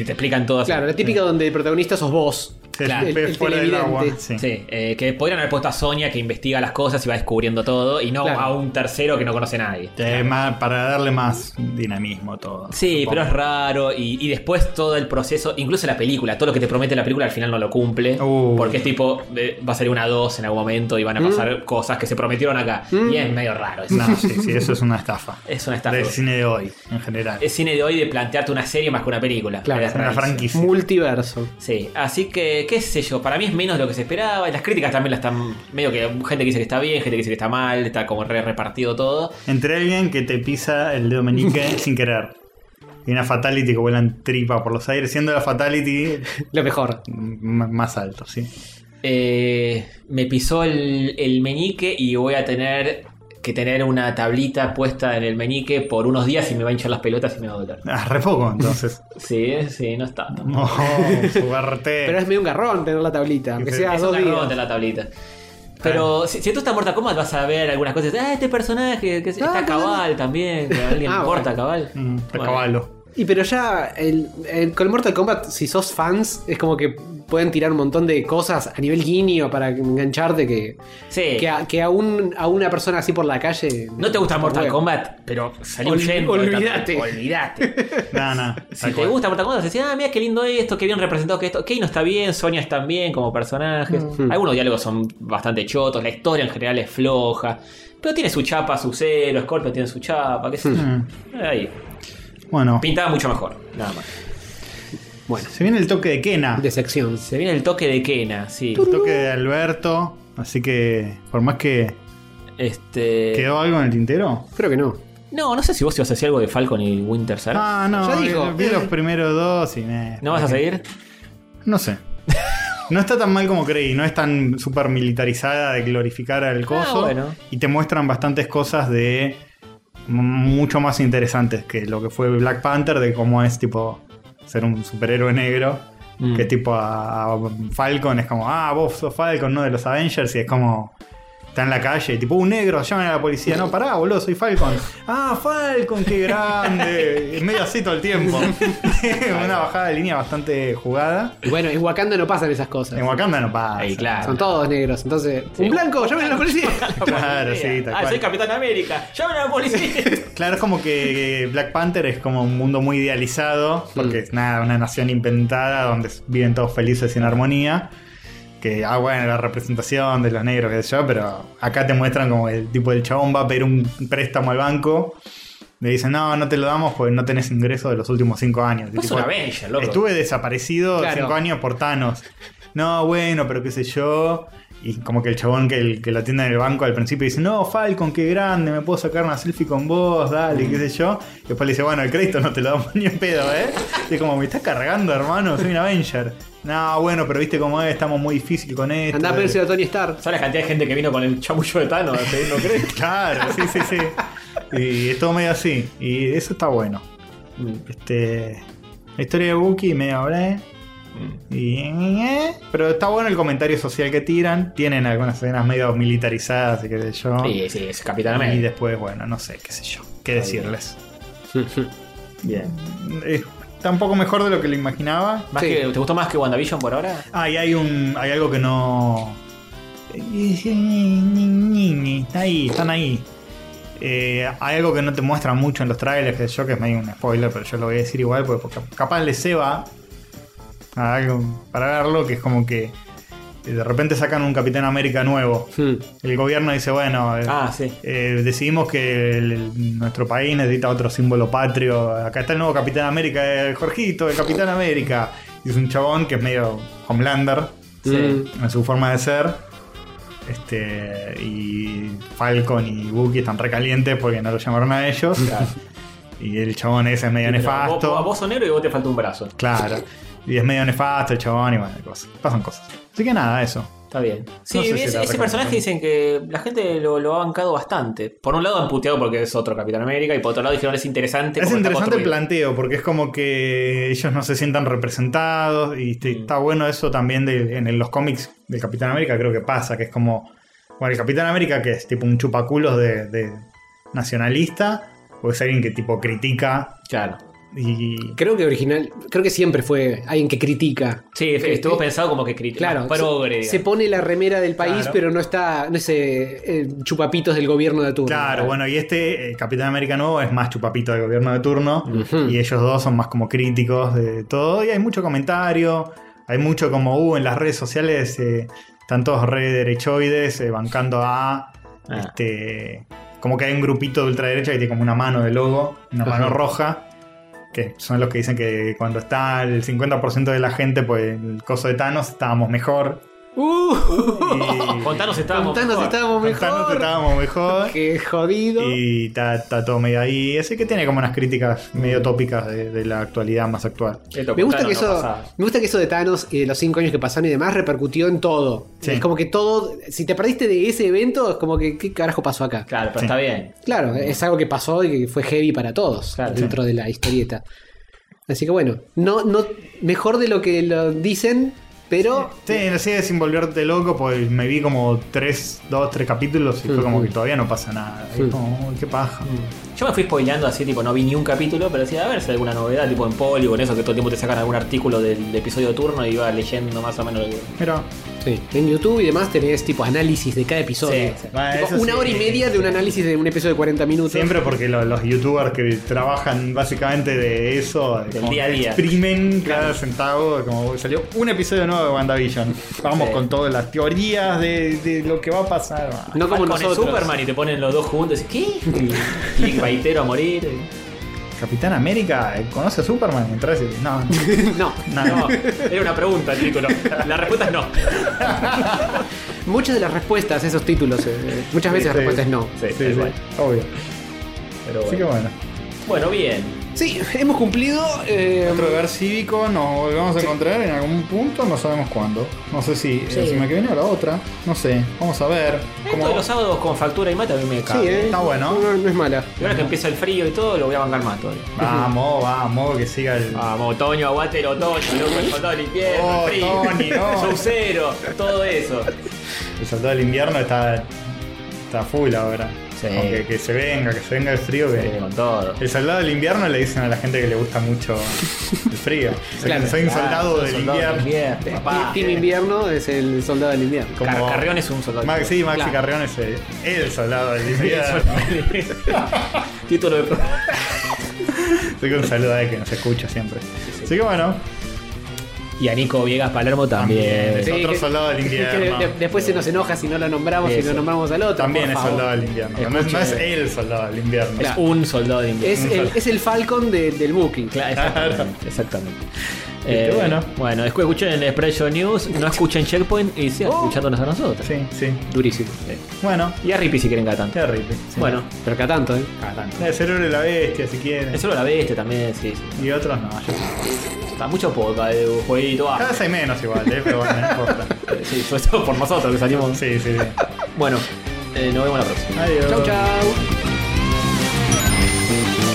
S3: y te explican todas.
S2: Claro, la típica donde el protagonista sos vos.
S3: Claro.
S2: el, el televidente.
S1: Sí,
S3: eh, que podrían haber puesto a Sonia que investiga las cosas y va descubriendo todo y no
S1: Claro.
S3: a un tercero que no conoce a nadie.
S1: Eh, más- para darle más dinamismo a todo.
S3: Sí,
S1: supongo.
S3: pero es raro y, y después todo el proceso, incluso la película, todo lo que te promete la película al final no lo cumple
S1: Uh.
S3: porque es tipo, eh, va a salir una 2 en algún momento y van a
S1: Mm.
S3: pasar cosas que se prometieron acá y es medio raro. eso.
S1: (laughs) No, sí, sí, eso es una estafa.
S3: (laughs) Es una estafa.
S1: Del cine de hoy, en general.
S3: Es cine de hoy de plantearte una serie más que una película.
S1: Claro,
S3: Es
S1: es una
S3: rarísimo.
S1: franquicia.
S2: Multiverso.
S3: Sí, así que, qué sé yo, para mí es menos de lo que se esperaba. y Las críticas también las están. medio que gente que dice que está bien, gente que dice que está mal, está como re repartido todo.
S1: Entre alguien que te pisa el dedo
S3: (laughs)
S1: meñique sin querer. Y una fatality que vuelan tripa por los aires, siendo la fatality.
S2: Lo mejor.
S1: Más alto, sí.
S3: Eh, me pisó el, el meñique y voy a tener que tener una tablita puesta en el meñique por unos días y me va a hinchar las pelotas y me va a doler.
S1: Ah, re poco,
S3: (laughs)
S1: entonces.
S3: Sí, sí, no está.
S1: No, fuerte.
S2: Pero es medio un garrón tener la tablita, aunque sea
S3: es
S2: dos
S3: una
S2: días. Ah.
S3: ronda la tablita. Pero si, si tú estás Mortal Kombat vas a ver algunas cosas. Ah, este personaje, que está Cabal también. que a alguien le
S2: Ah,
S3: importa Cabal.
S1: Está
S3: Bueno.
S1: cabalo.
S2: Y pero ya el, el- con Mortal Kombat, si sos fans, es como que pueden tirar un montón de cosas a nivel guiño para engancharte que,
S3: Sí.
S2: que, a, que a, un, a una persona así por la calle...
S3: No te gusta
S2: está
S3: Mortal
S2: bueno.
S3: Kombat, pero salió
S2: Ol-
S3: huyendo.
S2: olvídate. (laughs)
S3: Olvídate.
S1: No, no.
S3: Si te gusta Mortal Kombat, decís, ah, mira qué lindo esto, qué bien representado que esto. Kano está bien, Sonya está bien como personajes. Algunos diálogos son bastante chotos, la historia en general es floja. Pero tiene su chapa, su cero, Scorpio tiene su chapa, qué sé yo.
S1: Mm.
S3: Ahí.
S1: Bueno.
S3: Pintaba mucho mejor, nada más.
S2: Bueno.
S1: Se viene el toque de Kena.
S2: De sección.
S3: Se viene el toque de Kena, sí.
S1: El toque de Alberto. Así que, por más
S3: Eh.
S1: que.
S3: Este.
S1: ¿Quedó algo en el tintero?
S2: Creo que no.
S3: No, no sé si vos ibas a decir algo de Falcon y Winter Soldier.
S1: Ah, no.
S3: Ya
S1: vi-
S3: dijo.
S1: Vi los primeros dos y me.
S3: eh. ¿No vas a seguir?
S1: No sé. No está tan mal como creí, no es tan súper militarizada de glorificar al coso.
S3: bueno.
S1: Y te muestran bastantes cosas de m- mucho más interesantes que lo que fue Black Panther, de cómo es tipo ser un superhéroe negro. Que tipo a, a Falcon es como, ah, vos sos Falcon, no de los Avengers, y es como. Está en la calle, y tipo, un negro, llaman a la policía. No, pará, boludo, soy Falcon. Ah, Falcon, qué grande. Y es medio así todo el tiempo. (laughs) Una bajada de línea bastante jugada.
S2: Y bueno, en Wakanda no pasan esas cosas.
S1: En Wakanda no pasa.
S2: Son todos negros, entonces. ¡Un blanco! ¡Llamen a la policía!
S1: (laughs) Claro, sí, tal
S3: Ah,
S1: cual.
S3: soy Capitán América. Llamen a la policía.
S1: (laughs) Claro, es como que Black Panther es como un mundo muy idealizado, porque es nada, una nación inventada donde viven todos felices y en armonía. Que, ah, bueno, la representación de los negros, qué sé yo, pero acá te muestran como el tipo del chabón va a pedir un préstamo al banco. Le dicen, no, no te lo damos porque no tenés ingreso de los últimos cinco años. Y
S3: Vos sos
S1: tipo,
S3: un Avenger, loco.
S1: Estuve desaparecido
S3: Claro.
S1: cinco años por Thanos. No, bueno, pero qué sé yo. Y como que el chabón que, el- que lo atiende en el banco al principio dice, no, Falcon, qué grande, me puedo sacar una selfie con vos, dale, qué sé yo. Y después le dice, bueno, el crédito no te lo damos (laughs) ni en pedo, ¿eh? Y es como, me estás cargando, hermano, soy un Avenger. No, bueno, pero viste cómo es, estamos muy difícil con esto.
S2: Andá a
S1: Eh,
S2: pedirse a Tony Stark.
S3: ¿Sabes la cantidad de gente que vino con el chamullo de Thanos? ¿No crees?
S1: (laughs) Claro, sí, sí, sí. Y es todo medio así. Y eso está bueno. Este. La historia de Buki, medio hablé.
S3: Mm.
S1: Y. eh, Pero está bueno el comentario social que tiran. Tienen algunas escenas medio militarizadas y qué sé (laughs) yo.
S3: Sí, sí, es Capitán
S1: Y
S3: América.
S1: después, bueno, no sé, qué sé yo. ¿Qué
S3: Está
S1: decirles?
S3: (laughs) Bien.
S1: Eh, Está un poco mejor de lo que lo imaginaba.
S3: Más que- ¿Te gustó más que WandaVision por ahora?
S1: Ah, y hay un. hay algo que no. Está ahí, están ahí. Eh, hay algo que no te muestran mucho en los trailers, que yo que es medio un spoiler, pero yo lo voy a decir igual, porque, porque capaz le ceba a algo para verlo, que es como que eh, de repente sacan un Capitán América nuevo.
S2: Hmm.
S1: El gobierno dice, bueno, eh,
S3: Ah,
S1: eh, decidimos que el- el- nuestro país necesita otro símbolo patrio. Acá está el nuevo Capitán América, el Jorgito, el Capitán América. Y es un chabón que es medio Homelander
S2: Hmm.
S3: Sí.
S1: en su forma de ser. Este, y Falcon y Bucky están recalientes porque no lo llamaron a ellos. y el chabón ese es medio
S3: Pero
S1: nefasto.
S3: Vos, vos sos negro y vos te falta un brazo.
S1: Claro. Y es medio nefasto el chabón y bueno, cosas. Pasan cosas. Así que nada, eso.
S3: Está bien. Sí,
S1: No sé si
S3: ese,
S1: la
S3: ese personaje dicen que la gente lo, lo ha bancado bastante. Por un lado han puteado porque es otro Capitán América y por otro lado dijeron es interesante.
S1: Es
S3: cómo está
S1: interesante el
S3: construido".
S1: planteo, porque es como que ellos no se sientan representados y te- está bueno eso también de- en el- los cómics del Capitán América, creo que pasa, que es como, bueno, el Capitán América que es tipo un chupaculos de, de nacionalista, o es alguien que tipo critica.
S3: Claro.
S1: Y
S2: Creo que original, creo que siempre fue alguien que critica.
S3: Sí,
S2: Que-
S3: estuvo
S2: que-
S3: pensado como que crítico.
S2: Claro,
S3: progre.
S2: se, se pone la remera del país,
S1: Claro.
S2: pero no está, no sé, eh, chupapitos del gobierno de turno.
S1: Claro, bueno, y este eh, Capitán América nuevo es más chupapito del gobierno de turno. Y ellos dos son más como críticos de todo. Y hay mucho comentario. Hay mucho como, uh, en las redes sociales eh, están todos re derechoides eh, bancando
S2: Ah.
S1: a. Este, como que hay un grupito de ultraderecha que tiene como una mano de logo, una
S2: Ajá.
S1: mano roja. Que son los que dicen que cuando está el 50% de la gente, pues el coso de Thanos estábamos
S2: (laughs)
S1: mejor.
S3: Uh, con Thanos estábamos.
S2: Contanos,
S3: mejor.
S2: estábamos mejor.
S1: Thanos estábamos mejor.
S2: Qué jodido.
S1: Y está, está todo medio ahí. Así que tiene como unas críticas medio tópicas de, de la actualidad más actual.
S2: Me gusta, que eso, me gusta que eso de Thanos y de los cinco años que pasaron y demás repercutió en todo.
S1: Sí.
S2: Es como que todo, si te perdiste de ese evento, es como que, ¿qué carajo pasó acá?
S3: Claro, pero
S1: Sí.
S3: está bien.
S2: Claro, es algo que pasó y que fue heavy para todos dentro de la historieta. Así que bueno, no, no, mejor de lo que lo dicen, pero
S1: Sí, no sé, sin volverte loco, pues me vi como tres, dos, tres capítulos y fue como que todavía no pasa nada. Y
S3: Mm.
S1: como, uy, qué paja.
S3: Yo me fui spoileando así, tipo, no vi ni un capítulo, pero decía, a ver si hay alguna novedad, tipo en Poli o en eso, que todo el tiempo te sacan algún artículo del episodio de turno y iba leyendo más o menos lo que.
S1: Pero
S2: sí, en YouTube y demás tenés tipo análisis de cada episodio.
S3: Sí, sí.
S2: Tipo,
S1: Ah, eso
S2: una
S1: sí.
S2: hora y media de un análisis de un episodio de 40 minutos.
S1: Siempre porque lo- los youtubers que trabajan básicamente de eso, eh, como
S3: día a día.
S1: exprimen cada centavo, como "Uy, salió un episodio nuevo de WandaVision. Vamos
S3: Sí.
S1: con todas las teorías de, de lo que va a pasar.
S2: No como
S3: Con el
S2: nosotros.
S3: Superman y te ponen los dos juntos y ¿qué? Clickbaitero a morir.
S1: Capitán América, eh, ¿conoce a Superman? Entras y no,
S2: (laughs)
S3: (laughs)
S2: no,
S1: no.
S3: No, era una pregunta el título. La respuesta es no.
S2: Muchas de las respuestas a esos títulos, eh, muchas veces
S1: Sí,
S2: la respuesta
S1: sí.
S2: es no.
S1: Sí, sí, obvio.
S3: Pero
S1: Así que
S3: bueno.
S1: bueno.
S3: Bueno, bien.
S2: Sí, hemos cumplido. eh,
S1: Otro hogar cívico, nos volvemos a encontrar en algún punto, no sabemos cuándo. No sé si eh,
S2: Sí.
S1: la semana que viene o la otra, no sé. Vamos a ver.
S3: Esto de los sábados con factura y mate a mí me cae.
S1: Sí, eh, Está bueno.
S2: No, no es mala.
S3: Y ahora que empieza el frío y todo, lo voy a bancar más todavía.
S1: Vamos, vamos, que siga el.
S3: Vamos, otoño, aguante el otoño, loco, el soldado del invierno,
S1: Oh,
S3: el frío,
S1: Tony, no.
S3: Sub-Zero, todo eso.
S1: El soldado del invierno está, está full ahora. Aunque que se venga, que se venga el frío. Que...
S3: con todo.
S1: El soldado del invierno le dicen a la gente que le gusta mucho el frío. O sea, que soy un soldado del invierno. Papá.
S2: Team Invierno es el soldado del invierno.
S1: Como- Car- Carrión
S3: es un soldado.
S1: Max- sí, Maxi
S2: Claro.
S1: Carrión es el, el soldado del invierno.
S3: (laughs) Título de programa.
S1: Así que un saludo a él que nos escucha siempre. Así que bueno,
S3: Y a Nico Viegas Palermo también.
S1: es otro soldado del
S2: (laughs) que
S1: invierno.
S2: de- después se nos enoja si no lo nombramos y
S3: Eso.
S2: lo nombramos al otro.
S1: También es
S2: por favor.
S1: soldado del invierno. No es, no es el soldado del invierno.
S3: Es un soldado de
S2: Es
S3: invierno. Mm,
S2: el, es el Falcon de- del Booking.
S3: Claro, exactamente. exactamente.
S1: Este, bueno.
S3: bueno, bueno, escu- escuchen Expresso News, no escuchen Checkpoint y sigan escuchándonos a nosotros.
S1: Sí, sí.
S3: Durísimo.
S1: Bueno,
S3: Y a Rippy si quieren cada tanto.
S1: qué rico. Sí.
S3: Bueno,
S2: Pero cada tanto, ¿eh?
S1: Ah, tanto. El cerebro de la bestia, si quieren.
S3: el solo la bestia este también, sí. sí.
S1: Y otros no. yo-
S3: Está mucho poca de jueguito. ah.
S1: Cada vez hay menos igual, ¿eh? pero bueno, no importa.
S3: Sí, sobre todo por nosotros que salimos.
S1: Sí, sí, sí.
S3: Bueno, eh, nos vemos la próxima.
S1: Adiós.
S2: Chau, chau.
S1: chau.